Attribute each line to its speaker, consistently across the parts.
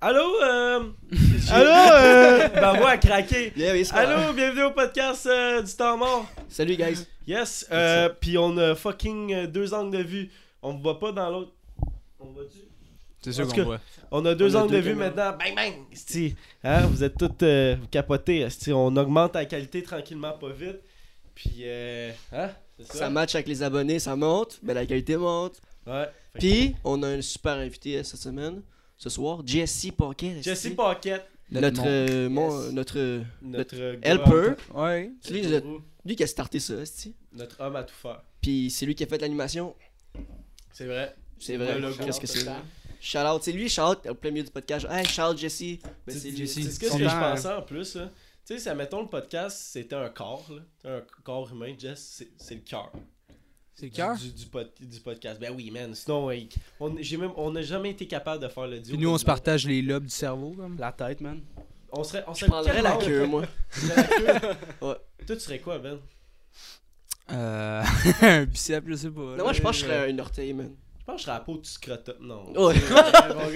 Speaker 1: Allô, euh...
Speaker 2: Allô, euh...
Speaker 1: ma voix a craqué.
Speaker 2: Yeah, oui, c'est pas grave.
Speaker 1: Allô, bienvenue au podcast euh, du temps mort.
Speaker 2: Salut, guys.
Speaker 1: Yes, euh, puis on a fucking euh, deux angles de vue. On me voit pas dans l'autre. On me voit-tu?
Speaker 3: C'est sûr
Speaker 1: Parce
Speaker 3: qu'on
Speaker 1: que-
Speaker 3: voit.
Speaker 1: On a deux
Speaker 2: On a
Speaker 1: angles
Speaker 2: deux
Speaker 1: de vue
Speaker 2: caméras.
Speaker 1: maintenant. Bang, bang! esti. Hein, vous êtes tous euh, capotés. esti. On augmente la qualité tranquillement, pas vite. Puis, euh, hein? C'est ça?
Speaker 2: Ça match avec les abonnés, ça monte, mais la qualité monte.
Speaker 1: Ouais. Fait que-
Speaker 2: Puis, on a un super invité euh, cette semaine, ce soir, Jesse Pocket.
Speaker 1: Jesse Paquette,
Speaker 2: Notre, euh, mon-
Speaker 1: Yes.
Speaker 2: notre, euh,
Speaker 1: notre gars-
Speaker 2: helper.
Speaker 3: Ouais.
Speaker 2: C'est lui, le- lui qui a starté ça, esti.
Speaker 1: notre homme à tout faire.
Speaker 2: Puis, c'est lui qui a fait l'animation.
Speaker 1: C'est vrai.
Speaker 2: C'est vrai,
Speaker 1: Le logo.
Speaker 2: qu'est-ce que c'est? Shout out, c'est lui, shout out, au plein milieu du podcast. Hey, shout out, Jesse. Ben,
Speaker 3: Petit
Speaker 2: c'est
Speaker 3: Jesse.
Speaker 2: lui.
Speaker 1: C'est ce que, ce
Speaker 3: Son
Speaker 1: que je
Speaker 3: père.
Speaker 1: pensais en plus. là. Tu sais, ça, mettons le podcast, c'était un corps, là. un corps humain. Jess, c'est- c'est le cœur.
Speaker 3: C'est le cœur.
Speaker 1: Du, du, pod- du podcast. Ben oui, man. Sinon, ouais, on j'ai même- on n'a jamais été capable de faire le duo.
Speaker 3: Puis nous, on se
Speaker 1: partage.
Speaker 3: partage les lobes du cerveau, comme.
Speaker 4: La tête, man.
Speaker 1: On serait, on
Speaker 2: Je
Speaker 1: serait
Speaker 2: prendrais la
Speaker 1: tellement-
Speaker 2: queue, moi.
Speaker 1: Tu serais la queue?
Speaker 2: Ouais.
Speaker 1: Toi, tu serais quoi, Ben
Speaker 3: Euh. un bicep, je sais pas.
Speaker 2: Non, moi, je pense que je serais un orteil, man.
Speaker 1: Je pense que je serais à la peau du scrotum. Non.
Speaker 2: Ouais.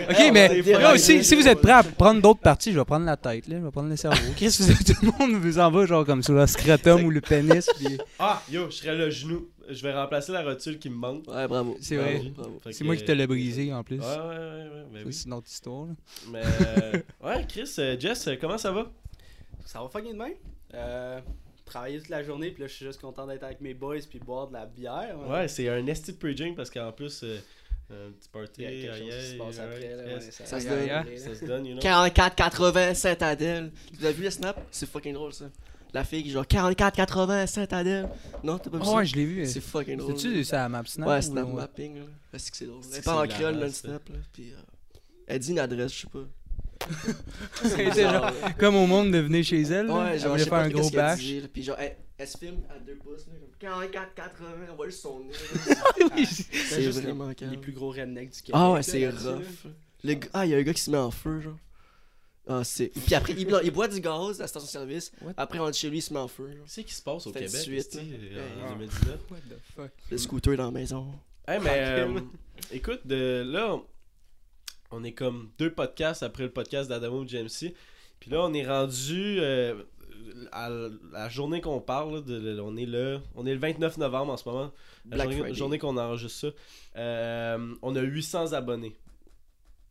Speaker 3: Ok,
Speaker 1: Eh, on
Speaker 3: mais
Speaker 1: s'est
Speaker 2: des
Speaker 3: là,
Speaker 2: fois,
Speaker 1: fait-
Speaker 3: si, si vous êtes prêts à prendre d'autres parties, je vais prendre la tête, là. Je vais prendre le cerveau. Chris, vous êtes- tout le monde vous en va, genre, comme sur le scrotum ou le pénis. puis
Speaker 1: Ah, yo, je serais le genou. Je vais remplacer la rotule qui me manque.
Speaker 2: Ouais, bravo.
Speaker 3: C'est
Speaker 2: Bravo,
Speaker 3: vrai.
Speaker 2: bravo.
Speaker 1: Fait
Speaker 3: C'est
Speaker 1: que-
Speaker 3: moi qui te l'ai brisé, en plus.
Speaker 1: Ouais, ouais, ouais, ouais. Ben
Speaker 3: Ça,
Speaker 1: oui.
Speaker 3: C'est une autre histoire, là.
Speaker 1: Mais euh, ouais, Chris, euh, Jess, euh, comment ça va
Speaker 4: Ça va fucking de même. Euh, travailler toute la journée, puis là, je suis juste content d'être avec mes boys, puis boire de la bière. hein. man.
Speaker 1: Ouais, c'est un esti de pre-drink parce qu'en plus, euh, un petit party.
Speaker 4: Il y a quelque
Speaker 1: aïe,
Speaker 4: chose qui
Speaker 1: aïe,
Speaker 4: se passe
Speaker 1: aïe,
Speaker 4: après. là,
Speaker 1: aïe,
Speaker 4: ouais,
Speaker 1: yes.
Speaker 2: Ça se
Speaker 4: regarde,
Speaker 2: donne.
Speaker 4: là.
Speaker 1: Ça se donne, you know.
Speaker 2: 44-80 Saint-Adèle. Vous avez vu le snap? C'est fucking drôle ça. La fille qui joue 44-80 Saint-Adèle. Non, t'as pas vu
Speaker 3: Oh,
Speaker 2: ça?
Speaker 3: ouais, je l'ai vu.
Speaker 2: C'est fucking drôle.
Speaker 3: C'est-tu ça à MapSnap?
Speaker 2: Ouais,
Speaker 3: ou- euh,
Speaker 2: snap mapping là. Est-ce que c'est drôle?
Speaker 1: C'est
Speaker 2: Elle parle en
Speaker 1: hilarant,
Speaker 2: créole
Speaker 1: ça.
Speaker 2: non-stop là. Puis euh, elle dit une adresse, je sais pas.
Speaker 3: C'est genre, comme au monde de venir chez elle. là.
Speaker 2: Ouais,
Speaker 3: Elle
Speaker 2: genre,
Speaker 3: voulait
Speaker 2: je sais
Speaker 3: faire
Speaker 2: pas
Speaker 3: un
Speaker 2: qu'est-ce
Speaker 3: gros
Speaker 2: qu'elle
Speaker 3: bash.
Speaker 2: dit, là. Puis genre, elle, elle se filme à deux pouces là. Comme 44-80, on voit juste son nez.
Speaker 4: C'est
Speaker 2: C'est
Speaker 4: juste
Speaker 2: vraiment
Speaker 4: les, les
Speaker 2: calme.
Speaker 4: plus gros rednecks du Québec.
Speaker 2: Ah ouais,
Speaker 4: là,
Speaker 2: c'est
Speaker 4: là-dessus,
Speaker 2: rough.
Speaker 4: là.
Speaker 2: Le gars- Ah, il y a un gars qui se met en feu genre. Ah, c'est. Puis après, il, non, il boit du gaz à la station service.
Speaker 3: What?
Speaker 2: Après, on rentre chez lui, il se met en feu. genre.
Speaker 1: Qu'est-ce qui se passe au
Speaker 2: C'était
Speaker 1: Québec
Speaker 2: de suite,
Speaker 1: esti,
Speaker 2: là.
Speaker 1: en
Speaker 3: Ouais.
Speaker 1: 2019?
Speaker 3: What the fuck?
Speaker 2: Le scooter dans la maison.
Speaker 1: Hey, mais euh,
Speaker 4: Tranquille.
Speaker 1: écoute, de, là, on- on est comme deux podcasts après le podcast d'Adamo et JMC. Puis là, on est rendu euh, à la journée qu'on parle. là, de- de- on, est le, on est le 29 novembre en ce moment. La
Speaker 2: Black
Speaker 1: journée-
Speaker 2: Friday.
Speaker 1: journée qu'on enregistre ça. Euh, on a 800 abonnés.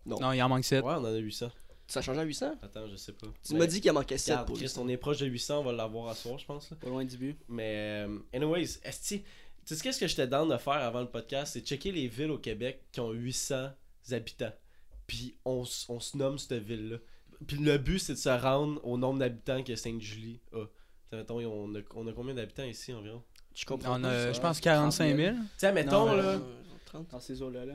Speaker 3: Non, il en manque 7.
Speaker 1: Ouais, on en a 800.
Speaker 2: Ça change à 800?
Speaker 1: Attends, je sais pas.
Speaker 2: Tu
Speaker 1: Mais-
Speaker 2: m'as dit qu'il en manquait 7
Speaker 1: Regarde,
Speaker 2: pour
Speaker 1: Chris,
Speaker 2: lui.
Speaker 1: on est proche de 800, on va l'avoir à soir, je pense. là.
Speaker 4: Pas loin du but.
Speaker 1: Mais, euh, anyways, esti, tu sais, qu'est-ce que j'étais down de faire avant le podcast? C'est checker les villes au Québec qui ont 800 habitants. Puis on, s- on se nomme cette ville-là. Puis le but, c'est de se rendre au nombre d'habitants que Sainte-Julie a. T'sais, mettons, on a, on a combien d'habitants ici environ?
Speaker 2: Je comprends.
Speaker 3: On a,
Speaker 2: pas,
Speaker 3: je
Speaker 2: ça.
Speaker 3: pense, 45 000.
Speaker 1: T'sais, mettons,
Speaker 3: Non,
Speaker 1: là,
Speaker 3: mais-
Speaker 2: Euh, 30.
Speaker 4: Dans ces eaux-là, là.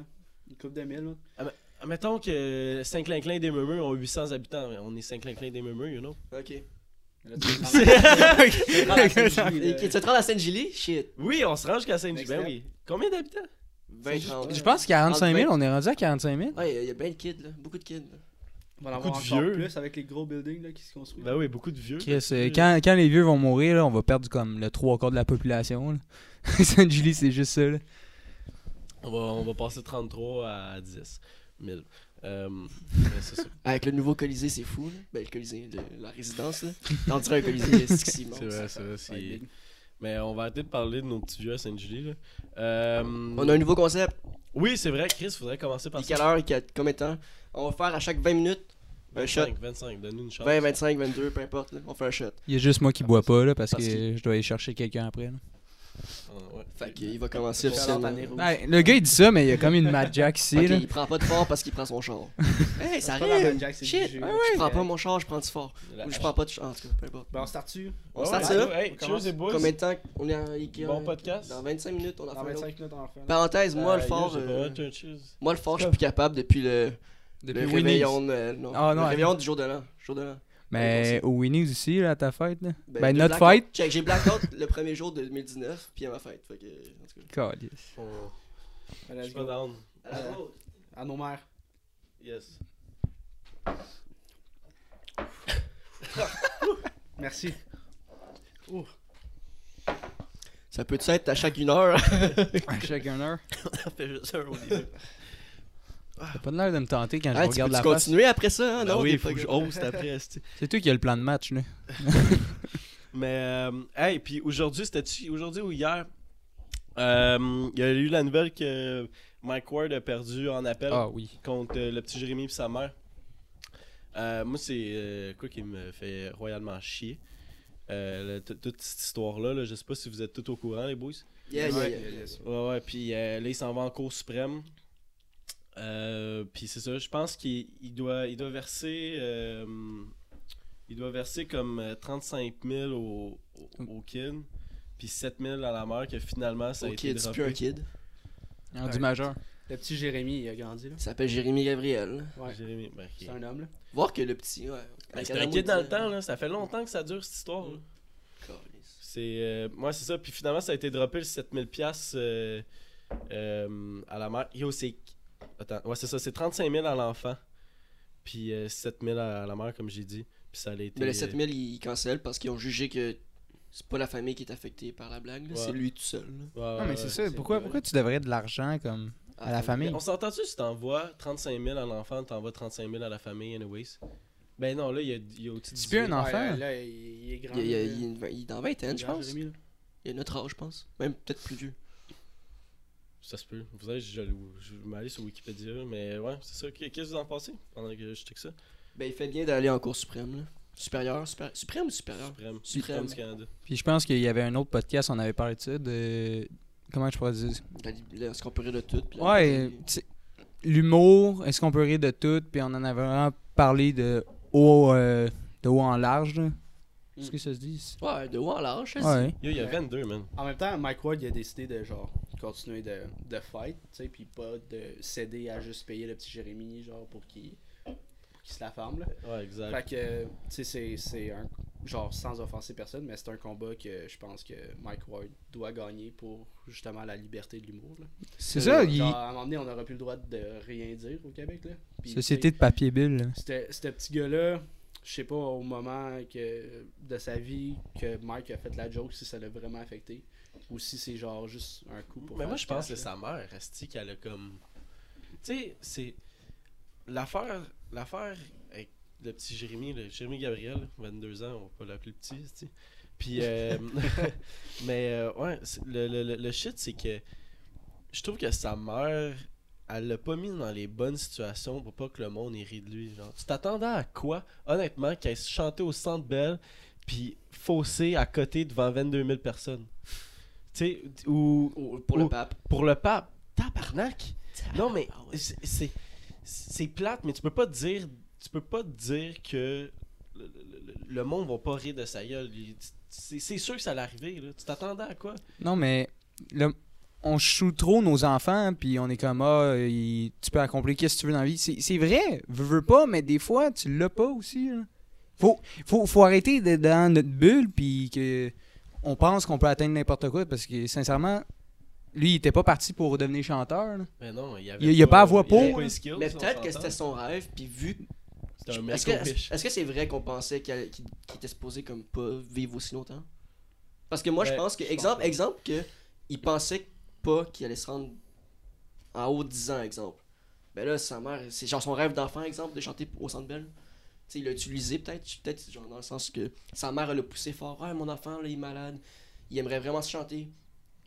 Speaker 4: Une coupe de mille, là.
Speaker 1: mettons que Saint-Clinclin des Meumeux ont 800 habitants. On est Saint-Clinclin des Meumeux, you know?
Speaker 2: Ok.
Speaker 4: Là, tu vas prendre la euh, Saint-Julie,
Speaker 2: Et
Speaker 4: là.
Speaker 2: qui- Tu vas te rendre à Sainte-Julie? Shit.
Speaker 1: Oui, on se range jusqu'à Sainte-Julie.
Speaker 4: Excellent.
Speaker 1: Ben oui. Combien d'habitants?
Speaker 2: 20, 30.
Speaker 3: Je pense 45 000, on est rendu à 45 000.
Speaker 2: Ouais, il y a- il y a bien de kids, là. Beaucoup de kids. là.
Speaker 4: On va en
Speaker 1: Beaucoup
Speaker 4: avoir
Speaker 1: de
Speaker 4: encore
Speaker 1: vieux.
Speaker 4: plus avec les gros buildings là, qui se construisent.
Speaker 1: Ben oui, beaucoup de vieux.
Speaker 3: Chris, euh, quand, quand les vieux vont mourir, là, on va perdre comme le trois quarts de la population. là. Sainte-Julie, c'est juste ça. là.
Speaker 1: On va, on va passer de 33 à 10 000. Euh, mais c'est ça.
Speaker 2: Avec le nouveau Colisée, c'est fou, là. Ben, le Colisée de la résidence, là. T'en dirais un Colisée, c'est que c'est immense.
Speaker 1: C'est vrai, c'est vrai. c'est-
Speaker 4: Ouais, big.
Speaker 1: Mais on va arrêter de parler de nos petits vieux à Sainte-Julie. là. Euh,
Speaker 2: On a un nouveau concept.
Speaker 1: Oui, c'est vrai, Chris, faudrait commencer par
Speaker 2: Puis quelle heure, quel- combien de temps? On va faire à chaque 20 minutes un shot.
Speaker 1: 25, 25, donne-nous une chance.
Speaker 2: 20, 25, 22, peu importe, là. On fait un shot.
Speaker 3: Il y a juste moi qui bois pas là, parce,
Speaker 2: Parce
Speaker 3: que
Speaker 2: qu'il-
Speaker 3: je dois aller chercher quelqu'un après. là.
Speaker 1: Ah, ouais.
Speaker 2: Fait qu'il va commencer
Speaker 4: Shout out à
Speaker 2: officiellement.
Speaker 4: Nero.
Speaker 3: Ouais, Ben, le gars, il dit ça, mais il y a comme une Mad Jack ici.
Speaker 2: Ok,
Speaker 3: là.
Speaker 2: il prend pas de fort parce qu'il prend son char. hey, ça
Speaker 4: C'est pas la
Speaker 2: arrive!
Speaker 4: Mad Jack, c'est du
Speaker 2: Shit!
Speaker 4: jus.
Speaker 2: Ah
Speaker 4: Ouais,
Speaker 2: ouais, je prends
Speaker 4: ouais.
Speaker 2: pas mon char, je prends du fort.
Speaker 1: La-
Speaker 2: Ou je prends pas de char, en tout cas, peu importe.
Speaker 4: Ben, on start dessus.
Speaker 1: Ben,
Speaker 2: On
Speaker 1: Ouais,
Speaker 2: start
Speaker 1: ouais,
Speaker 2: ça?
Speaker 1: Hey,
Speaker 4: On
Speaker 1: cheers
Speaker 4: commence.
Speaker 1: les boys.
Speaker 2: Combien de temps on est en Ikea?
Speaker 1: Bon podcast.
Speaker 2: Dans 25 minutes, on en
Speaker 4: Dans
Speaker 2: fait un autre.
Speaker 4: 25 minutes, on en refait. un.
Speaker 2: Parenthèse, moi
Speaker 1: Ah,
Speaker 2: le
Speaker 1: yo,
Speaker 2: fort,
Speaker 1: j'ai pas
Speaker 2: euh,
Speaker 1: le droit de cheers.
Speaker 2: moi le fort, je suis plus capable depuis le,
Speaker 3: Depuis
Speaker 2: le
Speaker 3: Winnie's.
Speaker 2: réveillon, de- euh, non,
Speaker 3: Ah, non,
Speaker 2: le
Speaker 3: attends.
Speaker 2: réveillon du jour de l'an, jour de l'an.
Speaker 3: Mais au Winnie's aussi, là, à ta fête. Là. Ben,
Speaker 2: de
Speaker 3: notre
Speaker 2: blackout.
Speaker 3: fête.
Speaker 2: Check, j'ai blackout le premier jour de 2019, puis à ma fête. Fait que, en tout cas.
Speaker 3: Calice.
Speaker 1: On-
Speaker 4: Ben,
Speaker 1: Je
Speaker 4: let's
Speaker 1: suis pas
Speaker 4: go.
Speaker 1: down.
Speaker 2: À la
Speaker 1: Ah.
Speaker 4: Euh,
Speaker 2: vôtre.
Speaker 4: À nos mères.
Speaker 1: Yes.
Speaker 4: Merci.
Speaker 2: Ça peut être à chaque une heure. Ah,
Speaker 3: À chacun heure.
Speaker 2: Ça fait juste un au début.
Speaker 3: T'as pas l'air de me tenter quand
Speaker 2: Ah,
Speaker 3: je
Speaker 2: tu
Speaker 3: regarde
Speaker 2: peux
Speaker 3: la face.
Speaker 2: continuer après ça, hein?
Speaker 1: Ben
Speaker 2: Non,
Speaker 1: oui,
Speaker 2: t'es
Speaker 1: faut
Speaker 2: pas-
Speaker 1: que je hausse après, esti.
Speaker 3: C'est toi qui as le plan de match, là.
Speaker 1: Mais, euh, hey, puis aujourd'hui, c'était-tu aujourd'hui ou hier? Euh, Il y a eu la nouvelle que Mike Ward a perdu en appel
Speaker 3: Ah oui.
Speaker 1: contre euh, le petit Jérémy et sa mère. Euh, moi, c'est euh, quoi qui me fait royalement chier. Euh, le- toute- toute cette histoire-là, là, je sais pas si vous êtes tout au courant, les boys.
Speaker 2: Yeah, yeah, yeah.
Speaker 1: Ouais, ouais, puis euh, là, il s'en va en Cour suprême. Euh, puis c'est ça, je pense qu'il il doit, il doit verser. euh, il doit verser comme euh, 35 000 au, au, au kid, puis 7 000 à la mère, que finalement, ça a
Speaker 2: Ok,
Speaker 1: été
Speaker 2: tu plus un
Speaker 1: droppé.
Speaker 2: kid.
Speaker 3: En du
Speaker 4: Ouais.
Speaker 3: majeur.
Speaker 4: Le petit Jérémy, il a grandi, là.
Speaker 2: Il s'appelle Jérémy Gabriel.
Speaker 4: Ouais.
Speaker 1: Jérémy, ben, ok.
Speaker 4: C'est un homme, là.
Speaker 2: Voir que le petit, ouais.
Speaker 1: Ben, C'était un kid dans le temps, là. ça fait longtemps que ça dure cette histoire. là.
Speaker 2: Câlisse.
Speaker 1: C'est, euh, moi, c'est ça, puis finalement, ça a été droppé le 7 000 euh, euh, à la mère. Yo, c'est. Attends, ouais, c'est ça, c'est 35 000 à l'enfant, puis euh, 7 000 à à la mère, comme j'ai dit. Puis ça a été.
Speaker 2: Mais le 7000, ils cancellent parce qu'ils ont jugé que c'est pas la famille qui est affectée par la blague, là,
Speaker 1: Ouais.
Speaker 2: c'est lui tout seul. là.
Speaker 1: euh, Ouais, ouais,
Speaker 3: Non, Ah, mais
Speaker 1: Ah, ouais,
Speaker 3: c'est ça. Pourquoi, pourquoi tu devrais de l'argent comme
Speaker 2: Ah,
Speaker 3: à la
Speaker 1: Mais
Speaker 3: famille
Speaker 1: on s'entend-tu si t'envoies 35 000 à l'enfant, t'envoies 35 000 à la famille, anyways? Ben non, là, il y a, il y a au-dessus de
Speaker 3: Tu peux
Speaker 1: 18.
Speaker 3: un enfant
Speaker 4: Ouais, euh, là, il, il est grand.
Speaker 2: Il, y a-
Speaker 4: là.
Speaker 2: il y a une- il est dans
Speaker 4: Il est
Speaker 2: vingtaine, je
Speaker 4: grand,
Speaker 2: pense.
Speaker 4: Jérémy, là.
Speaker 2: Il a notre âge, je pense. Même peut-être plus vieux.
Speaker 1: Ça se peut. Vous savez, je, je vais aller sur Wikipédia, mais ouais, c'est ça. Qu'est-ce que vous en pensez pendant que je check ça?
Speaker 2: Ben, il fait bien d'aller en cours suprême, là. Supérieur, supérieur. Suprême ou supérieur
Speaker 1: Suprême.
Speaker 2: Suprême.
Speaker 1: du Canada.
Speaker 3: Puis je pense qu'il y avait un autre podcast, on avait parlé de ça, de. Comment je pourrais dire ça?
Speaker 2: Dans les- là, Est-ce qu'on peut rire de tout puis là,
Speaker 3: Ouais,
Speaker 2: on-
Speaker 3: tu sais, l'humour, est-ce qu'on peut rire de tout? Puis on en avait vraiment parlé de haut, euh, de haut en large. là. Est-ce que ça se dit? ça?
Speaker 2: Ouais, de haut en large, ça,
Speaker 3: Ouais.
Speaker 1: Yo, il y a
Speaker 4: Ouais.
Speaker 1: 22, man.
Speaker 4: En même temps, Mike Ward, il a décidé de, genre, continuer de, de fight, tu sais, puis pas de céder à juste payer le petit Jérémy, genre, pour qu'il pour qu'il se la ferme, là.
Speaker 1: Ouais, exact.
Speaker 4: Fait que, tu sais, c'est- c'est un. Genre, sans offenser personne, mais c'est un combat que je pense que Mike Ward doit gagner pour justement la liberté de l'humour. là.
Speaker 3: C'est ça, il-
Speaker 4: Genre, à un moment donné, on n'aura plus le droit de rien dire au Québec. Là. Puis,
Speaker 3: Société de papier bulle. là.
Speaker 4: tu sais, Ce ce petit gars-là, je sais pas au moment que, de sa vie que Mike a fait la joke, si ça l'a vraiment affecté. Ou si c'est genre juste un coup pour.
Speaker 1: Mais Ben,
Speaker 4: faire
Speaker 1: moi,
Speaker 4: du
Speaker 1: je pense
Speaker 4: cash,
Speaker 1: que
Speaker 4: là.
Speaker 1: sa mère, Asti, qu'elle a comme. Tu sais, c'est. L'affaire. L'affaire avec le petit Jérémy, le Jérémy Gabriel, 22 ans, on va pas l'appeler petit, Asti. Puis. euh, mais, euh, ouais, c'est- le, le, le- le shit, c'est que. Je trouve que sa mère, elle l'a pas mis dans les bonnes situations pour pas que le monde rit de lui. Genre, tu t'attendais à quoi, honnêtement, qu'elle se chantait au centre belle, puis faussée à côté devant 22 000 personnes? Tu sais, ou
Speaker 2: Au- pour
Speaker 1: Au-
Speaker 2: le pape.
Speaker 1: pour le pape. Tabarnak! Non, mais
Speaker 2: Ah ouais.
Speaker 1: c'est- c'est c'est plate, mais tu peux pas te dire tu peux pas te dire que le, le- le- le monde va pas rire de sa gueule. Il- C'est c'est sûr que ça allait arriver. Là. Tu t'attendais à quoi?
Speaker 3: Non, mais le- on choue trop nos enfants, puis on est comme, ah, il- tu peux accomplir qu'est-ce que tu veux dans la vie. C'est c'est vrai, veux, veux pas, mais des fois, tu l'as pas aussi. là. Faut, faut, faut arrêter d'être dans notre bulle, puis que on pense qu'on peut atteindre n'importe quoi, parce que sincèrement, lui, il était pas parti pour devenir chanteur. là.
Speaker 1: Mais Ben non, il y avait
Speaker 3: Il- il y a pas à voix
Speaker 1: il y avait
Speaker 3: pour,
Speaker 1: pas
Speaker 3: hein.
Speaker 1: les skills,
Speaker 2: Mais
Speaker 1: on
Speaker 2: peut-être que
Speaker 1: s'entend.
Speaker 2: c'était son rêve, puis vu.
Speaker 1: C'était un mec
Speaker 2: Est-ce que est-ce- est-ce que c'est vrai qu'on pensait qu'elle- qu'il qu'il était supposé comme pas vivre aussi longtemps Parce que moi, je
Speaker 1: Ben,
Speaker 2: pense que.
Speaker 1: je pense
Speaker 2: Exemple,
Speaker 1: pas.
Speaker 2: exemple que. Il pensait pas qu'il allait se rendre en haut de 10 ans, exemple. Ben là, sa mère, c'est genre son rêve d'enfant, exemple, de chanter au centre belle. Tu sais, il l'a utilisé peut-être, peut-être genre dans le sens que sa mère elle l'a poussé fort. Ouais, mon enfant, là, il est malade. Il aimerait vraiment se chanter.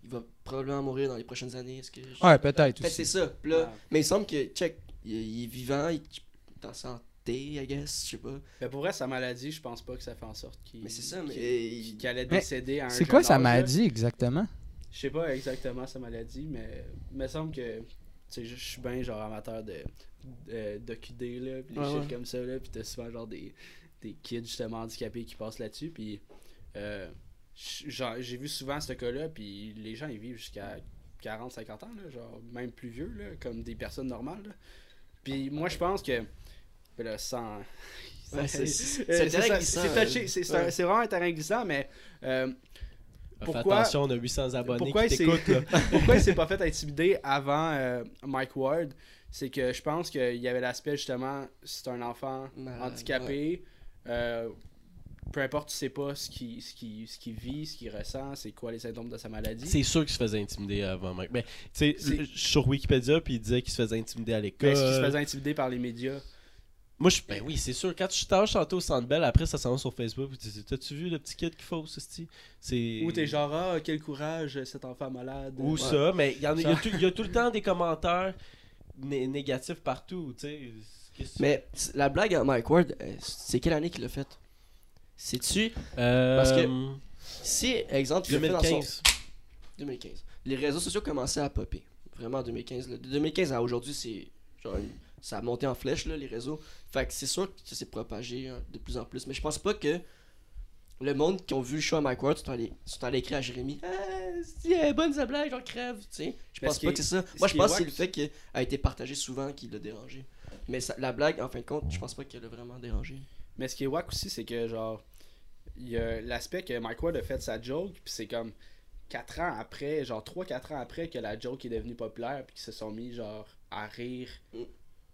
Speaker 2: Il va probablement mourir dans les prochaines années. Est-ce que je-
Speaker 3: Ouais, peut-être
Speaker 2: Peut-être
Speaker 3: aussi.
Speaker 2: c'est ça. Puis là,
Speaker 4: Ouais.
Speaker 2: Mais il semble que, check, il, il est vivant, il est en santé, I guess, je sais pas.
Speaker 4: Mais Ben, pour vrai, sa maladie, je pense pas que ça fait en sorte qu'il.
Speaker 2: Mais c'est ça, mais.
Speaker 4: qu'il-
Speaker 2: il-
Speaker 4: qu'il allait
Speaker 3: Mais
Speaker 4: décéder à un
Speaker 3: C'est quoi
Speaker 4: jeune
Speaker 3: ça
Speaker 4: âge,
Speaker 3: m'a
Speaker 4: là.
Speaker 3: dit exactement?
Speaker 4: Je sais pas exactement sa maladie, mais il me semble que tu sais, je je suis bien genre amateur de de- d'OQD là, pis les
Speaker 2: Ouais,
Speaker 4: shit
Speaker 2: ouais.
Speaker 4: comme ça là, pis t'as souvent genre des des kids justement handicapés qui passent là-dessus, puis euh, j- genre, j'ai vu souvent ce cas-là, puis les gens ils vivent jusqu'à 40 50 ans là, genre même plus vieux là, comme des personnes normales. là. Puis moi je pense que ben là, sans
Speaker 2: Ouais, c'est- c'est- c'est
Speaker 4: Euh,
Speaker 2: un terrain
Speaker 4: ça,
Speaker 2: glissant,
Speaker 4: c'est touché,
Speaker 2: euh,
Speaker 4: c'est- c'est un-
Speaker 2: ouais.
Speaker 4: c'est vraiment un terrain glissant, mais euh,
Speaker 1: Fais
Speaker 4: pourquoi-
Speaker 1: attention, on a 800 abonnés
Speaker 4: pourquoi
Speaker 1: qui
Speaker 4: il s'est-
Speaker 1: t'écoutent. là.
Speaker 4: pourquoi il s'est pas fait intimider avant euh, Mike Ward, c'est que je pense qu'il y avait l'aspect justement, c'est un enfant
Speaker 2: Malade,
Speaker 4: handicapé, euh, peu importe, tu sais pas ce qu'il ce qui, ce qui vit, ce qu'il ressent, c'est quoi les symptômes de sa maladie.
Speaker 1: C'est sûr qu'il se faisait intimider avant Mike. Mais, tu sais,
Speaker 4: C'est-
Speaker 1: je suis sur Wikipédia, puis il disait qu'il se faisait intimider à
Speaker 4: Mais
Speaker 1: l'école.
Speaker 4: Est-ce qu'il se faisait intimider par les médias
Speaker 1: Moi, je. Ben oui, c'est sûr. Quand tu t'as chanté au Centre Bell, après, ça s'en va sur Facebook. puis tu dis, T'as-tu vu le petit kid qui fausse, ce C'est.
Speaker 4: Ou t'es genre, ah, quel courage, cet enfant malade.
Speaker 1: Ou
Speaker 4: Ouais.
Speaker 1: ça, mais il y, en a- il y a
Speaker 4: Ça-
Speaker 1: tout- il y a tout le temps des commentaires né- négatifs partout, tu sais. Qu'est-ce que-
Speaker 2: Mais c- la blague à Mike Ward, euh, c'est quelle année qu'il l'a faite Sais-tu
Speaker 1: Euh,
Speaker 2: parce que- Si, exemple, il l'a fait dans son-
Speaker 1: 2015.
Speaker 2: 2015. Les réseaux sociaux commençaient à popper. Vraiment en 2015. là. De 2015 à aujourd'hui, c'est genre une- ça a monté en flèche là, les réseaux. Fait que c'est sûr que ça s'est propagé hein, de plus en plus. Mais je pense pas que le monde qui ont vu le show à Mike Ward sont allés, sont allés écrire à Jérémy Ah, si, elle est bonne sa blague, j'en crève. Tu sais, je
Speaker 4: Mais
Speaker 2: pense
Speaker 4: ce
Speaker 2: pas
Speaker 4: qui-
Speaker 2: que c'est ça.
Speaker 4: ce
Speaker 2: Moi, je
Speaker 4: qui
Speaker 2: pense
Speaker 4: est
Speaker 2: que c'est le
Speaker 4: wack,
Speaker 2: fait qu'elle a été partagée souvent qui l'a dérangé. Mais ça- la blague, en fin de compte, je pense pas qu'elle a vraiment dérangé.
Speaker 4: Mais ce qui est wack aussi, c'est que genre, il y a l'aspect que Mike Ward a fait sa joke, puis c'est comme 4 ans après, genre 3-4 ans après que la joke est devenue populaire, puis qu'ils se sont mis genre à rire,
Speaker 2: Mm.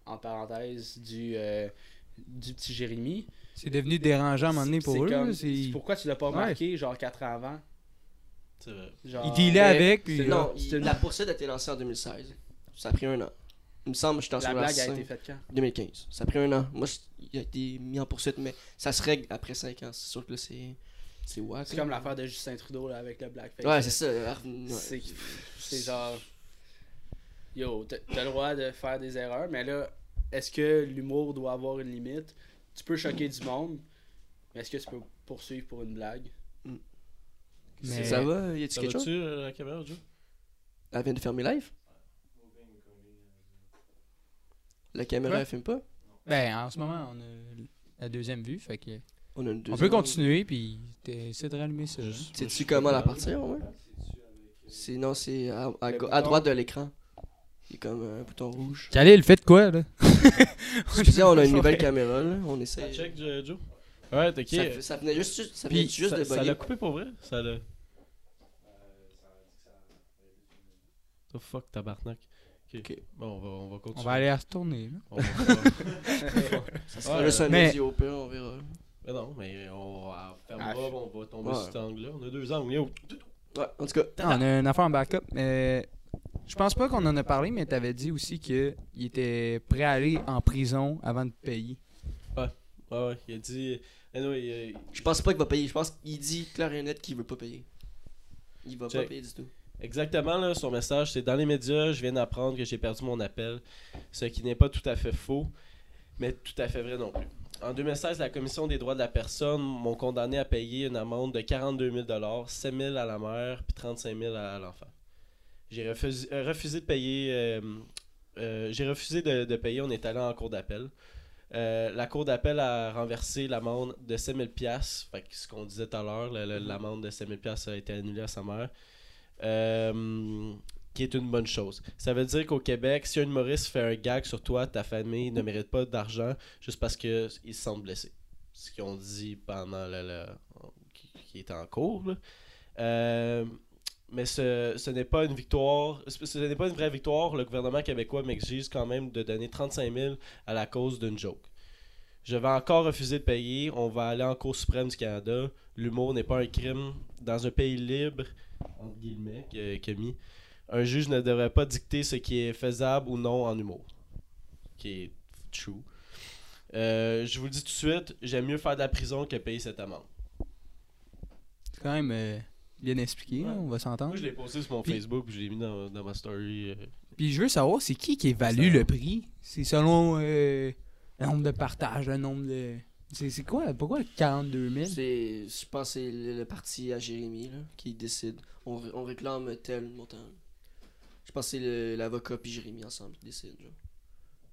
Speaker 4: en parenthèse, du, euh, du petit Jérémy.
Speaker 3: C'est devenu dérangeant à un moment donné
Speaker 4: C'est-
Speaker 3: pour
Speaker 4: c'est
Speaker 3: eux. là,
Speaker 4: comme,
Speaker 3: c'est-
Speaker 4: Pourquoi tu l'as pas
Speaker 3: Ouais.
Speaker 4: remarqué genre 4 ans avant
Speaker 1: C'est vrai.
Speaker 4: genre...
Speaker 3: Ils dealaient avec, puis.
Speaker 4: c'est-
Speaker 3: là,
Speaker 2: Non,
Speaker 4: c'est
Speaker 2: il-
Speaker 4: une-
Speaker 2: la poursuite a été lancée en 2016. Ça a pris un an. Il me semble, je suis en
Speaker 4: La
Speaker 2: secondaire
Speaker 4: blague a
Speaker 2: cinq.
Speaker 4: été faite quand
Speaker 2: 2015. Ça a pris un an. Moi, je- il a été mis en poursuite, mais ça se règle après 5 ans. C'est sûr que là, c'est. C'est wack.
Speaker 4: C'est
Speaker 2: là.
Speaker 4: comme l'affaire de Justin Trudeau là, avec le blackface.
Speaker 2: Ouais, c'est ça. euh, ouais.
Speaker 4: C'est c'est genre. Yo, t'as t'as le droit de faire des erreurs, mais là, est-ce que l'humour doit avoir une limite Tu peux choquer du monde, mais est-ce que tu peux poursuivre pour une blague
Speaker 3: mais-
Speaker 2: Ça va Y a-tu
Speaker 1: Ça
Speaker 2: quelque chose
Speaker 1: va-tu, euh, la caméra, Joe
Speaker 2: Elle vient de fermer live La caméra,
Speaker 3: Quoi?
Speaker 2: elle filme pas
Speaker 3: Ben, en ce moment, on a la deuxième vue, fait que.
Speaker 2: On a une
Speaker 3: On
Speaker 2: deuxième.
Speaker 3: peut continuer, puis essayer de rallumer ça.
Speaker 2: Sais-tu comment la partir, au moins Sinon, c'est à, à
Speaker 4: Le
Speaker 2: ga- à
Speaker 4: bouton.
Speaker 2: droite de l'écran. Il y a comme un bouton rouge.
Speaker 3: hein. Calais, le fait de quoi, là?
Speaker 2: Excusez, on a une nouvelle caméra, là. On essaie.
Speaker 1: Ah, Check, Jo- Joe. Ouais, t'es qui
Speaker 2: Ça, fait- ça venait juste, ça
Speaker 1: Puis,
Speaker 2: venait juste
Speaker 1: ça,
Speaker 2: de
Speaker 1: ça l'a
Speaker 2: bugger.
Speaker 1: coupé pour vrai? Ça l'a. Oh fuck, tabarnak. Ok.
Speaker 2: Ok.
Speaker 1: Bon, on va, on va continuer.
Speaker 3: On va aller à se tourner,
Speaker 1: On va-
Speaker 2: Ça
Speaker 1: Ouais,
Speaker 2: sera juste un
Speaker 3: mais-
Speaker 2: audio, au pire, on verra.
Speaker 1: mais non, mais on va faire
Speaker 4: Ah,
Speaker 1: brave, on va tomber
Speaker 2: ouais.
Speaker 1: sur cet angle-là. On a deux angles. yo.
Speaker 2: Ouais, en tout cas.
Speaker 3: Ah,
Speaker 2: ah,
Speaker 3: on a une affaire en backup. Euh, je pense pas qu'on en a parlé, mais t'avais dit aussi qu'il était prêt à aller en prison avant de payer.
Speaker 1: Ouais, ouais, il a dit. Anyway, euh,
Speaker 2: Je pense pas qu'il va payer. Je pense qu'il dit clair et net qu'il veut pas payer. Il va
Speaker 1: Check.
Speaker 2: pas payer du tout.
Speaker 1: Exactement, là, son message, c'est dans les médias, je viens d'apprendre que j'ai perdu mon appel, ce qui n'est pas tout à fait faux, mais tout à fait vrai non plus. En 2016, la Commission des droits de la personne m'ont condamné à payer une amende de 42 000 7 000 à la mère, puis 35 000 à l'enfant. J'ai refusé, euh, refusé de payer. euh, euh, j'ai refusé de, de payer, on est allé en cour d'appel. Euh, la cour d'appel a renversé l'amende de 7 000 fait que ce qu'on disait tout à l'heure, le- le- l'amende de 7 000 a été annulée à sa mère. Euh, qui est une bonne chose. Ça veut dire qu'au Québec, si un humoriste fait un gag sur toi, ta famille ne mérite pas d'argent juste parce qu'ils se sentent blessés. Ce qu'ils ont dit pendant le, le- qui, qui était en cours. là. Euh, mais ce, ce n'est pas une victoire, ce, ce n'est pas une vraie victoire. Le gouvernement québécois m'exige quand même de donner 35 000 à la cause d'une joke. Je vais encore refuser de payer. On va aller en Cour suprême du Canada. L'humour n'est pas un crime. Dans un pays libre, entre guillemets, que, que mis, un juge ne devrait pas dicter ce qui est faisable ou non en humour. Qui est true. Euh, je vous le dis tout de suite, j'aime mieux faire de la prison que payer cette amende.
Speaker 3: C'est quand même euh, bien expliqué, hein, on va s'entendre.
Speaker 1: Moi, je l'ai posté sur mon
Speaker 3: Puis-
Speaker 1: Facebook, je l'ai mis dans, dans ma story. euh.
Speaker 3: Puis je veux savoir, c'est qui qui évalue le prix? C'est selon euh, le nombre de partages, le nombre de... C'est c'est quoi? Pourquoi 42 000?
Speaker 2: C'est, je pense que c'est le, le parti à Jérémy là, qui décide. On, ré- on réclame tel montant. Je pense que c'est le- l'avocat puis Jérémy ensemble qui décident. genre.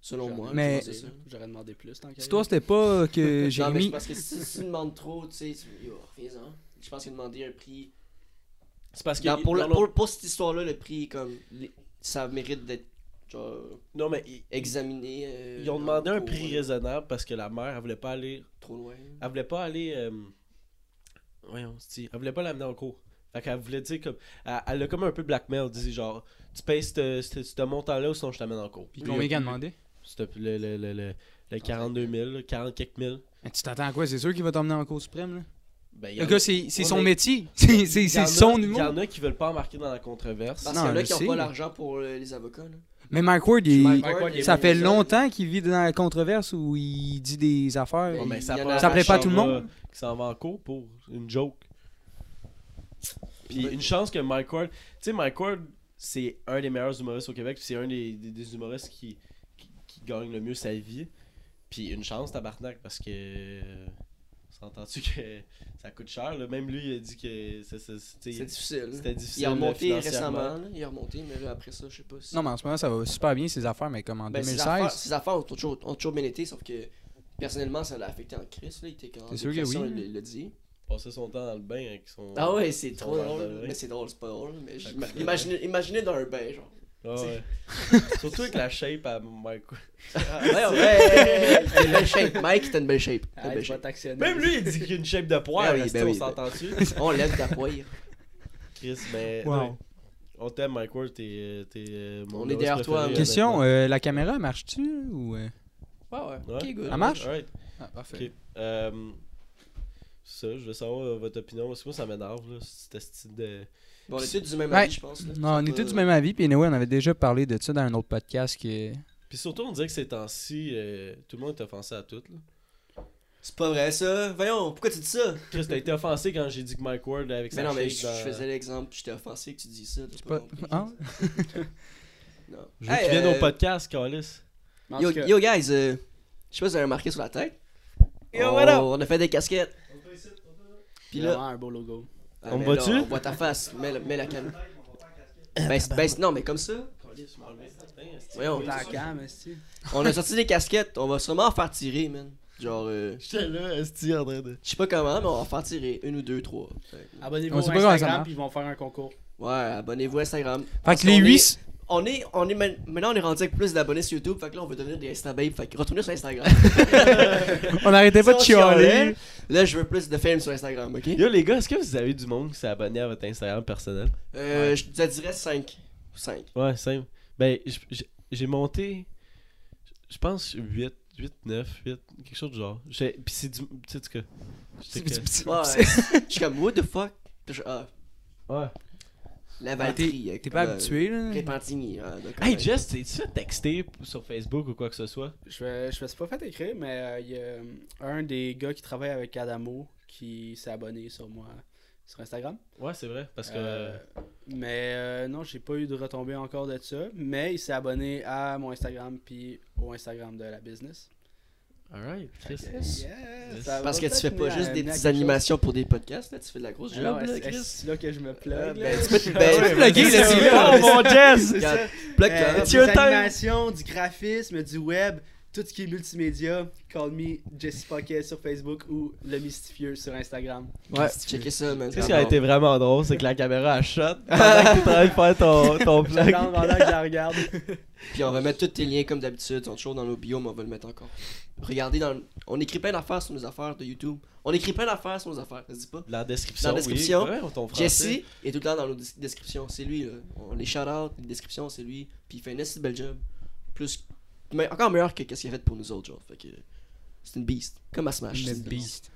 Speaker 2: Selon
Speaker 4: J'aurais
Speaker 2: moi. je
Speaker 3: Mais-
Speaker 2: pense que c'est ça.
Speaker 4: J'aurais demandé plus tant qu'à
Speaker 3: L'histoire, c'était pas que j'ai
Speaker 2: Non, mais
Speaker 3: mis...
Speaker 2: c'est parce que si tu demandes trop, tu sais, tu- yo, reviens-en. Je pense qu'il demander un prix.
Speaker 1: C'est parce que.
Speaker 2: Non, pour, la-
Speaker 1: non, non,
Speaker 2: pour- pour cette histoire-là, le prix est comme. les- Ça mérite d'être genre,
Speaker 1: non, mais ils,
Speaker 2: examiné. euh,
Speaker 1: ils ont demandé
Speaker 2: en
Speaker 1: un
Speaker 2: cours,
Speaker 1: prix
Speaker 2: là,
Speaker 1: raisonnable parce que la mère, elle voulait pas aller.
Speaker 2: Trop loin.
Speaker 1: Elle voulait pas aller. euh, Voyons, c'est-tu, elle voulait pas l'amener en cours. Fait qu'elle voulait dire comme. Elle, elle a comme un peu blackmail. Elle disait genre, tu payes ce- ce ce montant-là ou sinon je t'amène en cours.
Speaker 3: Puis combien qu'il a demandé?
Speaker 1: C'était le, le, le, le, le 42 000, là, 40 quelques mille.
Speaker 3: Mais tu t'attends à quoi? C'est sûr qu'il va t'emmener en cour suprême, là?
Speaker 1: Ben, y en
Speaker 3: Le
Speaker 1: a-
Speaker 3: gars, c'est c'est
Speaker 1: Ouais,
Speaker 3: son
Speaker 1: mais-
Speaker 3: métier. C'est c'est-
Speaker 1: y en
Speaker 3: c'est
Speaker 1: a-
Speaker 3: son
Speaker 1: Il y
Speaker 3: humour.
Speaker 1: en a qui veulent pas embarquer dans la controverse.
Speaker 2: Parce
Speaker 3: Non,
Speaker 2: qu'il y en
Speaker 3: je
Speaker 2: a qui
Speaker 3: sais.
Speaker 2: n'ont pas l'argent pour euh, les avocats. là.
Speaker 3: Mais Mike Ward, il-
Speaker 2: Mike
Speaker 4: Mike Ward, il est
Speaker 3: ça
Speaker 4: bon,
Speaker 3: fait
Speaker 4: il est
Speaker 3: longtemps qu'il vit dans la controverse où il dit des affaires.
Speaker 1: Ouais, Oh, mais
Speaker 2: il
Speaker 1: ça,
Speaker 2: y en
Speaker 1: prend-
Speaker 2: a-
Speaker 3: Ça plaît pas à tout le
Speaker 1: Charles,
Speaker 3: monde?
Speaker 1: euh, Qui s'en va en cours pour une joke. Puis une chance que Mike Ward. Tu sais, Mike Ward, c'est un des meilleurs humoristes au Québec. puis C'est un des, des- des humoristes qui, qui, qui gagne le mieux sa vie. Puis une chance, tabarnak, parce que. S'entends-tu que ça coûte cher? là? Même lui, il a dit que c'est- c'est- c'est-
Speaker 2: C'est difficile. euh,
Speaker 1: c'était difficile.
Speaker 2: Il est remonté
Speaker 1: là,
Speaker 2: récemment. là. Il est remonté, mais là, après ça, je sais pas si.
Speaker 3: Non, mais en ce moment, ça va super bien, ses affaires, mais comme en
Speaker 2: Ben, ses
Speaker 3: 2016.
Speaker 2: affaires- Ses affaires ont toujours, ont toujours bien été, sauf que personnellement, ça l'a affecté en crise. Là. Il était quand
Speaker 3: C'est sûr que oui.
Speaker 2: Il l'a dit.
Speaker 1: Passer son temps dans le bain avec son.
Speaker 2: Ah ouais, c'est
Speaker 1: son
Speaker 2: trop
Speaker 1: verre
Speaker 2: drôle.
Speaker 1: de vin.
Speaker 2: Mais c'est drôle, c'est pas drôle. Mais je-
Speaker 1: Ouais.
Speaker 2: imaginez, imaginez dans un bain, genre.
Speaker 1: Ah ouais. Surtout avec la shape à Mike Ward.
Speaker 2: Ah, ouais, ouais. T'as une belle shape. Mike, t'as une belle shape. T'as une belle
Speaker 4: Arrête, je vais
Speaker 2: shape.
Speaker 4: t'actionner.
Speaker 1: Même lui, il dit qu'il y a une shape de poire.
Speaker 2: Ben oui,
Speaker 1: esti,
Speaker 2: ben
Speaker 1: on
Speaker 2: oui, ben-
Speaker 1: s'entend-tu?
Speaker 2: On l'aide d'appoyer.
Speaker 1: Chris, mais.
Speaker 3: Wow.
Speaker 1: non, On t'aime, Mike Ward. T'es. euh, t'es, euh, mon
Speaker 2: On est
Speaker 1: humoriste
Speaker 2: derrière toi, hein.
Speaker 1: préféré,
Speaker 2: man.
Speaker 3: Question,
Speaker 1: honnêtement.
Speaker 3: euh, la caméra marche-tu ou... euh?
Speaker 2: Ouais, ouais.
Speaker 1: Ouais.
Speaker 2: Ok, good.
Speaker 3: Ah, marche?
Speaker 1: Alright.
Speaker 3: Ah, parfait.
Speaker 1: Ok. Euh, ça, je veux savoir euh, votre opinion. Parce que moi, ça m'énerve, là. Cette style de.
Speaker 2: Bon, on est tous du même
Speaker 3: Ouais.
Speaker 2: avis, je pense. là.
Speaker 3: Non, on
Speaker 2: C'est
Speaker 3: est
Speaker 2: pas-
Speaker 3: tous du même avis, puis anyway, on avait déjà parlé de ça dans un autre podcast qui
Speaker 1: Puis surtout, on dirait que ces temps-ci, euh, tout le monde est offensé à tout, là.
Speaker 2: C'est pas vrai, ça. Voyons, pourquoi tu dis ça?
Speaker 1: Chris, t'as été offensé quand j'ai dit que Mike Ward avec sa
Speaker 2: Mais non, mais
Speaker 1: shape
Speaker 2: je,
Speaker 1: dans-
Speaker 2: je faisais l'exemple, puis j'étais offensé que tu dis ça. t'as
Speaker 3: pas-
Speaker 2: compris.
Speaker 3: Ah.
Speaker 2: Non. euh,
Speaker 1: Je veux que tu viennes au podcast, Calis.
Speaker 4: Mais en
Speaker 2: Yo,
Speaker 4: tout cas,
Speaker 2: yo, guys, euh, je sais pas si vous avez remarqué sur la tête. on, on a fait des casquettes. Puis
Speaker 4: vraiment
Speaker 2: là,
Speaker 4: un beau logo.
Speaker 2: Ah,
Speaker 1: On
Speaker 2: mais
Speaker 1: va-tu?
Speaker 2: non, On voit ta face, mets, la- mets la cam. Ben, c'est- ben, c'est- non, mais comme ça, voyons.
Speaker 4: T'as la cam, esti.
Speaker 2: On a sorti des casquettes, on va sûrement en faire tirer, man. Genre, euh,
Speaker 1: J'étais là, Esti, en train de.
Speaker 2: je sais pas comment, mais on va en faire tirer une ou deux, trois. Fait que-
Speaker 4: Abonnez-vous
Speaker 3: On sait
Speaker 4: à
Speaker 3: pas comment ça
Speaker 4: Instagram,
Speaker 3: marche.
Speaker 4: puis ils vont faire un concours.
Speaker 2: Ouais, abonnez-vous à Instagram.
Speaker 3: Fait
Speaker 2: Parce
Speaker 3: que les
Speaker 2: qu'on
Speaker 3: 8...
Speaker 2: On est, on est, man- maintenant on est rendu avec plus d'abonnés sur YouTube, fait que là on veut devenir des Instababes, fait que retournez sur Instagram.
Speaker 3: On n'arrêtait pas de
Speaker 2: Si on
Speaker 3: chialer.
Speaker 2: chialait, Là je veux plus de fame sur Instagram, ok?
Speaker 1: Yo, les gars, est-ce que vous avez du monde qui s'est abonné à votre Instagram personnel?
Speaker 2: Euh, Je te dirais 5. 5.
Speaker 1: Ouais, simple. Ben, j- j- j'ai monté, je pense, 8, 8, 9, 8, quelque chose du genre. J'ai- Pis c'est du. Tu sais, du cas. J'étais que-
Speaker 2: Ouais, je suis comme, what the fuck? Puis je- ah,
Speaker 1: Ouais.
Speaker 2: la euh,
Speaker 3: Ah,
Speaker 2: Valkyrie.
Speaker 3: T'es pas habitué, là.
Speaker 2: Répentigny. Ah, d'accord.
Speaker 1: Hey, Jess, t'es-tu fait texter p- sur Facebook ou quoi que ce soit?
Speaker 4: Je vais, je me suis pas fait écrire, mais euh, il y a euh, un des gars qui travaille avec Adamo qui s'est abonné sur moi sur Instagram.
Speaker 1: Ouais, c'est vrai, parce que.
Speaker 4: Euh, mais euh, non, j'ai pas eu de retombées encore de ça. Mais il s'est abonné à mon Instagram puis au Instagram de la business.
Speaker 1: Alright, Chris.
Speaker 4: Yeah, ça
Speaker 2: Parce
Speaker 4: va
Speaker 2: que tu fais pas
Speaker 4: peut-être
Speaker 2: juste
Speaker 4: amener
Speaker 2: des
Speaker 4: à
Speaker 2: petites
Speaker 4: quelque
Speaker 2: animations pour des podcasts, là, tu fais de la grosse
Speaker 4: chose.
Speaker 2: job,
Speaker 4: Alors,
Speaker 2: là,
Speaker 4: est-ce- est-ce
Speaker 2: Chris.
Speaker 4: là que je me
Speaker 2: Ben,
Speaker 4: plug. là?
Speaker 2: tu peux te ben,
Speaker 3: plugger, là, c'est
Speaker 1: Oh mon Jess!
Speaker 4: C'est
Speaker 2: Regarde,
Speaker 4: ça.
Speaker 2: plug
Speaker 4: Euh,
Speaker 2: toi.
Speaker 4: des animations, du graphisme, du web, tout ce qui est multimédia. Call me Jesse Pocket sur Facebook ou Le Mystifieux sur Instagram.
Speaker 2: Ouais, checker ça, man.
Speaker 1: Tu sais ce qui a été vraiment drôle, c'est que la caméra a shot pendant que t'es en train de faire ton, ton plug.
Speaker 4: J'attends pendant que je la regarde.
Speaker 2: Puis on va mettre tous tes liens comme d'habitude, ils sont toujours dans nos bios, mais on va le mettre encore. Regardez dans le- On écrit plein d'affaires sur nos affaires de YouTube. On écrit plein d'affaires sur nos affaires, ça se dit pas.
Speaker 1: Dans la description.
Speaker 2: Dans la description,
Speaker 1: oui. Ouais, ton français.
Speaker 2: Jesse est tout le temps dans nos dis- descriptions, c'est lui. Là. On les shout-out, les descriptions, c'est lui. Puis il fait un assez bel job. Plus, mais encore meilleur que ce qu'il a fait pour nous autres, genre. Fait que c'est une beast. Comme à Smash.
Speaker 3: Le
Speaker 2: c'est une
Speaker 3: beast.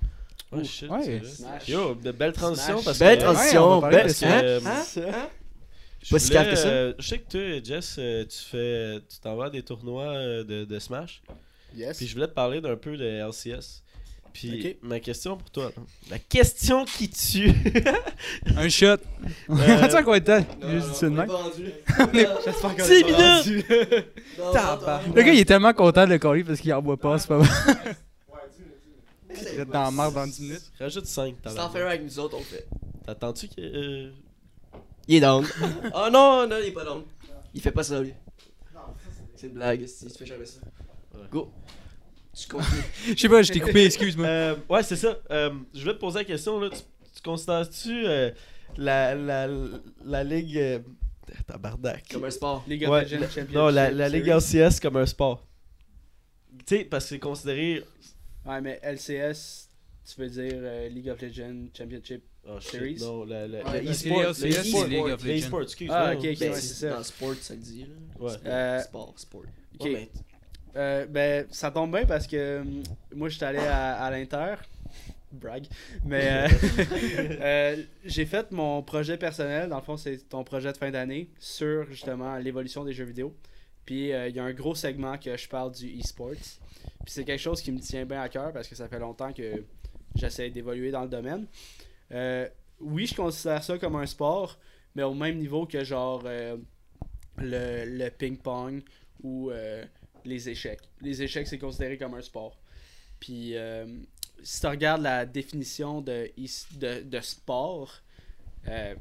Speaker 1: Oh shit,
Speaker 3: Ouais.
Speaker 1: c'est vrai.
Speaker 4: Smash.
Speaker 1: Yo, de belles transitions
Speaker 4: Smash.
Speaker 1: parce que.
Speaker 2: Belle
Speaker 3: Ouais, on
Speaker 2: transition,
Speaker 3: va parler
Speaker 2: belle.
Speaker 3: de ça.
Speaker 2: Hein?
Speaker 1: Hein?
Speaker 2: Hein?
Speaker 1: Je
Speaker 2: Pas si
Speaker 1: voulais,
Speaker 2: calme que ça.
Speaker 1: euh, je sais que toi, Jess, euh, tu fais, tu t'en vas à des tournois euh, de, de Smash.
Speaker 4: Yes.
Speaker 1: Puis je voulais te parler d'un peu de LCS. Puis
Speaker 4: Ok.
Speaker 1: ma question pour toi, là. la question qui tue.
Speaker 3: Un shot.
Speaker 1: Euh,
Speaker 3: Attends combien de temps?
Speaker 2: Non,
Speaker 3: Juste
Speaker 2: non,
Speaker 3: dit ça de
Speaker 2: on est
Speaker 3: même.
Speaker 2: pas rendu.
Speaker 4: J'espère qu'on
Speaker 1: 10
Speaker 4: est
Speaker 1: minutes!
Speaker 4: pas rendu.
Speaker 2: Non, non,
Speaker 1: Tabarnak.
Speaker 2: non,
Speaker 3: Le gars, il est tellement content de le coller parce qu'il en boit pas, c'est pas vrai. Il est dans
Speaker 2: non.
Speaker 3: la merde dans 10 minutes.
Speaker 1: Rajoute 5,
Speaker 2: Si t'en fais un avec nous autres, on le fait.
Speaker 1: T'attends-tu que. euh,
Speaker 2: Il est down. oh non, non, il est pas down. Il fait pas ça, lui. C'est une blague, si tu fais jamais ça.
Speaker 1: Ouais.
Speaker 2: Go. Tu continues.
Speaker 3: Je sais pas, je t'ai coupé, excuse-moi.
Speaker 1: Euh, ouais, c'est ça. Euh, je voulais te poser la question, là. Tu, tu considères-tu euh, la, la, la ligue. euh, Tabarnak.
Speaker 2: Comme un sport.
Speaker 4: League of
Speaker 1: Ouais,
Speaker 4: Legends
Speaker 1: la-
Speaker 4: Championship
Speaker 1: Non, la, la
Speaker 4: Series.
Speaker 1: Ligue LCS comme un sport. Tu sais, parce que c'est considéré.
Speaker 4: Ouais, mais LCS, tu veux dire euh, League of Legends Championship.
Speaker 1: Oh, shit,
Speaker 4: Series?
Speaker 1: Non, la, la,
Speaker 2: Ouais,
Speaker 1: le
Speaker 2: parce
Speaker 1: e-sport.
Speaker 3: que les LCS,
Speaker 1: le e-sport.
Speaker 2: c'est League
Speaker 3: of
Speaker 1: Le
Speaker 3: Legends.
Speaker 1: e-sport, excuse.
Speaker 4: Ah,
Speaker 1: non.
Speaker 4: ok, ok,
Speaker 2: Ben,
Speaker 4: ouais,
Speaker 2: c'est
Speaker 4: c'est ça.
Speaker 2: Dans le sport, ça le dit, là.
Speaker 1: Ouais.
Speaker 4: Euh,
Speaker 2: Sport, sport.
Speaker 4: Ok. ben,
Speaker 1: Ouais, mais-
Speaker 4: Euh, ben, ça tombe bien parce que hum, moi, j'étais allé à, à l'Inter. Brag. Mais euh, euh, j'ai fait mon projet personnel, dans le fond, c'est ton projet de fin d'année, sur justement l'évolution des jeux vidéo. Puis euh, il y a un gros segment que je parle du e-sports. Puis c'est quelque chose qui me tient bien à cœur parce que ça fait longtemps que j'essaie d'évoluer dans le domaine. Euh, oui, je considère ça comme un sport, mais au même niveau que genre euh, le, le ping-pong ou euh, les échecs. Les échecs, c'est considéré comme un sport. Puis euh, si tu regardes la définition de, is- de, de sport, euh,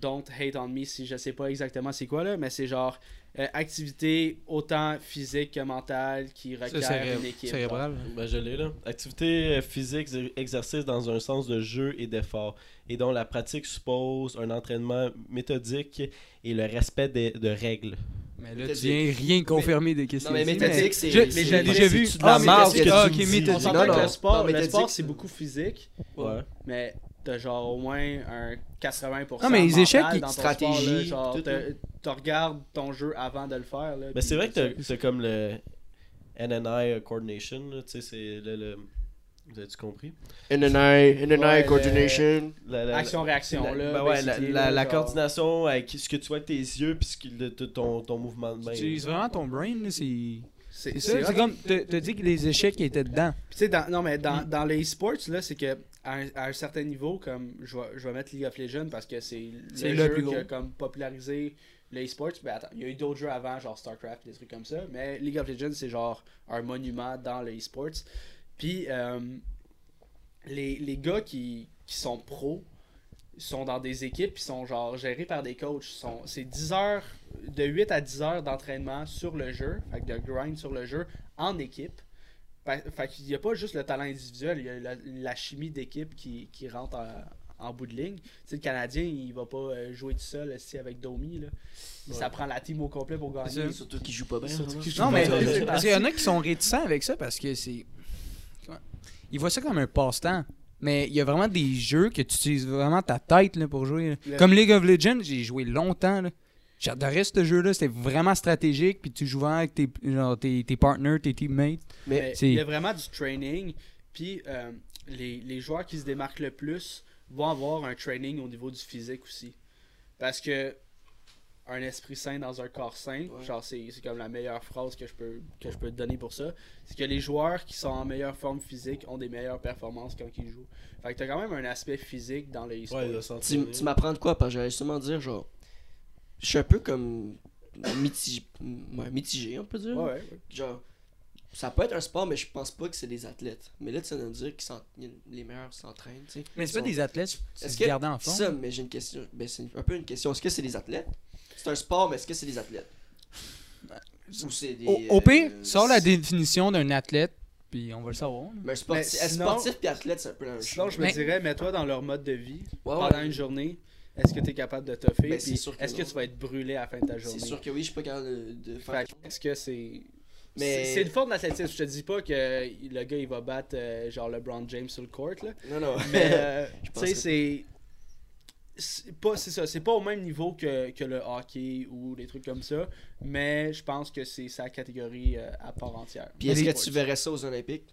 Speaker 4: don't hate on me si je sais pas exactement c'est quoi là, mais c'est genre euh, activité autant physique que mentale qui
Speaker 3: C'est
Speaker 4: requiert une équipe.
Speaker 3: cérébral.
Speaker 1: Ben, je l'ai là. Activité euh, physique, ex- exercice dans un sens de jeu et d'effort, et dont la pratique suppose un entraînement méthodique et le respect des- de règles.
Speaker 3: Mais là, tu
Speaker 2: Méthodique.
Speaker 3: viens rien confirmer des questions.
Speaker 2: Non, mais
Speaker 3: ici,
Speaker 2: méthodique, c'est-
Speaker 3: Je-
Speaker 2: c'est-
Speaker 3: Mais je l'ai
Speaker 2: c'est-
Speaker 3: déjà
Speaker 2: c'est-
Speaker 3: vu.
Speaker 1: c'est de la
Speaker 3: Ah, mais
Speaker 1: marde
Speaker 3: qu'est-ce
Speaker 1: que
Speaker 3: que-
Speaker 1: tu
Speaker 3: ok,
Speaker 1: dis.
Speaker 2: On
Speaker 4: On
Speaker 3: méthodique.
Speaker 2: s'entend
Speaker 4: s'entend
Speaker 2: non,
Speaker 4: que
Speaker 2: non.
Speaker 4: le sport,
Speaker 2: Non, mais
Speaker 4: le
Speaker 2: t'as
Speaker 4: sport
Speaker 2: dit-
Speaker 4: c'est beaucoup physique,
Speaker 1: Ouais.
Speaker 4: mais t'as genre au moins un 80%
Speaker 3: Non, mais les
Speaker 4: mental
Speaker 3: échecs,
Speaker 4: dans
Speaker 3: ils-
Speaker 4: ton
Speaker 2: stratégie,
Speaker 4: sport, là,
Speaker 2: puis
Speaker 4: genre,
Speaker 2: tout,
Speaker 4: t'as- t'as regardes ton jeu avant de le faire. Là,
Speaker 1: Ben, c'est
Speaker 4: puis
Speaker 1: vrai que
Speaker 4: tout ça.
Speaker 1: t'as- c'est comme le NNI coordination, là, tu sais, c'est le, le- Vous avez-tu compris?
Speaker 2: NNI, NNI
Speaker 4: Ouais, le-
Speaker 2: coordination.
Speaker 1: La- la- la-
Speaker 4: Action-réaction,
Speaker 1: la-
Speaker 4: là.
Speaker 1: ben ouais, la,
Speaker 4: basically,
Speaker 1: la-
Speaker 4: là,
Speaker 1: la
Speaker 4: genre.
Speaker 1: coordination avec ce que tu vois avec tes yeux puis ce qui- le- ton, ton mouvement de
Speaker 3: Tu
Speaker 1: main.
Speaker 3: utilises vraiment ton brain, là, c'est.
Speaker 4: C'est
Speaker 3: C'est ça,
Speaker 4: c'est
Speaker 3: c'est
Speaker 4: hot.
Speaker 3: comme. t'as- T'as dit que les échecs étaient dedans.
Speaker 4: Puis tu sais, dans, non, mais dans, dans les sports, là, c'est que à un, à un certain niveau, comme je vais, je vais mettre League of Legends parce que c'est
Speaker 3: C'est
Speaker 4: le,
Speaker 3: le
Speaker 4: jeu
Speaker 3: plus gros.
Speaker 4: qui a comme popularisé les sports. Ben attends, il y a eu d'autres jeux avant, genre StarCraft, des trucs comme ça. Mais League of Legends, c'est genre un monument dans les sports. Puis euh, les, les gars qui, qui sont pros sont dans des équipes qui sont genre gérés par des coachs. Sont, c'est 10 heures, de 8 à 10 heures d'entraînement sur le jeu, fait que de grind sur le jeu en équipe. Fait, fait qu'il n'y a pas juste le talent individuel, il y a la, la chimie d'équipe qui, qui rentre en, en bout de ligne. Tu sais, le Canadien, il va pas euh, jouer tout seul euh, si avec Domi. Là. Ça prend la team au complet pour
Speaker 3: C'est
Speaker 4: gagner.
Speaker 3: ça.
Speaker 2: Surtout qu'ils jouent pas bien.
Speaker 4: Ah, Surtout
Speaker 2: vraiment.
Speaker 4: qu'ils jouent
Speaker 3: Non, mais.
Speaker 4: Ouais, ouais, ouais.
Speaker 3: Parce qu'il y en a qui sont réticents avec ça parce que c'est. comment- Ils voient ça comme un passe-temps. Mais il y a vraiment des jeux que tu utilises vraiment ta tête là, pour jouer. là.
Speaker 4: Le-
Speaker 3: Comme League of Legends, j'ai joué longtemps. là. J'adorais ce jeu-là. C'était vraiment stratégique. Puis tu joues vraiment avec tes, genre, tes, tes partners, tes teammates.
Speaker 2: Mais
Speaker 4: Mais
Speaker 3: C'est-
Speaker 4: il y a vraiment du training. Puis euh, les, les joueurs qui se démarquent le plus vont avoir un training au niveau du physique aussi. Parce que un esprit sain dans un corps sain,
Speaker 2: Ouais.
Speaker 4: genre c'est c'est comme la meilleure phrase que je peux que je peux te donner pour ça, c'est que les joueurs qui sont en meilleure forme physique ont des meilleures performances quand ils jouent. Fait que t'as quand même un aspect physique dans les
Speaker 1: Ouais, de
Speaker 2: tu,
Speaker 1: s'entraîner.
Speaker 2: tu m'apprends de quoi Parce que j'allais justement dire, genre, je suis un peu comme mitigé, ouais, mitigé on peut dire.
Speaker 4: Ouais, ouais, ouais.
Speaker 2: Genre, ça peut être un sport, mais je pense pas que c'est des athlètes. Mais là, tu viens de me dire que les meilleurs s'entraînent, tu sais.
Speaker 3: Mais c'est pas
Speaker 2: Ils sont-
Speaker 3: des athlètes.
Speaker 2: Est-ce
Speaker 3: C'est
Speaker 2: que-
Speaker 3: gardés en forme.
Speaker 2: Ça, mais j'ai une question. Ben, c'est un peu une question. Est-ce que c'est des athlètes C'est un sport, mais est-ce que c'est des athlètes Ou c'est des.
Speaker 3: Au, au pire,
Speaker 2: euh,
Speaker 3: sors la définition d'un athlète. Puis on va le savoir. là.
Speaker 2: Mais un sportif,
Speaker 4: Mais sinon-
Speaker 2: sportif puis athlète, c'est un peu la même
Speaker 4: Sinon,
Speaker 2: chose.
Speaker 4: je me
Speaker 3: Mais-
Speaker 4: dirais, mets-toi dans leur mode de vie
Speaker 2: Ouais, ouais.
Speaker 4: pendant une journée. Est-ce que tu es capable de toffer?
Speaker 2: Ben, c'est
Speaker 4: Puis
Speaker 2: sûr que
Speaker 4: Est-ce que
Speaker 2: non.
Speaker 4: tu vas être brûlé à la fin de ta
Speaker 2: C'est
Speaker 4: journée?
Speaker 2: sûr que oui, je suis pas capable de, de faire.
Speaker 4: Fait que, est-ce que c'est.
Speaker 2: Mais-
Speaker 4: Mais... C'est une forme d'athlétisme. Je te dis pas que le gars il va battre euh, genre LeBron James sur le court, là.
Speaker 2: Non, non.
Speaker 4: Mais, euh, tu
Speaker 2: penserais
Speaker 4: sais,
Speaker 2: pas.
Speaker 4: c'est. C'est pas, c'est ça, c'est pas au même niveau que, que le hockey ou des trucs comme ça, mais je pense que c'est sa catégorie euh, à part entière.
Speaker 2: Puis est-ce
Speaker 3: Mais-
Speaker 2: que tu verrais ça aux Olympiques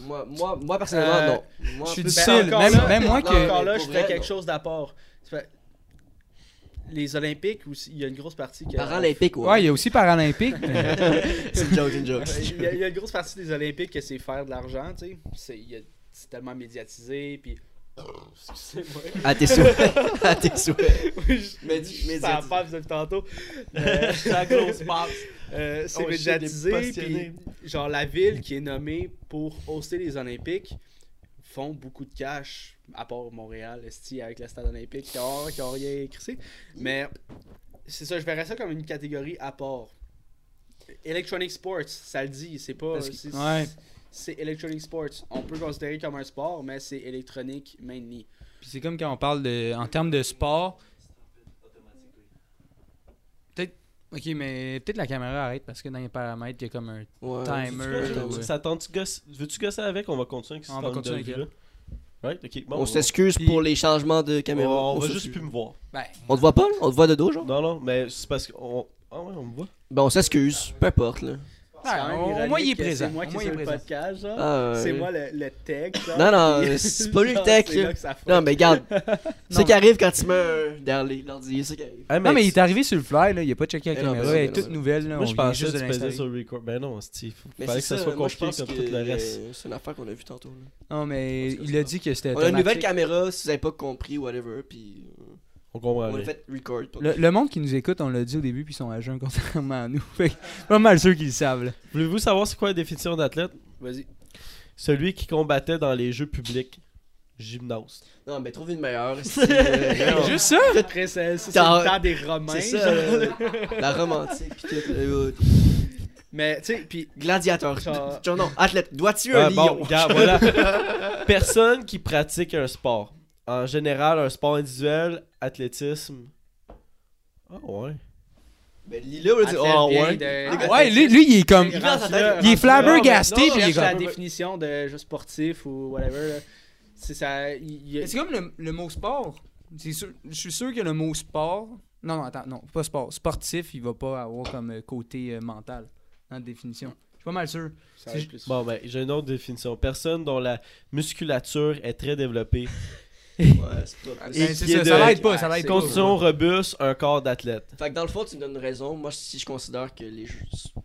Speaker 2: Moi, moi, moi personnellement,
Speaker 4: Euh,
Speaker 2: non. Moi,
Speaker 3: je suis
Speaker 2: peu-
Speaker 3: du-
Speaker 4: Ben,
Speaker 3: difficile.
Speaker 4: encore
Speaker 3: Même-
Speaker 4: là-
Speaker 3: même moi que-
Speaker 4: Encore là,
Speaker 2: Pour
Speaker 4: je
Speaker 2: vrai,
Speaker 4: ferais quelque
Speaker 2: non.
Speaker 4: chose d'à part. Ça fait- Les Olympiques, aussi, il y a une grosse partie que.
Speaker 2: Paralympique, ouais.
Speaker 3: Ouais, il y a aussi Paralympique. mais-
Speaker 2: c'est une joke, c'est une joke.
Speaker 4: il, y a, il y a une grosse partie des Olympiques que c'est faire de l'argent, tu sais. C'est, il y a- c'est tellement médiatisé, puis. Excusez-moi.
Speaker 2: À tes souhaits. à tes souhaits.
Speaker 4: Mais
Speaker 2: Médi-
Speaker 4: dis, ça
Speaker 2: médiatisé.
Speaker 4: passe depuis tantôt. Euh,
Speaker 1: La grosse passe.
Speaker 4: euh, c'est
Speaker 1: On est chez des
Speaker 4: médiatisé,
Speaker 1: passionnés.
Speaker 4: puis genre la ville qui est nommée pour hoster les Olympiques font beaucoup de cash, à part Montréal, Esti, avec le stade olympique, qui ont, qui ont rien crissé. Mais c'est ça, je verrais ça comme une catégorie à part. Electronic Sports, ça le dit, c'est pas.
Speaker 3: Parce que-
Speaker 4: c'est-
Speaker 3: ouais.
Speaker 4: C'est Electronic Sports. On peut considérer comme un sport, mais c'est électronique mainly.
Speaker 3: Puis c'est comme quand on parle de, en termes de sport. Peut-être. Ok, mais peut-être la caméra arrête parce que dans les paramètres, il y a comme un.
Speaker 2: Ouais.
Speaker 3: Timer. Ouais.
Speaker 1: Ça tente-tu gosse- Veux-tu gosser avec On va continuer avec
Speaker 3: On va continuer avec
Speaker 1: là. Right, ok. Bon,
Speaker 2: On s'excuse
Speaker 3: Puis-
Speaker 2: pour les changements de
Speaker 1: On,
Speaker 2: caméra.
Speaker 1: on va
Speaker 2: s'excuse.
Speaker 1: juste plus me voir.
Speaker 3: Ben,
Speaker 2: On te voit pas, là? On te voit de dos, genre?
Speaker 1: Non, non, mais c'est parce qu'on. Ah ouais, on me voit.
Speaker 2: Ben, on s'excuse. Peu importe, là.
Speaker 4: C'est quand même
Speaker 3: Ah, au
Speaker 4: ironique
Speaker 3: moins, il est
Speaker 4: que
Speaker 3: présent.
Speaker 4: C'est moi
Speaker 3: Au
Speaker 4: qui
Speaker 3: moins,
Speaker 4: suis
Speaker 3: il est
Speaker 4: sur le
Speaker 3: présent.
Speaker 4: podcast, genre.
Speaker 2: Ah,
Speaker 4: C'est
Speaker 2: euh,
Speaker 4: moi le, le tech, genre.
Speaker 2: Non, non,
Speaker 4: Puis-
Speaker 2: c'est pas lui le
Speaker 4: genre,
Speaker 2: tech,
Speaker 4: c'est
Speaker 2: là.
Speaker 4: que ça fuck.
Speaker 2: Non, mais regarde,
Speaker 3: Non.
Speaker 2: c'est qui arrive quand tu mets un derrière les- l'ordi, c'est qui arrive.
Speaker 1: Ah,
Speaker 3: Non, mais il est arrivé sur le fly, là. Il a pas checké la
Speaker 2: Eh non,
Speaker 3: caméra.
Speaker 2: ben,
Speaker 3: Elle est
Speaker 2: ben,
Speaker 3: toute
Speaker 2: ben,
Speaker 3: nouvelle, là.
Speaker 1: Moi,
Speaker 3: on
Speaker 1: je
Speaker 3: vient
Speaker 1: pensais
Speaker 3: juste
Speaker 1: que
Speaker 3: de
Speaker 1: tu faisais
Speaker 3: l'installer.
Speaker 1: sur record. Ben non, Steve.
Speaker 2: Mais
Speaker 1: Fallait que
Speaker 2: c'est
Speaker 1: ça soit
Speaker 2: moi, je
Speaker 1: compliqué
Speaker 2: pense
Speaker 1: comme
Speaker 2: que,
Speaker 1: tout le reste.
Speaker 2: euh, C'est une affaire qu'on a vue tantôt. là.
Speaker 3: Non, mais
Speaker 2: Parce que
Speaker 3: il
Speaker 2: je
Speaker 3: a
Speaker 2: pense.
Speaker 3: dit que
Speaker 2: On
Speaker 3: c'était.
Speaker 2: a une nouvelle
Speaker 3: automatique.
Speaker 2: caméra, si vous avez pas compris, whatever, puis euh,
Speaker 1: On comprend
Speaker 2: on a
Speaker 1: rien.
Speaker 2: fait record. pas-
Speaker 3: Le, le monde qui nous écoute, on l'a dit au début, puis ils sont à jeun, contrairement à nous. Fait que, pas mal ceux qui le savent, là.
Speaker 1: Voulez-vous savoir c'est quoi la définition d'athlète
Speaker 4: Vas-y.
Speaker 1: Celui qui combattait dans les jeux publics. Gymnaste.
Speaker 2: Non, mais trouve une meilleure. c'est, euh, non.
Speaker 3: Juste ça?
Speaker 4: Après, c'est c'est
Speaker 2: T'as-
Speaker 4: le temps des Romains.
Speaker 2: C'est ça,
Speaker 4: genre.
Speaker 2: euh, la romantique, pis tout. euh,
Speaker 4: Mais, tu sais, puis
Speaker 2: gladiateur.
Speaker 4: Genre-
Speaker 2: Genre, non, athlète, dois-tu
Speaker 1: Ouais,
Speaker 2: un
Speaker 1: Ah, bon,
Speaker 2: lion?
Speaker 1: regarde, voilà. Personne qui pratique un sport. En général, un sport individuel, athlétisme. Ah ouais.
Speaker 2: Ben, lis-le, on va dire,
Speaker 4: Athlète
Speaker 2: oh
Speaker 4: vient
Speaker 2: ouais.
Speaker 4: de-
Speaker 2: Les gars,
Speaker 3: Ouais, lui, lui, il est comme.
Speaker 2: Il lance la tête.
Speaker 4: Rendu
Speaker 3: Il est
Speaker 4: là,
Speaker 3: flabbergasté,
Speaker 4: rendu là,
Speaker 3: puis il est
Speaker 4: cherche la
Speaker 1: comme-
Speaker 4: définition de jeu sportif ou whatever. là. C'est ça. il- il-
Speaker 3: C'est comme le, le mot sport. C'est sûr- je suis sûr que le mot sport. Non, non, attends, non, pas sport. Sportif, il va pas avoir comme euh, côté euh, mental dans la définition. Je suis pas mal sûr.
Speaker 4: ça va être plus-
Speaker 1: Bon, ben, j'ai une autre définition. Personne dont la musculature est très développée.
Speaker 2: Ouais, c'est pas
Speaker 1: Et
Speaker 3: Ben, c'est
Speaker 1: qui est
Speaker 3: ça,
Speaker 1: de-
Speaker 3: ça l'aide pas, ça
Speaker 4: Ouais,
Speaker 3: l'aide pas.
Speaker 1: Constitution robuste, un corps d'athlète.
Speaker 2: Fait que dans le fond, tu me donnes raison. Moi, si je considère que les jeux-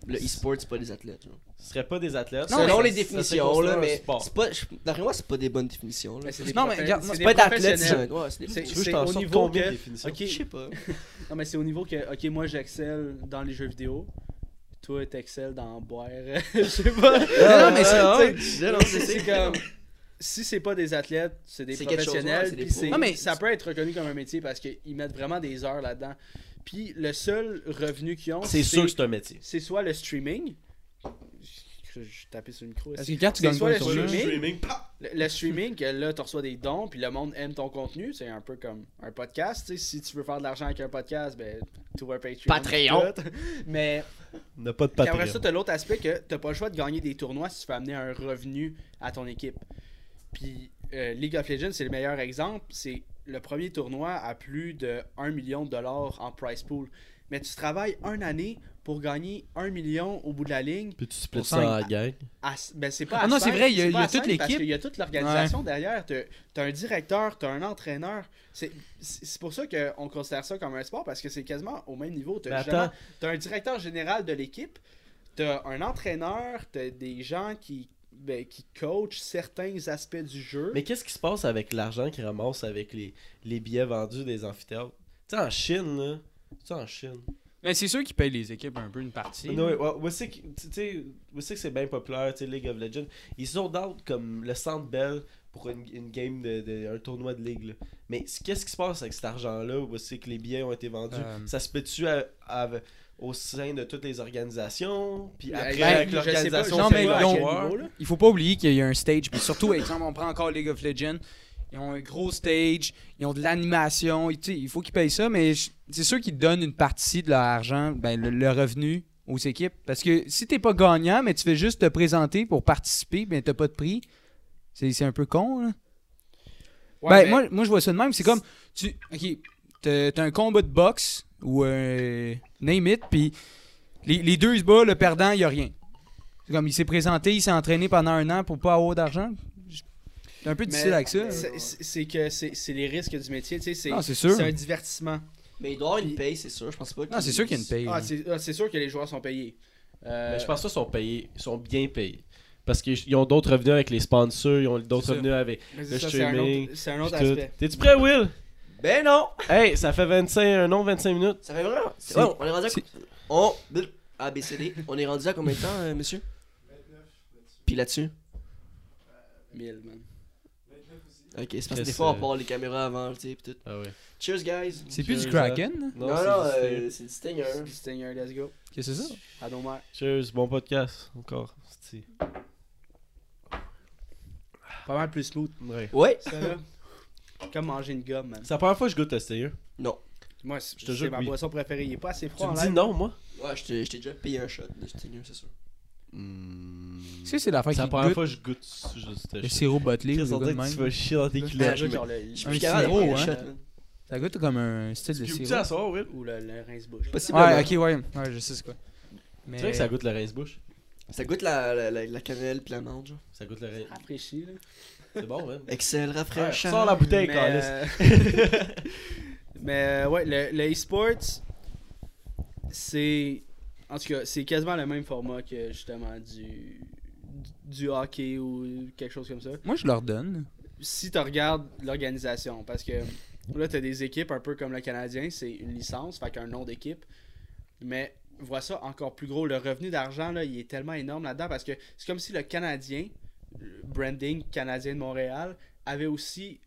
Speaker 2: le e-sport, c'est pas des athlètes. Genre.
Speaker 1: Ce serait pas des athlètes.
Speaker 3: Non,
Speaker 1: ça-
Speaker 2: Selon
Speaker 1: ça-
Speaker 2: les
Speaker 1: ça
Speaker 2: définitions,
Speaker 1: considère
Speaker 2: là,
Speaker 1: un
Speaker 2: mais.
Speaker 1: sport.
Speaker 2: C'est pas, je- d'après moi, c'est pas des bonnes définitions. Là.
Speaker 4: Mais c'est des
Speaker 3: Non, mais
Speaker 4: profe-
Speaker 3: regarde,
Speaker 4: c'est
Speaker 3: moi,
Speaker 4: des
Speaker 2: pas d'athlète,
Speaker 4: professionnels.
Speaker 2: c'est ouais, c'est des.
Speaker 4: C'est-
Speaker 1: Tu veux que je t'en
Speaker 4: au
Speaker 1: sorte
Speaker 4: niveau
Speaker 1: combien de
Speaker 4: que-
Speaker 1: définitions
Speaker 4: ok.
Speaker 2: Je sais pas.
Speaker 4: Non, mais c'est au niveau que, ok, moi j'excelle dans les jeux vidéo. Toi, t'excelles dans boire. Je sais pas.
Speaker 3: non, mais c'est-
Speaker 2: Ah,
Speaker 4: tu sais,
Speaker 2: ouais, je- non,
Speaker 4: C'est- C'est comme. Si c'est pas des athlètes, c'est des
Speaker 2: C'est quelque chose, ouais,
Speaker 4: professionnels.
Speaker 2: c'est des
Speaker 4: puis
Speaker 2: pros.
Speaker 4: c'est-
Speaker 3: Non, mais-
Speaker 4: ça peut être reconnu comme un métier parce qu'ils mettent vraiment des heures là-dedans. Puis le seul revenu qu'ils ont,
Speaker 1: C'est sûr que c'est un métier.
Speaker 4: c'est soit le streaming. Je, je tapais sur le micro.
Speaker 3: Parce
Speaker 4: ici.
Speaker 3: que quand tu
Speaker 4: C'est
Speaker 3: gagnes
Speaker 4: soit
Speaker 3: pas
Speaker 4: le
Speaker 3: sur le
Speaker 4: streaming-
Speaker 1: paf!
Speaker 4: Le, le streaming, que là, tu reçois des dons, puis le monde aime ton contenu. C'est un peu comme un podcast. tu sais, Si tu veux faire de l'argent avec un podcast, ben, tu vas Patreon.
Speaker 2: Patreon.
Speaker 4: tout. Mais
Speaker 1: N'a pas de
Speaker 4: puis après ça,
Speaker 1: Patreon.
Speaker 4: t'as l'autre aspect que t'as pas le choix de gagner des tournois si tu veux amener un revenu à ton équipe. Puis euh, League of Legends, c'est le meilleur exemple. C'est le premier tournoi à plus de 1 million de dollars en prize pool. Mais tu travailles une année pour gagner 1 million au bout de la ligne.
Speaker 1: Puis tu splits
Speaker 3: Pour
Speaker 1: ça en gang.
Speaker 4: à s- ben, c'est pas
Speaker 3: Ah
Speaker 4: à
Speaker 3: non, c'est
Speaker 4: cinq,
Speaker 3: vrai, il y a- il y
Speaker 4: pas
Speaker 3: a
Speaker 4: à
Speaker 3: toute
Speaker 4: cinq parce
Speaker 3: l'équipe.
Speaker 4: qu'il y a toute l'organisation derrière. T'as t'as un directeur, t'as un entraîneur. C'est c'est- c'est pour ça qu'on considère ça comme un sport parce que c'est quasiment au même niveau.
Speaker 1: Mais
Speaker 3: Ben,
Speaker 4: T'as
Speaker 1: attends.
Speaker 4: justement- t'as un directeur général de l'équipe, t'as un entraîneur, t'as des gens qui, ben, qui coachent certains aspects du jeu.
Speaker 1: Mais qu'est-ce qui se passe avec l'argent qu'ils ramassent avec les, les billets vendus des amphithéâtres Tu sais, en Chine, là. Tu sais, en Chine.
Speaker 3: Mais Ben, c'est sûr qu'ils payent les équipes un peu une partie.
Speaker 1: Non, ouais, ouais, où c'est que, tu sais, où c'est que c'est bien populaire, tu sais, League of Legends. Ils sont out comme le Centre Bell pour une, une game de, de- un tournoi de ligue. là. Mais c- qu'est-ce qui se passe avec cet argent-là où c'est que les billets ont été vendus
Speaker 3: Euh.
Speaker 1: Ça se peut-tu à- à- au sein de toutes les organisations Puis
Speaker 4: Ben,
Speaker 1: après
Speaker 4: je-
Speaker 1: avec
Speaker 4: je sais pas,
Speaker 1: l'organisation,
Speaker 4: je
Speaker 3: Non,
Speaker 4: sais
Speaker 3: mais
Speaker 4: pas à
Speaker 3: ils
Speaker 4: quel
Speaker 3: ont-
Speaker 4: niveau, là.
Speaker 3: Il faut pas oublier qu'il y a un stage, puis surtout, exemple, on prend encore League of Legends, ils ont un gros stage, ils ont de l'animation, et tu sais, il faut qu'ils payent ça, mais je- c'est sûr qu'ils donnent une partie de leur argent, ben, le, le revenu aux équipes. Parce que si t'es pas gagnant, mais tu fais juste te présenter pour participer, ben t'as pas de prix, c'est c'est un peu con, là.
Speaker 4: Ouais,
Speaker 3: ben,
Speaker 4: mais-
Speaker 3: moi, moi, je vois ça de même. C'est comme, tu, ok, t'as t'as un combat de boxe ou un name it, puis les, les deux se battent, le perdant, il n'y a rien. C'est comme, il s'est présenté, il s'est entraîné pendant un an pour pas avoir d'argent. Je- C'est un peu difficile
Speaker 4: Mais
Speaker 3: avec ça.
Speaker 4: c'est- c'est c'est que c'est c'est les risques du métier. tu sais, C'est
Speaker 3: Non, c'est sûr.
Speaker 4: c'est un divertissement.
Speaker 2: Mais il doit y avoir une paye, c'est sûr. Je pense pas
Speaker 3: Non, c'est sûr qu'il y a une paye.
Speaker 4: Ah,
Speaker 3: là.
Speaker 4: c'est ah, c'est sûr que les joueurs sont payés. Euh,
Speaker 3: Ben,
Speaker 1: Mais je pense que sont payés, ils sont bien payés. Parce qu'ils ils ont d'autres revenus avec les sponsors, ils ont
Speaker 3: C'est
Speaker 1: d'autres
Speaker 3: ça.
Speaker 1: revenus avec.
Speaker 4: mais
Speaker 1: le
Speaker 4: c'est ça, c'est un
Speaker 1: streaming,
Speaker 4: autre, c'est un autre
Speaker 1: puis tout.
Speaker 4: aspect.
Speaker 1: T'es-tu prêt, Will
Speaker 2: Ben non!
Speaker 1: Hey, ça fait 25, un long 25 minutes.
Speaker 2: Ça fait vraiment. c'est-
Speaker 3: C'est-
Speaker 2: ouais, on est rendu à.
Speaker 3: c'est-
Speaker 2: On. Bil- A, B, C, D. On est rendu à combien de temps, euh, monsieur? 29. Puis là-dessus?
Speaker 4: 1000, man.
Speaker 2: Ok, c'est parce que
Speaker 1: Chris,
Speaker 2: des fois, on
Speaker 1: euh,
Speaker 2: part les caméras avant, tu sais, pis tout.
Speaker 1: Ah ouais.
Speaker 2: Cheers, guys!
Speaker 3: C'est plus du
Speaker 1: Cheers,
Speaker 3: Kraken, là.
Speaker 2: Non, non, euh, c'est du Stinger.
Speaker 4: Stinger, let's go.
Speaker 3: Qu'est-ce que c'est ça?
Speaker 4: À nos mères.
Speaker 1: Cheers, bon podcast, encore. c'est-
Speaker 4: Pas mal plus smooth.
Speaker 1: Ouais.
Speaker 2: Ouais!
Speaker 4: Ça, là. Comme manger une gomme, man.
Speaker 1: C'est la première fois que je goûte le stéieux.
Speaker 2: Non.
Speaker 4: Moi, c'est
Speaker 1: Je te jure
Speaker 4: c'est ma
Speaker 1: que oui.
Speaker 4: boisson préférée. Il est pas assez
Speaker 1: Tu
Speaker 4: froid en
Speaker 1: me dis
Speaker 4: live.
Speaker 1: non, moi
Speaker 2: Ouais, je t'ai je t'ai déjà payé un shot de Stinger, c'est sûr. Hmm.
Speaker 3: Est-ce que c'est l'affaire
Speaker 1: C'est
Speaker 3: qui
Speaker 1: la première
Speaker 3: goûte
Speaker 1: fois que je goûte ce- je- ce
Speaker 3: le
Speaker 1: shit.
Speaker 3: sirop bottelé ou
Speaker 1: Chris,
Speaker 3: le
Speaker 1: on
Speaker 3: goût de
Speaker 1: dirait que tu vas
Speaker 3: même?
Speaker 1: chier dans tes
Speaker 4: Je
Speaker 1: culottes.
Speaker 4: veux genre le-
Speaker 2: Ah, Je suis
Speaker 3: Un
Speaker 2: plus capable de
Speaker 3: sirop,
Speaker 2: payer un
Speaker 3: hein.
Speaker 2: shot, man.
Speaker 3: Ça goûte comme un style de
Speaker 1: Tu me dis à
Speaker 3: sirop.
Speaker 1: soir, Will
Speaker 4: Ou le, le rince-bouche.
Speaker 2: Possiblement.
Speaker 3: Ouais, ok, ouais. Ouais, je sais c'est quoi.
Speaker 1: Tu sais que ça goûte le rince-bouche
Speaker 2: Ça goûte la, la, la, la cannelle puis la menthe, genre.
Speaker 1: Ça goûte le rein.
Speaker 3: Ah.
Speaker 4: Rafraîchi, là.
Speaker 1: C'est bon, man.
Speaker 2: Excel,
Speaker 1: Frère,
Speaker 2: rafraîchant.
Speaker 1: Sors la bouteille,
Speaker 4: Mais,
Speaker 1: câlisse.
Speaker 4: euh, mais euh, ouais, le, le e-sports, c'est. En tout cas, c'est quasiment le même format que justement du, du hockey ou quelque chose comme ça.
Speaker 3: Moi, je leur donne.
Speaker 4: Si tu regardes l'organisation, parce que là, tu as des équipes un peu comme le Canadien, c'est une licence, fait qu'un nom d'équipe. Mais vois ça encore plus gros. Le revenu d'argent, là, il est tellement énorme là-dedans parce que c'est comme si le Canadien, le branding canadien de Montréal, avait aussi.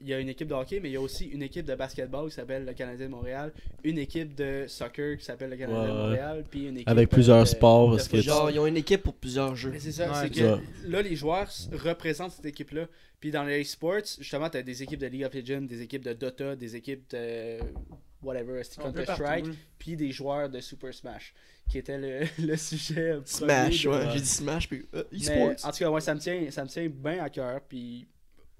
Speaker 4: Il y a une équipe de hockey, mais il y a aussi une équipe de basketball qui s'appelle le Canadien de Montréal, une équipe de soccer qui s'appelle le Canadien
Speaker 1: Ouais,
Speaker 4: de
Speaker 1: ouais.
Speaker 4: Montréal, puis une équipe.
Speaker 1: Avec plusieurs
Speaker 4: euh,
Speaker 1: sports,
Speaker 4: de
Speaker 1: parce que-
Speaker 4: football.
Speaker 2: Genre, ils ont une équipe pour plusieurs jeux.
Speaker 4: Mais c'est ça,
Speaker 3: Ouais,
Speaker 4: c'est
Speaker 1: c'est
Speaker 4: que là, les joueurs s- représentent cette équipe-là. Puis dans les sports, justement, t'as des équipes de League of Legends, des équipes de Dota, des équipes de whatever, c'est Counter-Strike, puis des joueurs de Super Smash, qui était le, le sujet. premier
Speaker 2: Smash,
Speaker 4: de-
Speaker 2: ouais.
Speaker 1: ouais.
Speaker 2: J'ai dit Smash, puis euh,
Speaker 4: Mais,
Speaker 2: e-sports.
Speaker 4: en tout cas, ouais, ça me tient, ça me tient bien à cœur, puis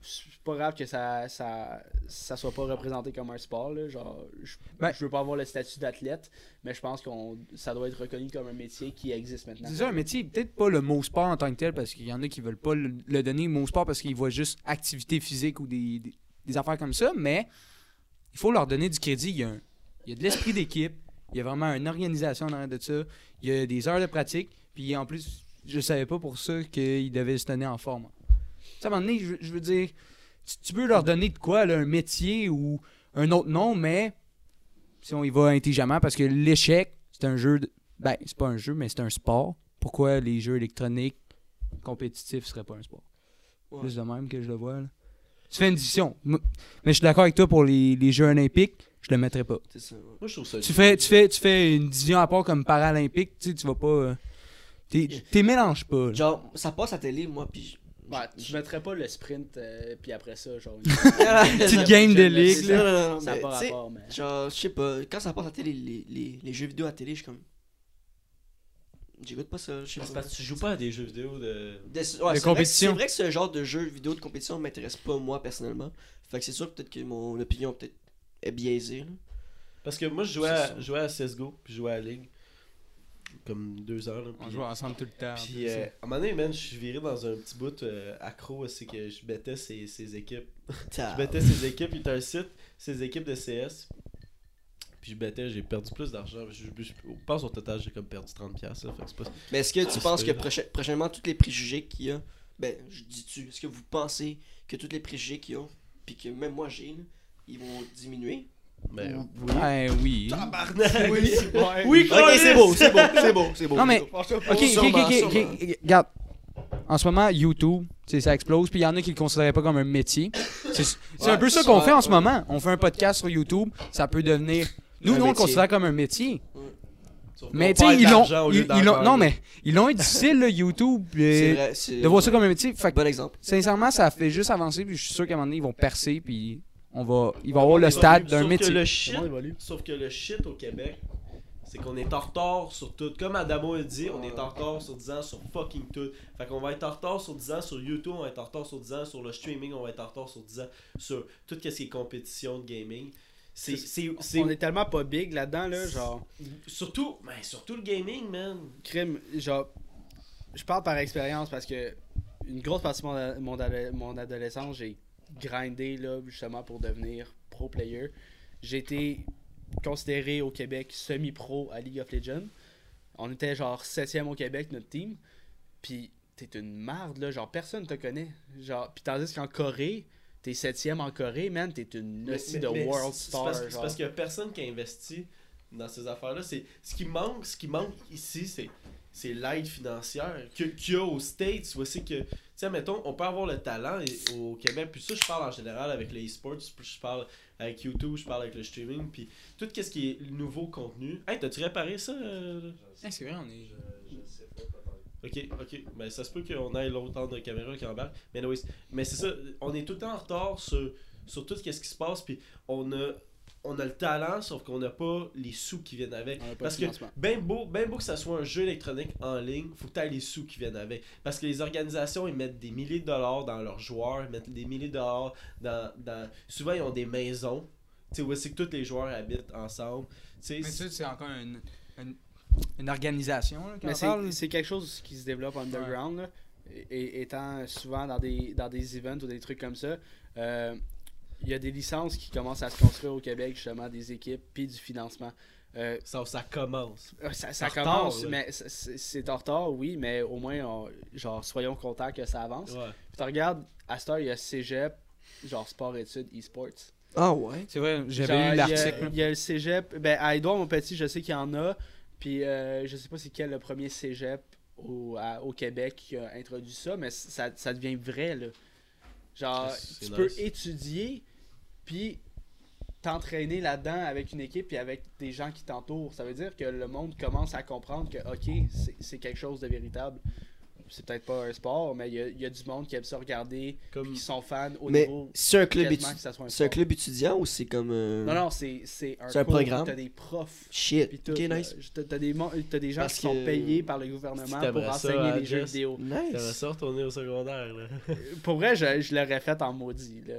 Speaker 4: c'est pas grave que ça, ça, ça soit pas représenté comme un sport. là. Genre, je,
Speaker 3: Ben-
Speaker 4: je veux pas avoir le statut d'athlète, mais je pense qu'on ça doit être reconnu comme un métier qui existe maintenant.
Speaker 3: C'est ça, un métier, peut-être pas le mot sport en tant que tel, parce qu'il y en a qui veulent pas le, le donner mot sport parce qu'ils voient juste activité physique ou des, des, des affaires comme ça, mais il faut leur donner du crédit. Il y a, un- il y a de l'esprit d'équipe, il y a vraiment une organisation derrière de ça, il y a des heures de pratique, puis en plus, je savais pas pour ça qu'ils devaient se tenir en forme. Tu sais, à un moment donné, je, veux- je veux dire, tu, tu peux leur donner de quoi, là, un métier ou un autre nom, mais si on y va intelligemment, parce que l'échec, c'est un jeu. De, ben, c'est pas un jeu, mais c'est un sport. Pourquoi les jeux électroniques compétitifs seraient pas un sport
Speaker 2: Ouais.
Speaker 3: Plus de même que je le vois. là. Tu fais une division. M- Mais je suis d'accord avec toi pour les, les Jeux Olympiques, je le mettrais pas.
Speaker 2: C'est ça, ouais.
Speaker 1: Moi, je trouve ça.
Speaker 3: Tu fais, tu fais, tu fais une division à part comme Paralympique, tu sais, tu vas pas. euh, T'es t'es mélanges pas. là.
Speaker 2: Genre, ça passe à télé, moi, puis je-
Speaker 4: Ouais,
Speaker 2: je-
Speaker 4: tu mettrais pas le sprint, euh, puis après ça, genre.
Speaker 3: Petite game de
Speaker 2: C'est
Speaker 3: ligue,
Speaker 2: ça,
Speaker 3: là.
Speaker 2: non, non,
Speaker 4: Ça n'a
Speaker 2: mais,
Speaker 4: pas
Speaker 2: tu sais,
Speaker 4: rapport, mais.
Speaker 2: Genre, je sais pas, quand ça passe à télé, les, les, les jeux vidéo à télé, je suis comme. J'écoute pas ça, je sais
Speaker 1: C'est
Speaker 2: pas.
Speaker 1: parce que tu joues pas à des jeux vidéo de.
Speaker 2: Des- ouais, c'est vrai que-
Speaker 3: compétition.
Speaker 2: C'est vrai que ce genre de jeu vidéo de compétition m'intéresse pas, moi, personnellement. Fait que c'est sûr, peut-être que mon opinion peut-être est biaisée. là.
Speaker 1: Parce que moi, je jouais,
Speaker 2: C'est
Speaker 1: à,
Speaker 2: ça.
Speaker 1: je jouais à CSGO, puis je jouais à Ligue. Comme deux heures, là.
Speaker 3: On
Speaker 1: puis-
Speaker 3: joue ensemble tout le temps.
Speaker 1: Puis, euh, à un moment donné, man, je suis viré dans un petit bout euh, accro, c'est que je mettais ces, ces équipes.
Speaker 2: Ça-
Speaker 1: Je mettais ces équipes, il y a un site, ces équipes de CS. Puis je mettais, j'ai perdu plus d'argent. Je, je- je pense au total, j'ai comme perdu 30$. Là, fait que c'est pas...
Speaker 2: Mais est-ce que tu
Speaker 3: Ah,
Speaker 1: Ça se
Speaker 2: penses que
Speaker 1: peut.
Speaker 2: proche- prochainement, tous les préjugés qu'il y a, ben, je dis tu, est-ce que vous pensez que tous les préjugés qu'il y a, puis que même moi j'ai, là, ils vont diminuer
Speaker 1: Mais oui.
Speaker 3: Ben oui.
Speaker 1: Ah, Tabarnak! Oui,
Speaker 4: Oui,
Speaker 2: Ok, c'est beau, c'est beau, c'est beau, c'est beau.
Speaker 3: Non, mais-
Speaker 2: c'est beau.
Speaker 3: Ok, ok,
Speaker 2: Sûrement,
Speaker 3: ok, ok,
Speaker 2: sûrement.
Speaker 3: ok, Regarde. En ce moment, YouTube, tu sais, ça explose. Puis il y en a qui le considéraient pas comme un métier. C'est c'est un peu ça qu'on
Speaker 2: ouais,
Speaker 3: fait en ce
Speaker 2: ouais.
Speaker 3: moment. On fait un podcast sur YouTube. Ça peut devenir. Nous,
Speaker 2: Un
Speaker 3: nous, on le
Speaker 2: métier.
Speaker 3: considère comme un métier.
Speaker 1: Sauf
Speaker 3: Mais tu
Speaker 1: qu'on
Speaker 3: sais,
Speaker 1: perd
Speaker 3: ils l'ont.
Speaker 1: d'argent au lieu
Speaker 3: Ils, ils l'ont-
Speaker 1: d'en
Speaker 3: non,
Speaker 1: gagner.
Speaker 3: mais ils l'ont eu difficile, là, YouTube. puis,
Speaker 2: C'est vrai, c'est
Speaker 3: de voir ça comme un métier. Fait
Speaker 2: un
Speaker 3: que,
Speaker 2: bon exemple.
Speaker 3: sincèrement, ça fait juste avancer. Puis je suis sûr qu'à un moment donné, ils vont percer. Puis on va, ils vont avoir le stade d'un
Speaker 1: Sauf Que
Speaker 3: métier.
Speaker 1: le shit,
Speaker 4: Comment évolue?
Speaker 1: sauf que le shit au Québec, c'est qu'on est en retard sur tout. Comme Adamo a dit, on est en retard sur 10 ans sur fucking tout. Fait qu'on va être en retard sur 10 ans sur YouTube, on va être en retard sur 10 ans sur le streaming, on va être en retard sur 10 ans sur tout ce qui est compétition de gaming. C'est, c'est, c'est-
Speaker 4: On est tellement pas big là-dedans, là, genre.
Speaker 1: surtout, mais surtout le gaming, man.
Speaker 4: Crime, genre. Je parle par expérience parce que une grosse partie de mon, a- mon, ado- mon adolescence, j'ai grindé, là, justement, pour devenir pro player. J'ai été considéré au Québec semi-pro à League of Legends. On était genre 7 au Québec, notre team. Puis t'es une marde, là. Genre, personne te connaît. Genre, puis tandis qu'en Corée, t'es 7 en Corée, man. T'es une hostie
Speaker 1: Mais-
Speaker 4: de
Speaker 1: mais- mais
Speaker 4: world
Speaker 1: c'est- c'est
Speaker 4: star.
Speaker 1: parce que- C'est
Speaker 4: genre.
Speaker 1: parce qu'il y a personne qui a investi dans ces affaires-là. C'est ce qui manque, ce qui manque ici, c'est c'est l'aide financière que- qu'il y a aux States. Voici que, tu sais, mettons, on peut avoir le talent et- au Québec. Puis ça, je parle en général avec les e-sports, je parle avec YouTube, je parle avec le streaming, puis tout ce qui est nouveau contenu. Hey, t'as-tu réparé ça? euh?
Speaker 3: c'est vrai, on est.
Speaker 1: Ok, ok. Mais ça se peut qu'on aille longtemps de caméra qui embarque. Mais anyways, mais c'est ça, on est tout le temps en retard sur, sur tout ce qui se passe. Puis on a, on a le talent, sauf qu'on n'a pas les sous qui viennent avec.
Speaker 4: On a pas de
Speaker 1: Parce que
Speaker 4: financement.
Speaker 1: ben beau, ben beau que ça soit un jeu électronique en ligne, faut que tu les sous qui viennent avec. Parce que les organisations, ils mettent des milliers de dollars dans leurs joueurs, ils mettent des milliers de dollars dans. dans... Souvent, ils ont des maisons. Tu sais, où c'est que tous les joueurs habitent ensemble. Tu sais,
Speaker 3: c'est encore un, une organisation. là, qu'on
Speaker 4: Mais
Speaker 3: parle.
Speaker 4: c'est- c'est quelque chose qui se développe underground, là, et, et- étant souvent dans des, dans des events ou des trucs comme ça. euh, Il y a des licences qui commencent à se construire au Québec, justement, des équipes, puis du financement. Euh,
Speaker 1: Ça, ça commence.
Speaker 4: euh, ça ça
Speaker 1: En retard,
Speaker 4: commence,
Speaker 1: là.
Speaker 4: mais c- c- c'est en retard, oui, mais au moins, on- genre, soyons contents que ça avance.
Speaker 1: Ouais.
Speaker 4: Puis tu regardes, à cette heure, il y a cégep, genre sport-études, e-sports.
Speaker 2: Ah ouais.
Speaker 3: C'est vrai,
Speaker 4: Genre,
Speaker 3: j'avais lu
Speaker 4: il y a-
Speaker 3: l'article.
Speaker 4: Il y a le cégep. Ben, à Édouard, mon petit, je sais qu'il y en a. Puis, euh, je sais pas c'est quel le premier cégep au, à- au Québec qui a introduit ça, mais c- ça, ça devient vrai, là. Genre,
Speaker 1: C'est
Speaker 4: tu
Speaker 1: nice.
Speaker 4: peux étudier, puis t'entraîner là-dedans avec une équipe, puis avec des gens qui t'entourent. Ça veut dire que le monde commence à comprendre que, OK, c'est- c'est quelque chose de véritable. C'est peut-être pas un sport, mais il y a, il y a du monde qui aime ça regarder, puis
Speaker 1: Comme
Speaker 4: qui sont fans au
Speaker 2: Mais
Speaker 4: niveau
Speaker 2: c'est un club
Speaker 4: quasiment
Speaker 2: étu-
Speaker 4: que ça soit un
Speaker 2: c'est un
Speaker 4: sport.
Speaker 2: club étudiant ou c'est comme euh,
Speaker 4: Non, non, c'est c'est un,
Speaker 2: C'est un
Speaker 4: cours,
Speaker 2: programme.
Speaker 4: T'as des profs. Pis
Speaker 2: Shit.
Speaker 4: tout,
Speaker 2: Ok,
Speaker 4: là.
Speaker 2: nice.
Speaker 4: T'as- T'as des, mon- t'as des gens
Speaker 2: Parce
Speaker 4: qui sont
Speaker 2: que-
Speaker 4: payés par le
Speaker 1: Si
Speaker 4: gouvernement pour
Speaker 1: t'aimerais ça,
Speaker 4: enseigner
Speaker 1: hein,
Speaker 4: les jeux
Speaker 1: Jess?
Speaker 4: vidéo.
Speaker 1: T'aimerais
Speaker 2: Nice.
Speaker 1: ça retourner au secondaire, là.
Speaker 4: Pour vrai, je, je l'aurais fait en maudit. Là.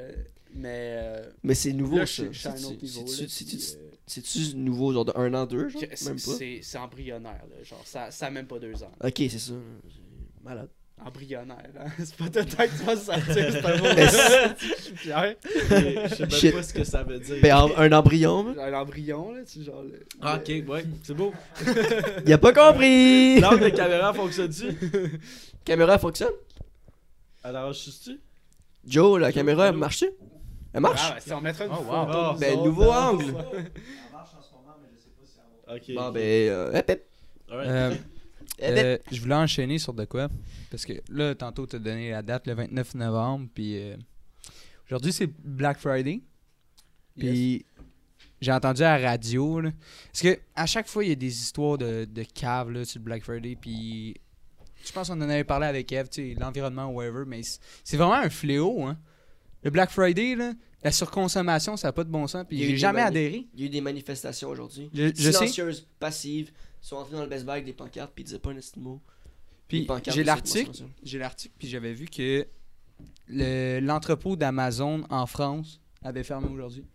Speaker 4: Mais euh,
Speaker 2: Mais c'est nouveau
Speaker 4: là, je
Speaker 2: ça.
Speaker 4: suis- je suis à un autre
Speaker 2: C'est-tu-
Speaker 4: niveau.
Speaker 2: c'est-tu-
Speaker 4: là,
Speaker 2: c'est-tu-
Speaker 4: puis, euh,
Speaker 2: C'est-tu nouveau, genre de 1 an, 2 genre
Speaker 4: que- c'est-
Speaker 2: Même pas.
Speaker 4: C'est c'est embryonnaire. Là. Genre, ça, ça a même pas deux ans.
Speaker 2: Ok, c'est ça. Malade.
Speaker 4: Embryonnaire. hein. C'est pas tout le temps que tu vas sentir. C'est un mot.
Speaker 2: Mais
Speaker 4: Je suis fier.
Speaker 1: Je sais même
Speaker 2: Shit.
Speaker 1: pas ce que ça veut dire.
Speaker 2: Ben, en- un embryon, man.
Speaker 4: Genre, Un embryon, là. Tu, genre, le-
Speaker 1: Ah, ok, ouais, c'est beau.
Speaker 2: Il a pas compris!
Speaker 1: L'angle de caméra fonctionne-tu
Speaker 2: Caméra fonctionne?
Speaker 1: Alors, je suis-tu
Speaker 2: Joe, la caméra, elle
Speaker 1: allô?
Speaker 2: marche Elle marche?
Speaker 4: Ah, ben, si on mettrait une
Speaker 3: Oh, wow.
Speaker 4: photo de
Speaker 1: Ah,
Speaker 4: nous
Speaker 2: ben,
Speaker 4: autres, hein.
Speaker 2: nouveau
Speaker 4: dans-
Speaker 2: angle.
Speaker 1: Ok.
Speaker 2: Bon, ben, euh, hep, hep,
Speaker 1: Alright.
Speaker 3: Euh,
Speaker 2: hep, hep.
Speaker 3: euh, je voulais enchaîner sur de quoi Parce que là, tantôt, tu as donné la date le 29 novembre. Puis euh, aujourd'hui, c'est Black Friday. Puis j'ai entendu à la radio. là, parce que à chaque fois, il y a des histoires de, de caves là, sur le Black Friday. Puis je pense qu'on en avait parlé avec Eve, tu sais, l'environnement, whatever. Mais c'est- c'est vraiment un fléau. Hein. Le Black Friday, là, la surconsommation, ça n'a pas de bon sens. Puis
Speaker 2: Il y a eu
Speaker 3: j'ai
Speaker 2: des
Speaker 3: jamais
Speaker 2: manières.
Speaker 3: adhéré.
Speaker 2: Il y a eu des manifestations aujourd'hui.
Speaker 3: Je, je sais.
Speaker 2: Silencieuses, passives. Ils sont entrés dans le best bag des pancartes, puis ils disaient pas un petit mot. Les
Speaker 3: Puis
Speaker 2: pancartes
Speaker 3: j'ai
Speaker 2: de cette
Speaker 3: l'article.
Speaker 2: consommation.
Speaker 3: J'ai l'article, puis j'avais vu que le- l'entrepôt d'Amazon en France avait fermé aujourd'hui.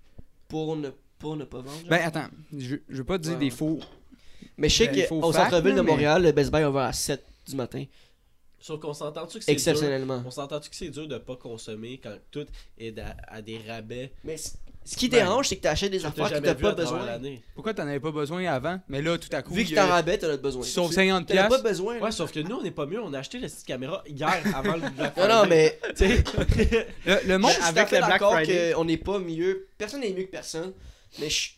Speaker 2: Pour ne, pour ne pas vendre. genre.
Speaker 3: Ben attends, je, je veux pas dire
Speaker 2: Ouais.
Speaker 3: des faux.
Speaker 2: mais je sais
Speaker 3: ben, il faut
Speaker 2: qu'au
Speaker 3: fact,
Speaker 2: centre-ville de
Speaker 3: là, mais-
Speaker 2: Montréal, le best bag est ouvert à 7 du matin.
Speaker 1: Sauf qu'on s'entend-tu que c'est dur?
Speaker 2: Exceptionnellement.
Speaker 1: On s'entend-tu que c'est dur de pas consommer quand tout est à, à des rabais
Speaker 2: Mais c- ce qui
Speaker 3: Ben,
Speaker 2: dérange, c'est que t'achètes des
Speaker 1: que
Speaker 2: affaires que
Speaker 1: jamais
Speaker 2: t'as
Speaker 1: vues
Speaker 2: pas
Speaker 1: à travers
Speaker 2: besoin.
Speaker 1: l'année.
Speaker 3: Pourquoi t'en avais pas besoin avant, mais là tout à coup.
Speaker 2: Vu
Speaker 3: il
Speaker 2: que
Speaker 3: y a-
Speaker 2: t'en rabais, t'en as besoin.
Speaker 3: tu sauves
Speaker 2: Tu-
Speaker 3: 50
Speaker 2: T'en as pas
Speaker 3: piastres.
Speaker 2: besoin. là.
Speaker 1: Ouais, sauf que nous, on n'est pas mieux. On a acheté la petite caméra hier avant le Black
Speaker 2: Non, non, mais
Speaker 1: Friday. Tu sais,
Speaker 3: Le, le
Speaker 2: Moi,
Speaker 3: monde
Speaker 2: je suis
Speaker 4: avec
Speaker 2: avec le
Speaker 4: le Black
Speaker 2: d'accord
Speaker 4: Friday.
Speaker 2: qu'on n'est pas mieux. Personne n'est mieux que personne. Mais je,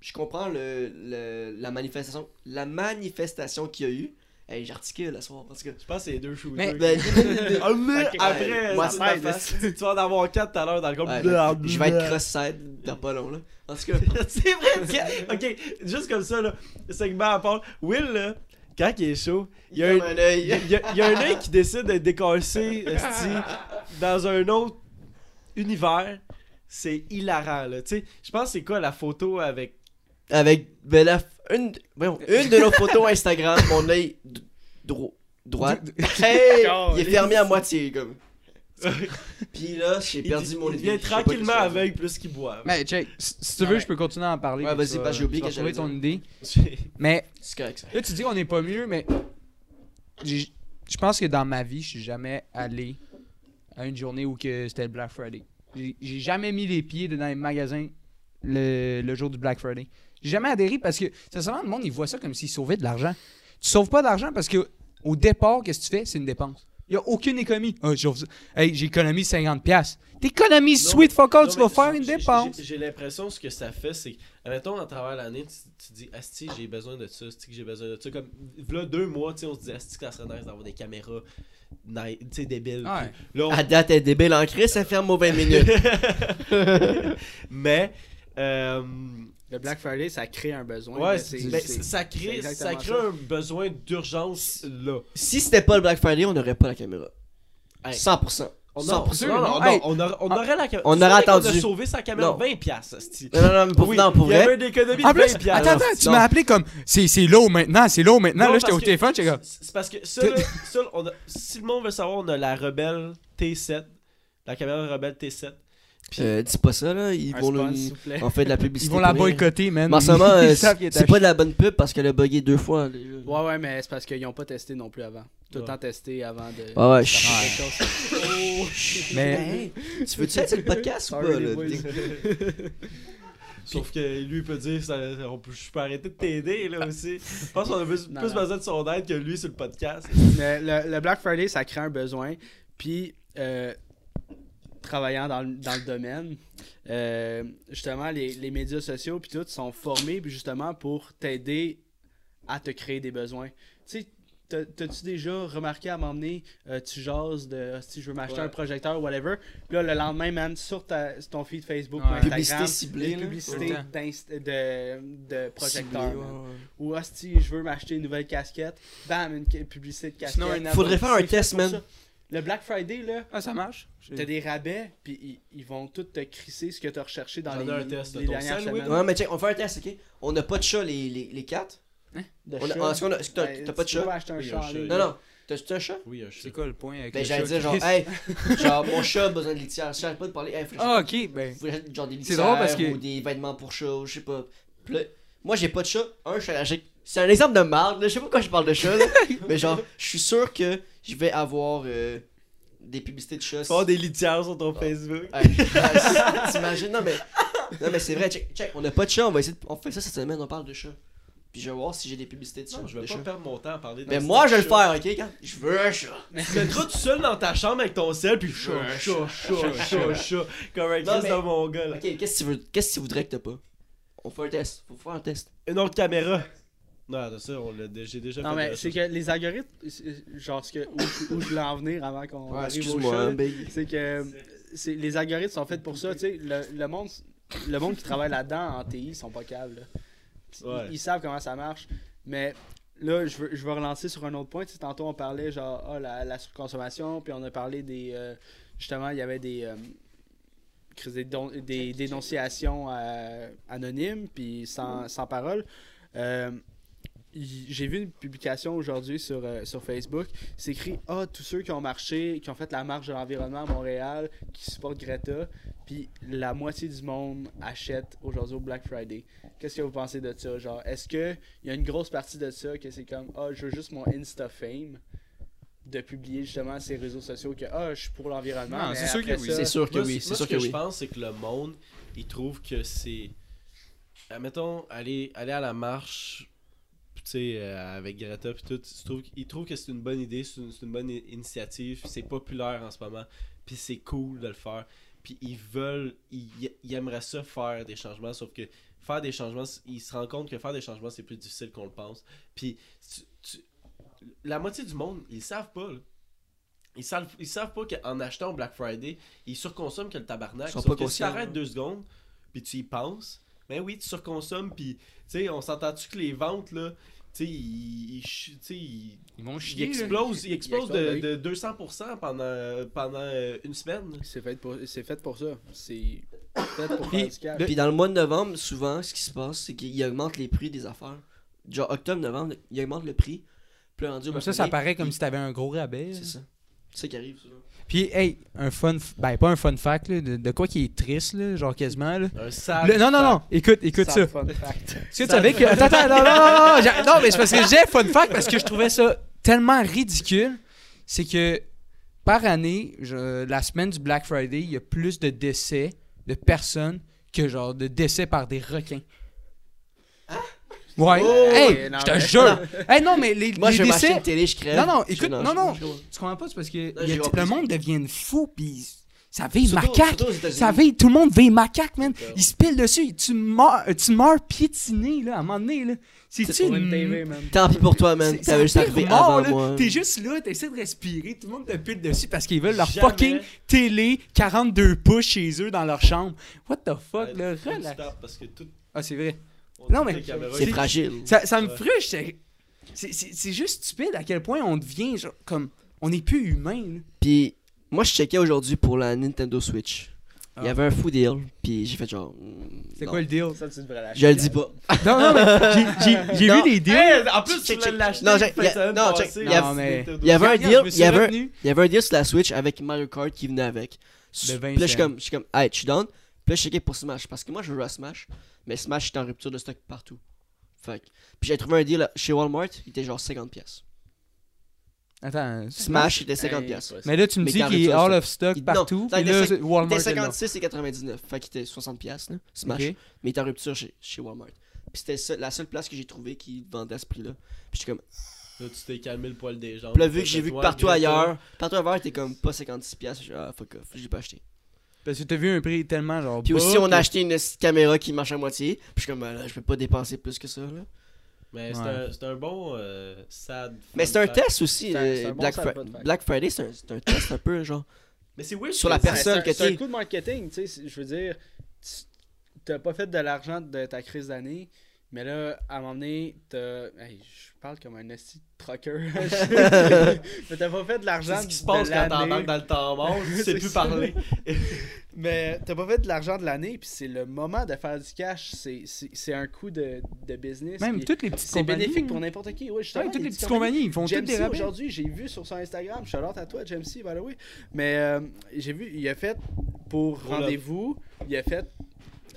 Speaker 2: je comprends le, le- la manifestation, la manifestation qu'il y a eu. Hey, j'articule la soirée parce que.
Speaker 1: je pense que c'est les deux shooters.
Speaker 3: Mais-
Speaker 2: Ben,
Speaker 1: Ah, mais
Speaker 4: Ok,
Speaker 1: après,
Speaker 2: ouais,
Speaker 1: tu, vas-
Speaker 2: ça aide.
Speaker 1: tu vas en avoir quatre tout à l'heure dans le groupe.
Speaker 2: Ouais, ben,
Speaker 1: Blablabla.
Speaker 2: je vais être cross-side dans pas long là. En tout cas,
Speaker 1: c'est vrai. tiens. ok, juste comme ça, là, segment à part. Will, là, quand il est chaud, il y a
Speaker 2: ferme
Speaker 1: un,
Speaker 2: un
Speaker 1: il y a-
Speaker 2: œil.
Speaker 1: il y a- il y a un œil qui décide d'être décassé dans un autre univers. C'est hilarant, là. Tu sais, je pense que c'est quoi la photo avec.
Speaker 2: Avec ben, la, une, voyons, une de nos photos Instagram, mon œil d- dro- droit. Hey, il est fermé à moitié comme. Puis là, j'ai
Speaker 1: Il-
Speaker 2: perdu mon
Speaker 1: Il vient
Speaker 2: idée, je sais pas
Speaker 1: tranquillement
Speaker 2: qu'est-ce que
Speaker 1: aveugle plus qu'il boit.
Speaker 3: Mais check, si si tu veux,
Speaker 4: Ouais.
Speaker 3: je peux continuer à en parler.
Speaker 2: Ouais,
Speaker 3: puis
Speaker 2: vas-y,
Speaker 3: tu vas-
Speaker 2: parce que j'ai oublié
Speaker 3: tu vas
Speaker 2: que j'allais
Speaker 3: trouver ton
Speaker 2: dire.
Speaker 3: idée.
Speaker 1: J'ai-
Speaker 3: Mais
Speaker 2: C'est correct ça.
Speaker 3: là tu dis qu'on n'est pas mieux, mais j'ai- je pense que dans ma vie, je suis jamais allé à une journée où que c'était le Black Friday. J'ai j'ai jamais mis les pieds dans les magasins le, le jour du Black Friday. J'ai jamais adhéré parce que, sincèrement, le monde, il voit ça comme s'il sauvait de l'argent. Tu sauves pas d'argent parce que au départ, qu'est-ce que tu fais? C'est une dépense. Il n'y a aucune économie. Ah, j'ai- hey, j'économise 50$. T'économises,
Speaker 1: Non,
Speaker 3: sweet fuck all,
Speaker 1: Non,
Speaker 3: tu vas
Speaker 1: mais
Speaker 3: faire
Speaker 1: j'ai-
Speaker 3: une
Speaker 1: j'ai-
Speaker 3: dépense.
Speaker 1: j'ai- J'ai l'impression ce que ça fait, c'est que, admettons, à travers l'année, tu, tu dis, Asti, j'ai besoin de ça, Asti, que j'ai besoin de ça. Comme, là, deux mois, tu sais, on se dit, Asti, que ça serait nice d'avoir des caméras, ni- tu sais, débiles.
Speaker 3: Ouais.
Speaker 1: Puis Là, on-
Speaker 2: À date, elle est débile en crise, ça ferme aux 20 minutes.
Speaker 1: mais, euh,
Speaker 4: Le Black Friday, ça crée un besoin.
Speaker 1: ouais,
Speaker 4: mais
Speaker 1: c'est-
Speaker 4: c'est-
Speaker 1: ben,
Speaker 4: c'est-
Speaker 1: ça crée,
Speaker 4: c'est
Speaker 1: ça
Speaker 4: exactement
Speaker 1: crée
Speaker 4: ça.
Speaker 1: un besoin d'urgence là.
Speaker 2: si c'était pas le Black Friday, on n'aurait pas la caméra.
Speaker 1: Hey.
Speaker 2: 100%.
Speaker 1: On,
Speaker 2: 100%.
Speaker 1: non, non,
Speaker 3: non,
Speaker 1: non,
Speaker 3: hey, ah,
Speaker 1: on, aurait- on
Speaker 3: on-
Speaker 1: aurait la caméra.
Speaker 2: on
Speaker 1: Tu sais
Speaker 2: aurait
Speaker 1: qu'on
Speaker 2: attendu.
Speaker 1: a sauvé sa caméra
Speaker 2: Non.
Speaker 1: 20 piastres, Asti.
Speaker 2: Non, non, non, mais pour,
Speaker 1: Oui,
Speaker 2: non, pour
Speaker 1: il y avait
Speaker 2: vrai.
Speaker 1: une économie
Speaker 3: En
Speaker 1: de
Speaker 3: plus,
Speaker 1: 20 piastres.
Speaker 3: attends, attends, tu
Speaker 2: Non.
Speaker 3: m'as appelé comme c'est c'est low maintenant, c'est low maintenant.
Speaker 1: Non,
Speaker 3: là, j'étais
Speaker 1: parce
Speaker 3: au
Speaker 1: que-
Speaker 3: téléphone, j'étais comme.
Speaker 1: C'est c'est parce que ça, là, ça, là, on a- si le monde veut savoir, on a la Rebelle T7, la caméra Rebelle T7. Puis-
Speaker 2: Euh, dis pas ça, là. Ils
Speaker 4: Un
Speaker 2: vont
Speaker 4: sponsor,
Speaker 2: nous-
Speaker 4: s'il vous plaît.
Speaker 2: On fait de la publicité.
Speaker 3: Ils vont la
Speaker 2: pour rien.
Speaker 3: boycotter, man.
Speaker 2: Mais en ce moment,
Speaker 3: Ils
Speaker 2: euh,
Speaker 3: savent qu'elle
Speaker 2: c'est
Speaker 3: est
Speaker 2: c'est pas de la bonne pub parce qu'elle a bugué deux fois. les gars.
Speaker 4: Ouais, ouais, mais c'est parce qu'ils n'ont pas testé non plus avant. Tout le
Speaker 1: Ouais.
Speaker 4: temps testé avant de.
Speaker 2: Ah ouais,
Speaker 4: de faire
Speaker 2: chut.
Speaker 4: quelque chose.
Speaker 3: achetée. Mais
Speaker 2: Tu veux-tu être sur le podcast ou pas,
Speaker 4: Sorry, les
Speaker 2: là?
Speaker 4: boys.
Speaker 2: T'es-
Speaker 1: Sauf que lui il peut dire ça, on peut, je peux arrêter de t'aider là aussi. Je pense qu'on a plus,
Speaker 4: Non,
Speaker 1: plus
Speaker 4: non.
Speaker 1: besoin de son aide que lui sur le podcast.
Speaker 4: Mais le, le Black Friday, ça crée un besoin. Puis, euh, travaillant dans, le- dans le domaine, euh, justement, les, les médias sociaux puis tout sont formés puis justement pour t'aider à te créer des besoins. Tu sais, t'as- t'as-tu déjà remarqué à m'emmener, euh, tu jases de ah, si je veux m'acheter
Speaker 1: Ouais.
Speaker 4: un projecteur whatever. Puis là, le lendemain, man, sur ta, sur ton feed Facebook,
Speaker 3: Ouais.
Speaker 4: ou Instagram,
Speaker 2: Publicité ciblée,
Speaker 4: des
Speaker 2: là.
Speaker 4: publicités
Speaker 3: Tout le temps.
Speaker 4: d'inst- de, de projecteurs.
Speaker 2: Ciblé, ouais,
Speaker 4: man.
Speaker 2: ouais.
Speaker 4: Ou si je veux m'acheter une nouvelle casquette, bam, une ca- publicité de casquette.
Speaker 3: Sinon, un app-
Speaker 2: Faudrait faire un
Speaker 4: C'est fait
Speaker 2: test,
Speaker 4: pour
Speaker 2: man.
Speaker 4: ça. Le Black Friday, là,
Speaker 3: Ah, ça marche. J'ai-
Speaker 4: t'as des rabais, puis ils, ils vont tout te crisser ce que t'as recherché dans
Speaker 1: J'en
Speaker 4: les,
Speaker 1: ai un test,
Speaker 4: les
Speaker 1: ton
Speaker 4: dernières
Speaker 1: sandwich.
Speaker 4: semaines.
Speaker 2: euh, Ouais, mais check, on fait un test, ok? On n'a pas de chat, les, les, les quatre.
Speaker 4: De
Speaker 2: On a-
Speaker 4: chat.
Speaker 2: ah, est-ce qu'on a- est-ce que t'as-
Speaker 4: Ben,
Speaker 2: t'as pas de
Speaker 4: tu peux
Speaker 2: chat?
Speaker 4: acheter un
Speaker 1: Oui,
Speaker 4: chat
Speaker 1: un
Speaker 4: en
Speaker 1: chat,
Speaker 4: ligne.
Speaker 2: Non, non. T'as-tu un chat?
Speaker 1: Oui, je
Speaker 3: C'est
Speaker 1: sais.
Speaker 3: quoi le point avec
Speaker 2: Ben,
Speaker 3: le
Speaker 2: j'allais
Speaker 3: chat,
Speaker 2: dire, genre,
Speaker 3: Chris?
Speaker 2: hey, genre, mon chat a besoin de litière. Je sais pas de parler, hey, faut que
Speaker 3: Ah, ok, ben.
Speaker 2: faut que j'achète genre des
Speaker 3: C'est
Speaker 2: litières
Speaker 3: drôle parce que-
Speaker 2: ou des vêtements pour chat, ou je sais pas. Puis là, moi, j'ai pas de chat. Un, je suis allergique. C'est un exemple de marde, là. Je sais pas pourquoi je parle de chat, là. mais genre, je suis sûr que je vais avoir euh, des publicités de chats.
Speaker 1: Faire des litières sur ton
Speaker 2: Ah.
Speaker 1: Facebook.
Speaker 2: Hey, nice. T'imagines? Non, mais, non, mais c'est vrai, check, check, on a pas de chat, on va essayer de... On fait ça cette semaine, on parle de chat. Puis je vais voir si j'ai des publicités de chat.
Speaker 1: Non, je vais
Speaker 2: de
Speaker 1: pas
Speaker 2: chat.
Speaker 1: perdre mon temps à parler de
Speaker 2: Mais
Speaker 1: ça.
Speaker 2: moi, je vais le
Speaker 1: Chat.
Speaker 2: faire, ok? Quand je veux un chat.
Speaker 1: Tu te mettras tout seul dans ta chambre avec ton sel, puis chat, chat, chat, chat, chat. Comme un
Speaker 2: Non,
Speaker 1: Chris
Speaker 2: mais-
Speaker 1: de mon gars là.
Speaker 2: Ok, qu'est-ce que tu veux? Qu'est-ce que tu voudrais que t'as pas? On fait un test. Faut faire un test.
Speaker 1: Une autre caméra. Non, de ça, on l'a dé- j'ai déjà
Speaker 4: Non,
Speaker 1: fait.
Speaker 4: mais
Speaker 1: la
Speaker 4: c'est
Speaker 1: chose.
Speaker 4: que les algorithmes, c'est- genre, ce que, où, où je voulais en venir avant qu'on
Speaker 2: Ouais,
Speaker 4: arrive au
Speaker 2: excuse-moi,
Speaker 4: chat,
Speaker 2: hein,
Speaker 4: là,
Speaker 2: Big.
Speaker 4: c'est que c'est- les algorithmes sont faits pour ça. Tu sais, le, le monde, le monde qui travaille là-dedans en TI, ils sont pas câbles. là. Ils-
Speaker 1: Ouais.
Speaker 4: Ils, savent comment ça marche. Mais là, je, veux, je vais relancer sur un autre point. Tu sais, tantôt, on parlait genre ah, la, la surconsommation, puis on a parlé des. euh, justement, il y avait des. euh, crise des, don- des dénonciations euh, anonymes, puis sans, sans parole. Euh, y- J'ai vu une publication aujourd'hui sur, euh, sur Facebook. C'est écrit Ah, tous ceux qui ont marché, qui ont fait la marche de l'environnement à Montréal, qui supportent Greta, puis la moitié du monde achète aujourd'hui au Black Friday. Qu'est-ce que vous pensez de ça Genre, est-ce qu'il y a une grosse partie de ça que c'est comme Ah, je veux juste mon Insta fame de publier justement ces réseaux sociaux que Ah, je suis pour l'environnement.
Speaker 3: Non,
Speaker 4: mais
Speaker 3: c'est sûr que
Speaker 4: après
Speaker 3: oui.
Speaker 4: ça-
Speaker 2: C'est sûr que
Speaker 1: Moi,
Speaker 2: oui,
Speaker 1: ce-
Speaker 2: c'est
Speaker 1: moi,
Speaker 2: sûr
Speaker 1: ce
Speaker 2: que
Speaker 1: que, je
Speaker 2: oui.
Speaker 1: pense, c'est que le monde, il trouve que c'est. Admettons, aller, aller à la marche, tu sais, euh, avec Greta, puis tout, il trouve, il trouve que c'est une bonne idée, c'est une, c'est une bonne i- initiative, c'est populaire en ce moment, puis c'est cool de le faire. Puis ils veulent, ils, ils aimeraient ça faire des changements, sauf que faire des changements, ils se rendent compte que faire des changements, c'est plus difficile qu'on le pense. Puis tu- tu- la moitié du monde, ils savent pas, là. Ils savent, ils savent pas qu'en achetant au Black Friday, ils surconsomment que le tabarnak.
Speaker 2: Ils sont
Speaker 1: Sauf
Speaker 2: pas
Speaker 1: que si
Speaker 2: conscients,
Speaker 1: t'arrêtes
Speaker 2: ouais.
Speaker 1: deux secondes, puis tu y penses, ben oui, tu surconsommes, puis tu sais, on s'entend-tu que les ventes, là, tu sais, ils, ils ch- tu sais, ils-
Speaker 3: Ils vont
Speaker 1: ils
Speaker 3: chier. là.
Speaker 1: explosent, ils explosent de,
Speaker 4: explosent,
Speaker 1: de 200% pendant, pendant euh, une semaine.
Speaker 4: C'est fait pour, c'est fait pour ça. C'est fait pour faire
Speaker 3: Puis,
Speaker 4: du cash.
Speaker 3: de-
Speaker 2: Puis dans le mois de novembre, souvent, ce qui se passe, c'est qu'ils augmentent les prix des affaires. Genre octobre, novembre, ils augmentent le prix. Puis là, rendu au
Speaker 3: Comme ça,
Speaker 2: mois
Speaker 3: ça
Speaker 2: de mai,
Speaker 3: paraît comme
Speaker 2: ils-
Speaker 3: si t'avais un gros rabais. là.
Speaker 2: C'est ça. C'est ça qui arrive souvent.
Speaker 3: Puis, hey, un fun. f- Ben, pas un fun fact, là, de, de quoi qui est triste, là, genre quasiment. Là.
Speaker 1: Un sac.
Speaker 3: Le- non, non, non, écoute, écoute ça.
Speaker 4: Sad fun fact.
Speaker 3: Est-ce que tu savais que. Attends, attends, non, non, non, non, non, j'ai- non, mais c'est parce que j'ai fun fact parce que je trouvais ça tellement ridicule. C'est que par année, je- la semaine du Black Friday, il y a plus de décès de personnes que genre de décès par des requins. Ouais.
Speaker 4: Hein? Oh!
Speaker 3: hey,
Speaker 4: Non,
Speaker 3: je te
Speaker 4: mais-
Speaker 3: jure. hey, non, mais les,
Speaker 2: Moi,
Speaker 3: les
Speaker 2: je vais m'acheter
Speaker 3: décès.
Speaker 2: une télé, je crève.
Speaker 3: Non, non,
Speaker 2: Je-
Speaker 3: écoute,
Speaker 2: je-
Speaker 3: non, non.
Speaker 2: je- je-
Speaker 3: Tu comprends pas, c'est parce que
Speaker 2: Non,
Speaker 3: il y a-
Speaker 2: j'ai compris.
Speaker 3: le monde devient fou, puis ça vise
Speaker 2: Surtout-
Speaker 3: macaque.
Speaker 2: surtout aux États-Unis.
Speaker 3: Ça veille, tout le monde veille macaque, man.
Speaker 2: C'est peur.
Speaker 3: Ils se pilent dessus. Tu meurs, euh, tu meurs piétiné, là, à un moment donné, là. C'est-tu
Speaker 4: C'est pour une
Speaker 3: une-
Speaker 4: TV, man.
Speaker 2: Tant pis pour toi, man.
Speaker 3: c'est-
Speaker 2: T'avais juste
Speaker 3: c'est la
Speaker 2: arrivé
Speaker 3: pire mort,
Speaker 2: avant
Speaker 3: là.
Speaker 2: moi.
Speaker 3: T'es juste là, t'essaies de respirer, tout le monde te pile dessus parce qu'ils veulent leur
Speaker 1: Jamais.
Speaker 3: fucking télé 42 pouces chez eux dans leur chambre. What the fuck,
Speaker 1: Ouais,
Speaker 3: là,
Speaker 1: faut que tu
Speaker 3: relax.
Speaker 1: tapes parce que tout.
Speaker 3: Ah, c'est vrai.
Speaker 1: on
Speaker 3: Non,
Speaker 1: dit
Speaker 3: mais
Speaker 1: que la caméra-
Speaker 2: C'est fragile.
Speaker 3: Ça, ça me
Speaker 1: Ouais.
Speaker 3: frustre. c'est- C'est c'est- c'est juste stupide à quel point on devient, genre, comme, on n'est plus humain, là.
Speaker 2: Puis moi, je checkais aujourd'hui pour la Nintendo Switch. Il y avait un fou deal, puis j'ai fait genre. hmm,
Speaker 3: Ah. C'est
Speaker 2: non.
Speaker 3: quoi le deal?
Speaker 4: Ça, tu devrais lâcher.
Speaker 2: Je le dis pas.
Speaker 3: Non, non, mais j'ai- j'ai- j'ai vu
Speaker 2: Non.
Speaker 3: des deals.
Speaker 1: Hey, en plus, tu
Speaker 2: Check,
Speaker 1: voulais
Speaker 2: check.
Speaker 1: l'acheter.
Speaker 2: Non, check,
Speaker 1: fin de
Speaker 2: y a-
Speaker 1: semaine
Speaker 2: non,
Speaker 1: passée,
Speaker 2: check,
Speaker 1: dans
Speaker 3: non,
Speaker 1: le
Speaker 3: mais-
Speaker 1: Nintendo.
Speaker 2: Il y avait un
Speaker 3: Regarde, je
Speaker 2: deal,
Speaker 3: me
Speaker 2: il
Speaker 3: suis
Speaker 2: y avait un-
Speaker 3: retenu.
Speaker 2: il y avait un deal sur la Switch avec Mario Kart qui venait avec.
Speaker 3: De
Speaker 2: Puis
Speaker 3: 20
Speaker 2: là, je suis
Speaker 3: cents.
Speaker 2: comme, je suis comme, hey, je suis down. Puis là, je checkais pour Smash. Parce que moi, je joue à Smash. Mais Smash, était en rupture de stock partout. Fait que- Puis j'ai trouvé un deal chez Walmart, il était genre 50$. pièces.
Speaker 3: Attends,
Speaker 2: Smash, il était 50$.
Speaker 4: Hey,
Speaker 2: pièces.
Speaker 3: Mais là, tu me
Speaker 2: Mais
Speaker 3: dis
Speaker 2: quand
Speaker 3: qu'il est
Speaker 2: tu
Speaker 3: out
Speaker 2: vas-
Speaker 3: of stock
Speaker 2: il- non,
Speaker 3: partout.
Speaker 2: ça,
Speaker 3: Puis
Speaker 2: il est
Speaker 3: là,
Speaker 2: cinq- Il
Speaker 3: Walmart
Speaker 2: était
Speaker 3: est dedans.
Speaker 2: 56 et 99. Fait qu'il était 60$, piastres, là, Smash.
Speaker 3: Ok.
Speaker 2: Mais il était en rupture chez, chez Walmart. Puis c'était ça- la seule place que j'ai trouvé qui vendait à ce prix-là. Puis j'étais comme,
Speaker 1: Là, tu t'es calmé le poil des
Speaker 4: Oh,
Speaker 1: jambes.
Speaker 2: Puis là, vu que j'ai vu que
Speaker 1: Toi,
Speaker 2: partout
Speaker 1: Greta,
Speaker 2: ailleurs, partout ailleurs, était comme pas 56$, piastres, j'ai dit, ah, fuck off, j'ai pas acheté.
Speaker 3: Parce que t'as vu un prix tellement genre.
Speaker 2: Puis
Speaker 3: bas
Speaker 2: aussi, on
Speaker 3: que-
Speaker 2: a acheté une petite caméra qui marche à moitié. Puis je suis comme, Ah, là, je peux pas dépenser plus que ça, là.
Speaker 1: Mais c'est
Speaker 3: Ouais.
Speaker 1: un- c'est un, bon euh, sad.
Speaker 2: Mais
Speaker 1: fun
Speaker 2: c'est un
Speaker 1: fact.
Speaker 2: test aussi,
Speaker 4: C'est un- c'est un
Speaker 2: euh,
Speaker 4: bon
Speaker 2: Black,
Speaker 4: side
Speaker 2: Fri-
Speaker 4: fun fact.
Speaker 2: Black Friday, c'est un, c'est un test un peu, genre.
Speaker 1: Mais c'est weird
Speaker 2: Sur
Speaker 1: que
Speaker 2: la
Speaker 1: ça-
Speaker 4: C'est-
Speaker 2: personne
Speaker 4: Ben, c'est un-
Speaker 2: que
Speaker 4: C'est un
Speaker 2: t'es.
Speaker 4: coup de marketing, tu sais. c'est- Je veux dire, tu- t'as pas fait de l'argent de ta crise d'année, mais là, à un moment donné, t'as. Hey, je parle comme un esti de trucker. mais t'as pas fait de l'argent.
Speaker 1: C'est ce qui se passe
Speaker 4: de
Speaker 1: quand
Speaker 4: l'année.
Speaker 1: t'embarques dans le temps mort, tu sais
Speaker 4: C'est
Speaker 1: plus
Speaker 4: ça.
Speaker 1: parler.
Speaker 4: Mais t'as pas fait de l'argent de l'année, puis c'est le moment de faire du cash. C'est- C'est c'est un coup de, de business.
Speaker 3: Même
Speaker 4: puis
Speaker 3: toutes les petites
Speaker 4: C'est
Speaker 3: compagnies. hein.
Speaker 4: bénéfique pour n'importe qui. Ouais, justement,
Speaker 3: Ouais, toutes les
Speaker 4: petites
Speaker 3: petites
Speaker 4: compagnies.
Speaker 3: compagnies, ils font toutes
Speaker 4: James
Speaker 3: des
Speaker 4: C,
Speaker 3: rabais.
Speaker 4: aujourd'hui, j'ai vu sur son Instagram, shout out à toi, James C, by the way. Mais euh, j'ai vu, il a fait pour
Speaker 1: Roll up.
Speaker 4: rendez-vous, il a fait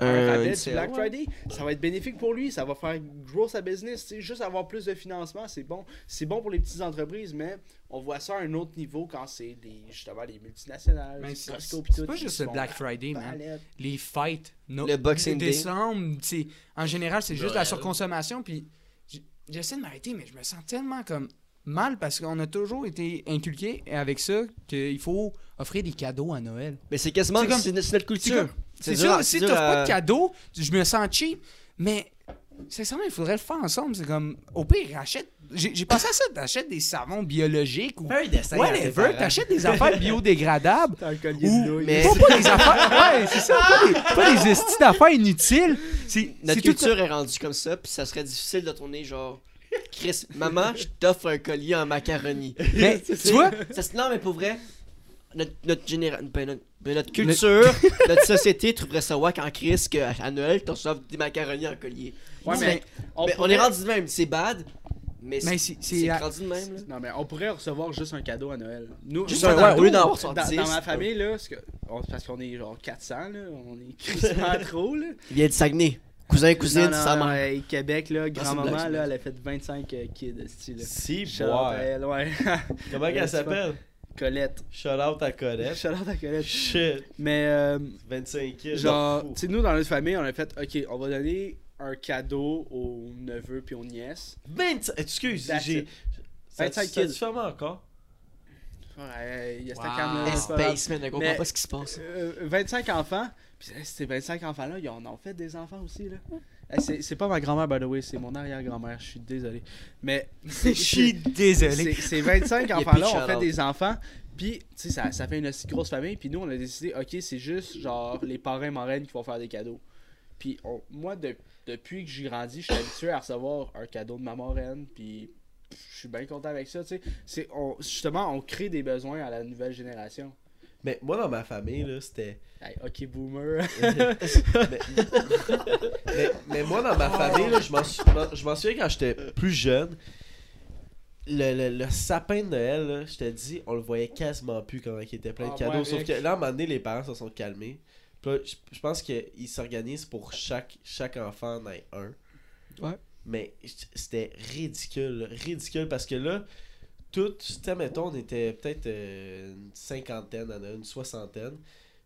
Speaker 4: un
Speaker 2: Euh,
Speaker 4: rabais
Speaker 2: une
Speaker 4: du
Speaker 2: sale.
Speaker 4: Black Friday. Ça va être bénéfique pour lui, ça va faire grow sa business. tu sais, Juste avoir plus de financement, c'est bon. C'est bon pour les petites entreprises, mais on voit ça à un autre niveau quand c'est des, justement les multinationales.
Speaker 3: Mais c'est-
Speaker 4: Costco, pis
Speaker 3: C'est
Speaker 4: tout,
Speaker 3: pas
Speaker 4: qui
Speaker 3: juste
Speaker 4: se
Speaker 3: le
Speaker 4: font
Speaker 3: Black
Speaker 4: la
Speaker 3: Friday, man.
Speaker 4: palette.
Speaker 3: Les fêtes. no-
Speaker 2: Le Boxing Day.
Speaker 3: Décembre, c'est- en général, c'est juste la
Speaker 1: Noël.
Speaker 3: surconsommation. Puis j- j'essaie de m'arrêter, mais je me sens tellement comme mal parce qu'on a toujours été inculqué avec ça qu'il faut offrir des cadeaux à Noël.
Speaker 2: Mais c'est quasiment,
Speaker 3: C'est comme-
Speaker 2: c'est notre- c'est notre
Speaker 3: C'est
Speaker 2: culture.
Speaker 3: comme- C'est
Speaker 2: dur à-
Speaker 3: ça, si
Speaker 2: dur
Speaker 3: t'offres
Speaker 2: à-
Speaker 3: pas de cadeaux, je me sens cheap, mais sincèrement, il faudrait le faire ensemble. C'est comme, au pire, achète. J'ai j'ai pensé à ça, t'achètes des savons biologiques ou.
Speaker 1: Fais un dessin. à tes
Speaker 3: Whatever,
Speaker 1: parents.
Speaker 3: t'achètes des affaires biodégradables
Speaker 4: T'as un collier de
Speaker 3: ou
Speaker 4: nouilles.
Speaker 2: mais-
Speaker 3: pas, pas des affaires ouais c'est ça pas des, pas des estis d'affaires inutiles c'est
Speaker 2: Notre
Speaker 3: c'est tout
Speaker 2: culture est rendue comme ça, puis ça serait difficile de tourner genre. Chris, maman, je t'offre un collier en macaroni.
Speaker 3: mais tu vois
Speaker 2: Ça, se- non, mais pour vrai, notre, notre, généra- ben, notre, ben, notre culture, notre société trouverait ça wack en Chris qu'à à Noël, t'en offres des macaronis en collier.
Speaker 4: Ouais, mais on
Speaker 2: mais ben, on
Speaker 4: pourrait-
Speaker 2: est rendu de même, c'est bad, mais, c'est
Speaker 3: mais c'est
Speaker 2: c'est
Speaker 3: c'est
Speaker 2: rendu de même. Là.
Speaker 4: Non, mais on pourrait recevoir juste un cadeau à Noël. Nous,
Speaker 2: Juste
Speaker 4: moi,
Speaker 2: un
Speaker 4: dans-
Speaker 2: cadeau, au lieu d'en
Speaker 4: dans-
Speaker 2: recevoir
Speaker 4: dans,
Speaker 2: 10,
Speaker 4: ma
Speaker 2: ouais.
Speaker 4: famille, là, parce que- on- parce qu'on est genre 400, là, on est crissement trop, là.
Speaker 2: Il vient de Saguenay. Cousin,
Speaker 4: Non,
Speaker 2: cousine,
Speaker 4: non,
Speaker 2: sa
Speaker 4: non,
Speaker 2: mère. Ah,
Speaker 4: hey, Québec, là,
Speaker 2: c'est une
Speaker 4: grand-maman,
Speaker 2: blague,
Speaker 4: là,
Speaker 2: c'est
Speaker 4: elle a fait 25 euh, kids, style.
Speaker 1: Si,
Speaker 4: Shout out
Speaker 1: boire.
Speaker 4: à elle, ouais.
Speaker 1: Comment
Speaker 4: Ouais,
Speaker 1: qu'elle
Speaker 4: tu
Speaker 1: s'appelle
Speaker 4: Colette.
Speaker 1: Shout out à Colette.
Speaker 4: Shout out à Colette.
Speaker 1: Shit.
Speaker 4: Mais, euh,
Speaker 1: 25 kills.
Speaker 4: genre,
Speaker 1: fou.
Speaker 4: tu sais, nous, dans notre famille, on a fait, OK, on va donner un cadeau aux neveux puis aux nièces.
Speaker 1: 20 Excuse,
Speaker 4: That's
Speaker 1: j'ai.
Speaker 4: it.
Speaker 1: Ça-
Speaker 4: 25
Speaker 1: ça-
Speaker 4: kills.
Speaker 1: Tu fermes encore
Speaker 4: Ouais, il y a cette
Speaker 1: Wow.
Speaker 4: cam-là,
Speaker 2: Hey,
Speaker 4: c'est pas grave.
Speaker 2: Space, man, je comprends
Speaker 4: Mais-
Speaker 2: pas ce qui se passe.
Speaker 4: Euh, 25 enfants. Puis hey, ces 25 enfants-là, ils en ont fait des enfants aussi, là. Hey, c'est- c'est pas ma grand-mère, by the way, c'est mon arrière-grand-mère, je suis désolé. Mais
Speaker 3: je suis
Speaker 4: c'est-
Speaker 3: désolé
Speaker 4: ces 25
Speaker 2: Il y a
Speaker 4: enfants-là
Speaker 2: plus de
Speaker 4: ont fait
Speaker 2: shout-out.
Speaker 4: des enfants. Puis, tu sais, ça, ça fait une aussi grosse famille. Puis nous, on a décidé, OK, c'est juste, genre, les parrains, marraines qui vont faire des cadeaux. Puis on- moi, de- depuis que j'ai grandi, je suis habitué à recevoir un cadeau de ma marraine. Puis je suis bien content avec ça, tu sais. C'est- on- Justement, on crée des besoins à la nouvelle génération.
Speaker 1: Mais moi, dans ma famille, là, c'était.
Speaker 4: Hey, OK, boomer.
Speaker 1: mais, mais- mais moi, dans
Speaker 4: Oh.
Speaker 1: ma famille, là, je m'en sou- je m'en souviens quand j'étais plus jeune. Le, le- le sapin de Noël, là, je te dis, on le voyait quasiment plus quand il était plein
Speaker 4: Ah,
Speaker 1: de cadeaux.
Speaker 4: ouais,
Speaker 1: sauf
Speaker 4: mec.
Speaker 1: que là, à un moment donné, les parents se sont calmés. Puis là, je, je pense qu'ils s'organisent pour chaque, chaque enfant en ait un.
Speaker 2: Ouais.
Speaker 1: Mais c- c'était ridicule, ridicule, parce que là, tout, tu sais, mettons, on était peut-être euh, une cinquantaine, à Noël, une soixantaine.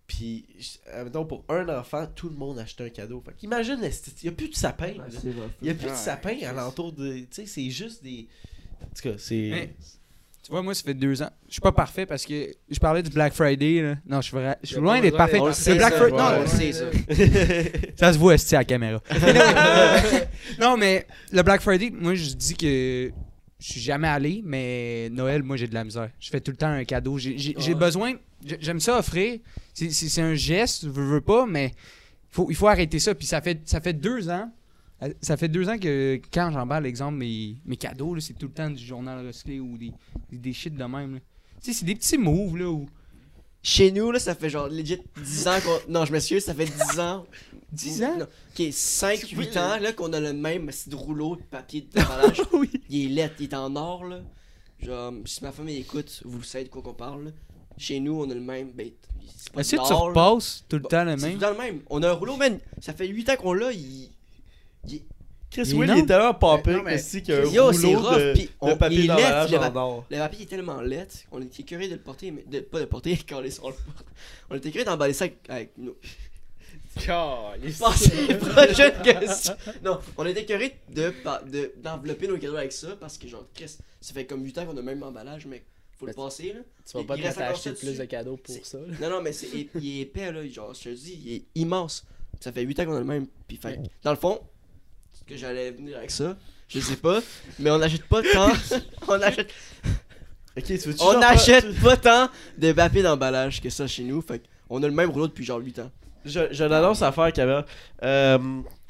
Speaker 1: Puis, je- admettons, pour un enfant, tout le monde achetait un cadeau. Fait qu'imagine, il n'y a plus de sapin. là. Il n'y a plus
Speaker 4: Ouais,
Speaker 1: de sapin
Speaker 4: Christ.
Speaker 1: à l'entour de. Tu sais, c'est juste des. En tout cas, c'est.
Speaker 3: Mais- tu vois moi ça fait deux ans je suis pas parfait parce que je parlais du Black Friday là. non je suis vrai- je suis
Speaker 4: Y a
Speaker 3: loin
Speaker 4: pas
Speaker 3: d'être
Speaker 4: besoin
Speaker 3: parfait
Speaker 4: d'être
Speaker 2: On le
Speaker 3: Le
Speaker 2: sait,
Speaker 3: Black
Speaker 2: ça,
Speaker 3: Friday
Speaker 2: ouais,
Speaker 3: non
Speaker 2: on le sait, ça.
Speaker 3: Ça se voit, c'est à la caméra. Anyway. non, mais le Black Friday, moi, je dis que je suis jamais allé, mais Noël, moi, j'ai de la misère. Je fais tout le temps un cadeau. J'ai- J'ai j'ai
Speaker 1: Ouais.
Speaker 3: besoin. j'ai- J'aime ça offrir. C'est- C'est c'est un geste, je veux pas, mais faut, il faut arrêter ça. Puis ça fait, ça fait deux ans. euh, Ça fait deux ans que quand j'emballe, exemple, mes, mes cadeaux, là, c'est tout le temps du journal recyclé ou des, des, des shit de même. là. Tu sais, c'est des petits moves, là, où
Speaker 2: Chez nous, là, ça fait genre legit 10 ans qu'on. Non, je m'excuse, ça fait 10 ans.
Speaker 3: 10 ans?
Speaker 2: Non, Ok, 5-8
Speaker 1: Oui,
Speaker 2: ans, là, qu'on a le même petit rouleau de papier de déballage.
Speaker 3: oui.
Speaker 2: il est laid, il est en or, là. Genre, si ma femme elle écoute, vous le savez de quoi qu'on parle, là. Chez nous, on a le même. Ben, c'est pas
Speaker 3: Est-ce
Speaker 2: de
Speaker 3: que tu
Speaker 2: l'or, là.
Speaker 3: repasses tout le temps le
Speaker 2: C'est tout
Speaker 3: même?
Speaker 2: le temps le même. On a un rouleau, man. Ça fait 8 ans qu'on l'a. Il... il-
Speaker 1: Chris
Speaker 3: Il est
Speaker 1: Will, il est
Speaker 3: énorme.
Speaker 1: tellement pompé
Speaker 4: Mais non, mais-
Speaker 1: ici qu'il y a un
Speaker 2: Yo, c'est
Speaker 1: rouleau
Speaker 2: rough,
Speaker 1: de,
Speaker 2: puis
Speaker 1: de
Speaker 2: on- il
Speaker 1: papier
Speaker 2: est
Speaker 1: d'emballage
Speaker 2: laid, le
Speaker 1: en
Speaker 2: va-
Speaker 1: or.
Speaker 2: Le papier est tellement laid. On était curieux de le porter. Mais de... Pas de le porter quand les on le porte. On était curieux d'emballer ça avec- avec nous.
Speaker 4: Calisse.
Speaker 2: Passez prochaine question. Non, on était curé de pa- de- d'envelopper nos cadeaux avec ça parce que, genre, Chris, ça fait comme 8 ans qu'on a le même emballage, mais faut le
Speaker 4: Ben,
Speaker 2: passer, là.
Speaker 4: Tu vas
Speaker 2: Il-
Speaker 4: pas
Speaker 2: il
Speaker 4: te
Speaker 2: reste
Speaker 4: mettre à
Speaker 2: encore
Speaker 4: acheter
Speaker 2: ça
Speaker 4: plus de
Speaker 2: dessus.
Speaker 4: cadeaux pour
Speaker 2: C'est-
Speaker 4: ça. là.
Speaker 2: Non, non, mais c'est é- il est épais, là. Genre, je te le dis, il est immense. Ça fait 8 ans qu'on a le même. Puis, fait, que, dans le fond, ce que j'allais venir avec ça, je sais pas, mais on n'achète pas tant. on achète,
Speaker 1: Ok, tu veux
Speaker 2: on achète pas tant de papier d'emballage que ça chez nous. Fait que on a le même rouleau depuis genre 8 ans.
Speaker 1: Je, je l'annonce à faire, caméra. Euh,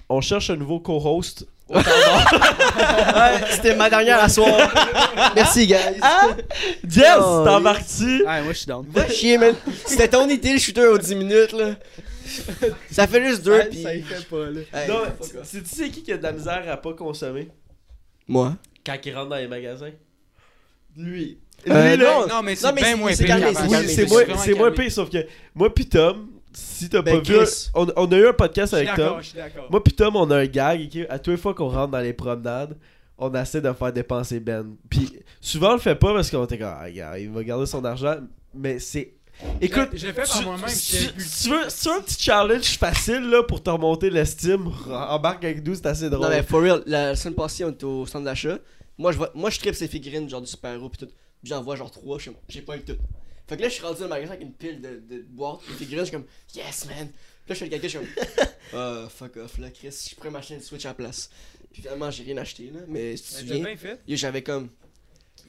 Speaker 1: on cherche un nouveau co-host.
Speaker 2: C'était ma dernière à soir. Merci, guys.
Speaker 1: Yes,
Speaker 2: Oh,
Speaker 1: t'en
Speaker 2: oui.
Speaker 1: marques-tu?
Speaker 4: Ah, moi je suis down.
Speaker 2: Va chier, man. C'était ton idée, le shooter aux 10 minutes, là. Ça fait juste deux, Euh,
Speaker 4: Ah,
Speaker 2: pis.
Speaker 4: Ça y fait pas, là.
Speaker 2: Hey,
Speaker 1: Non,
Speaker 2: fuck off.
Speaker 1: c'est tu sais qui qui a de la misère à pas consommer
Speaker 2: Moi.
Speaker 1: quand il rentre dans les magasins? Lui.
Speaker 2: Euh,
Speaker 1: Lui, là,
Speaker 2: non,
Speaker 3: mais
Speaker 2: non, mais c'est- c'est
Speaker 3: pire
Speaker 2: calmé,
Speaker 3: qu'avant.
Speaker 2: c'est
Speaker 1: oui,
Speaker 2: calmé,
Speaker 1: c'est
Speaker 2: moi-
Speaker 1: moins,
Speaker 3: vraiment
Speaker 1: c'est moins
Speaker 3: calmé.
Speaker 1: pire, sauf que moi pis Tom, si t'as
Speaker 2: Ben,
Speaker 1: pas vu,
Speaker 2: Chris.
Speaker 1: on, on a eu un podcast
Speaker 3: Je suis
Speaker 1: avec
Speaker 3: d'accord,
Speaker 1: Tom.
Speaker 3: je suis d'accord.
Speaker 1: Moi pis Tom, on a un gag ok, à toutes les fois qu'on rentre dans les promenades, on essaie de faire dépenser Ben. Puis souvent on le fait pas parce qu'on était comme, ah, regarde, il va garder son argent, mais c'est. Écoute,
Speaker 5: je l'ai fait par
Speaker 1: tu-
Speaker 5: moi-même.
Speaker 1: si-
Speaker 5: j'étais plus-
Speaker 1: si tu veux, si tu veux un petit challenge facile là, pour te remonter l'estime, re- embarque avec nous, c'est assez drôle.
Speaker 2: Non, mais for real, la semaine passée, on était au centre d'achat. Moi, je vois- moi, je tripe ces figurines, genre du super-héros, pis tout. Pis j'en vois genre trois, je suis comme, j'ai pas eu tout. Fait que là, je suis rendu dans le magasin avec une pile de, de boîtes de figurines, je suis comme, yes, man. Pis là, je suis le quelqu'un, je suis comme, euh, fuck off, là, Chris, je pourrais m'acheter une Switch à la place. Pis finalement, j'ai rien acheté, là, mais si tu te
Speaker 5: T'as
Speaker 2: souviens,
Speaker 5: bien fait.
Speaker 2: yo, j'avais comme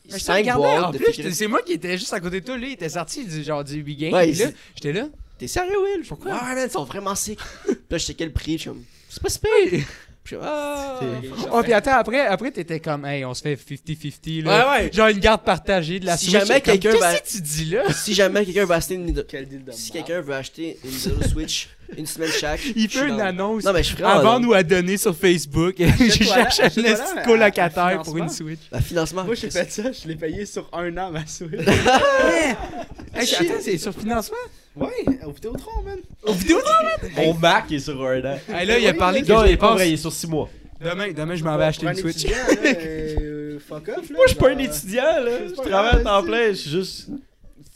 Speaker 3: Mais je te
Speaker 2: 5
Speaker 3: regardais, en
Speaker 2: boîtes de
Speaker 3: plus,
Speaker 2: figurines.
Speaker 3: c'est moi qui étais juste à côté de toi, là, il était sorti du genre du big game,
Speaker 2: Ouais,
Speaker 3: puis là,
Speaker 2: c'est-
Speaker 3: j'étais là.
Speaker 2: T'es sérieux, Will? Pourquoi? Ouais, man, ils sont vraiment sick. Puis là, je checkais le prix, je suis comme, c'est pas si pire. Puis je suis comme, ah.
Speaker 3: Oh, puis attends, après, après t'étais comme, hey, on se fait 50-50, là.
Speaker 2: Ouais, ouais.
Speaker 3: Genre une garde partagée de la
Speaker 2: Si
Speaker 3: Switch,
Speaker 2: jamais
Speaker 3: j'étais comme,
Speaker 2: quelqu'un va-
Speaker 3: Qu'est-ce que tu dis là?
Speaker 2: Si jamais quelqu'un veut acheter une Nintendo-
Speaker 4: Quel deal de
Speaker 2: Si
Speaker 4: merde.
Speaker 2: quelqu'un veut acheter une Nintendo Switch une semaine chaque,
Speaker 3: Il
Speaker 2: je suis
Speaker 3: fait une
Speaker 2: dans-
Speaker 3: annonce.
Speaker 2: Non, mais je suis vraiment
Speaker 3: Avant
Speaker 2: dans-
Speaker 3: nous à donner sur Facebook, je
Speaker 4: Achète-toi-la,
Speaker 3: cherche un
Speaker 4: achète-toi-la
Speaker 3: petit
Speaker 4: à-
Speaker 3: colocataire
Speaker 4: à
Speaker 3: pour une
Speaker 4: financement.
Speaker 3: Switch.
Speaker 2: Le financement.
Speaker 4: Moi j'ai
Speaker 2: Chris.
Speaker 4: fait ça, je l'ai payé sur un an ma Switch.
Speaker 3: Hey, attends, c'est sur financement?
Speaker 4: ouais, au Vidéotron, man.
Speaker 3: Au vidéo,
Speaker 1: Mon Mac est sur un an.
Speaker 3: Hey, là, il a parlé que
Speaker 1: Non,
Speaker 3: je
Speaker 1: il est pas
Speaker 3: dépense.
Speaker 1: vrai, il est sur 6 mois.
Speaker 3: Demain, demain, je m'en vais acheter une
Speaker 4: Pour un
Speaker 3: Switch.
Speaker 4: étudiant, là, euh, fuck off, là.
Speaker 1: Moi, je suis pas un
Speaker 4: genre,
Speaker 1: étudiant, là.
Speaker 4: Ah. c'est
Speaker 1: Je
Speaker 4: pas
Speaker 1: travaille à
Speaker 4: grave,
Speaker 1: temps
Speaker 4: c'est-
Speaker 1: plein, je suis juste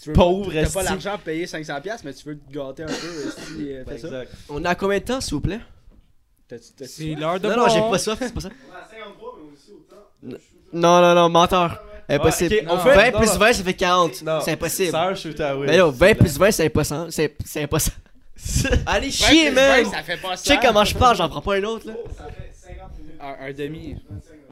Speaker 4: tu veux-
Speaker 1: pauvre,
Speaker 4: T'as pas
Speaker 1: esti.
Speaker 4: l'argent pour payer 500$, piastres, mais tu veux te gâter un peu, euh, si euh,
Speaker 2: Ben,
Speaker 4: fais ça.
Speaker 1: Exact.
Speaker 2: On est à combien de temps, s'il vous plaît
Speaker 4: T'as-tu- t'as-tu-
Speaker 3: C'est l'heure de
Speaker 2: Non, non, j'ai
Speaker 3: boire.
Speaker 2: pas soif, c'est pas ça. Non, non, non, menteur. Impossible.
Speaker 1: Ouais, ok, on
Speaker 3: Non.
Speaker 1: fait-
Speaker 2: 20
Speaker 1: non,
Speaker 2: plus
Speaker 1: non.
Speaker 2: 20, ça fait 40.
Speaker 1: Non.
Speaker 2: C'est impossible.
Speaker 1: Sœur, shoot away.
Speaker 2: Mais là, 20 plus 20, c'est impossible. C'est c'est impossible. Allez,
Speaker 4: Ouais,
Speaker 2: chier,
Speaker 4: plus
Speaker 2: man.
Speaker 4: vingt, ça fait
Speaker 2: Tu
Speaker 4: pas
Speaker 2: sais
Speaker 4: ça.
Speaker 2: comment je parle, j'en prends pas un autre, là.
Speaker 4: Un, un demi.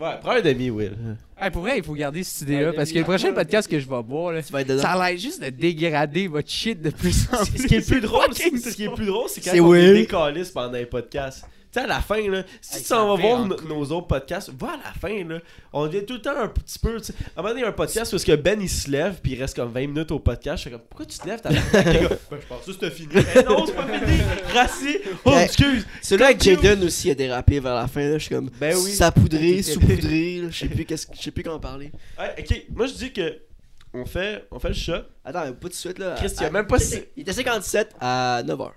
Speaker 1: Ouais, prends un demi, Will.
Speaker 3: Hey, pour vrai, il faut garder cette idée-là parce que le prochain podcast que je vais boire, là,
Speaker 2: Tu vas être
Speaker 3: ça
Speaker 2: dedans.
Speaker 3: a l'air juste de dégrader votre shit de plus en plus.
Speaker 1: Ce qui est le plus drôle,
Speaker 3: fucking
Speaker 1: c'est- ce qui est le plus drôle, c'est quand
Speaker 2: C'est
Speaker 1: on
Speaker 2: Will.
Speaker 1: est décaliste pendant les podcasts. Tu sais, à la fin, là, si
Speaker 3: Hey,
Speaker 1: tu
Speaker 3: ça
Speaker 1: en vas
Speaker 3: fait
Speaker 1: voir
Speaker 3: en
Speaker 1: no- nos autres podcasts, va à la fin, là. On devient tout le temps un petit peu. tu sais. À un moment donné, il y a un podcast parce que Ben, il se lève, puis il reste comme 20 minutes au podcast. Je fais comme, pourquoi tu te lèves, t'as la Ben, je pense juste que c'était fini. Eh non, c'est pas fini. Rassis. Oh,
Speaker 2: Ben,
Speaker 1: excuse.
Speaker 2: Celui avec Jaden aussi a dérapé vers la fin, là. Je suis comme,
Speaker 1: Ben oui.
Speaker 2: sapoudré, saupoudré, là. Je sais plus qu'est-ce que- je sais plus comment parler.
Speaker 1: Ouais, ok, moi, je dis que. On fait, on fait le chat.
Speaker 2: Attends, mais pas tout de suite, là.
Speaker 1: Chris, il y
Speaker 2: À-
Speaker 1: a même pas. si-
Speaker 2: Il était 57 à 9h.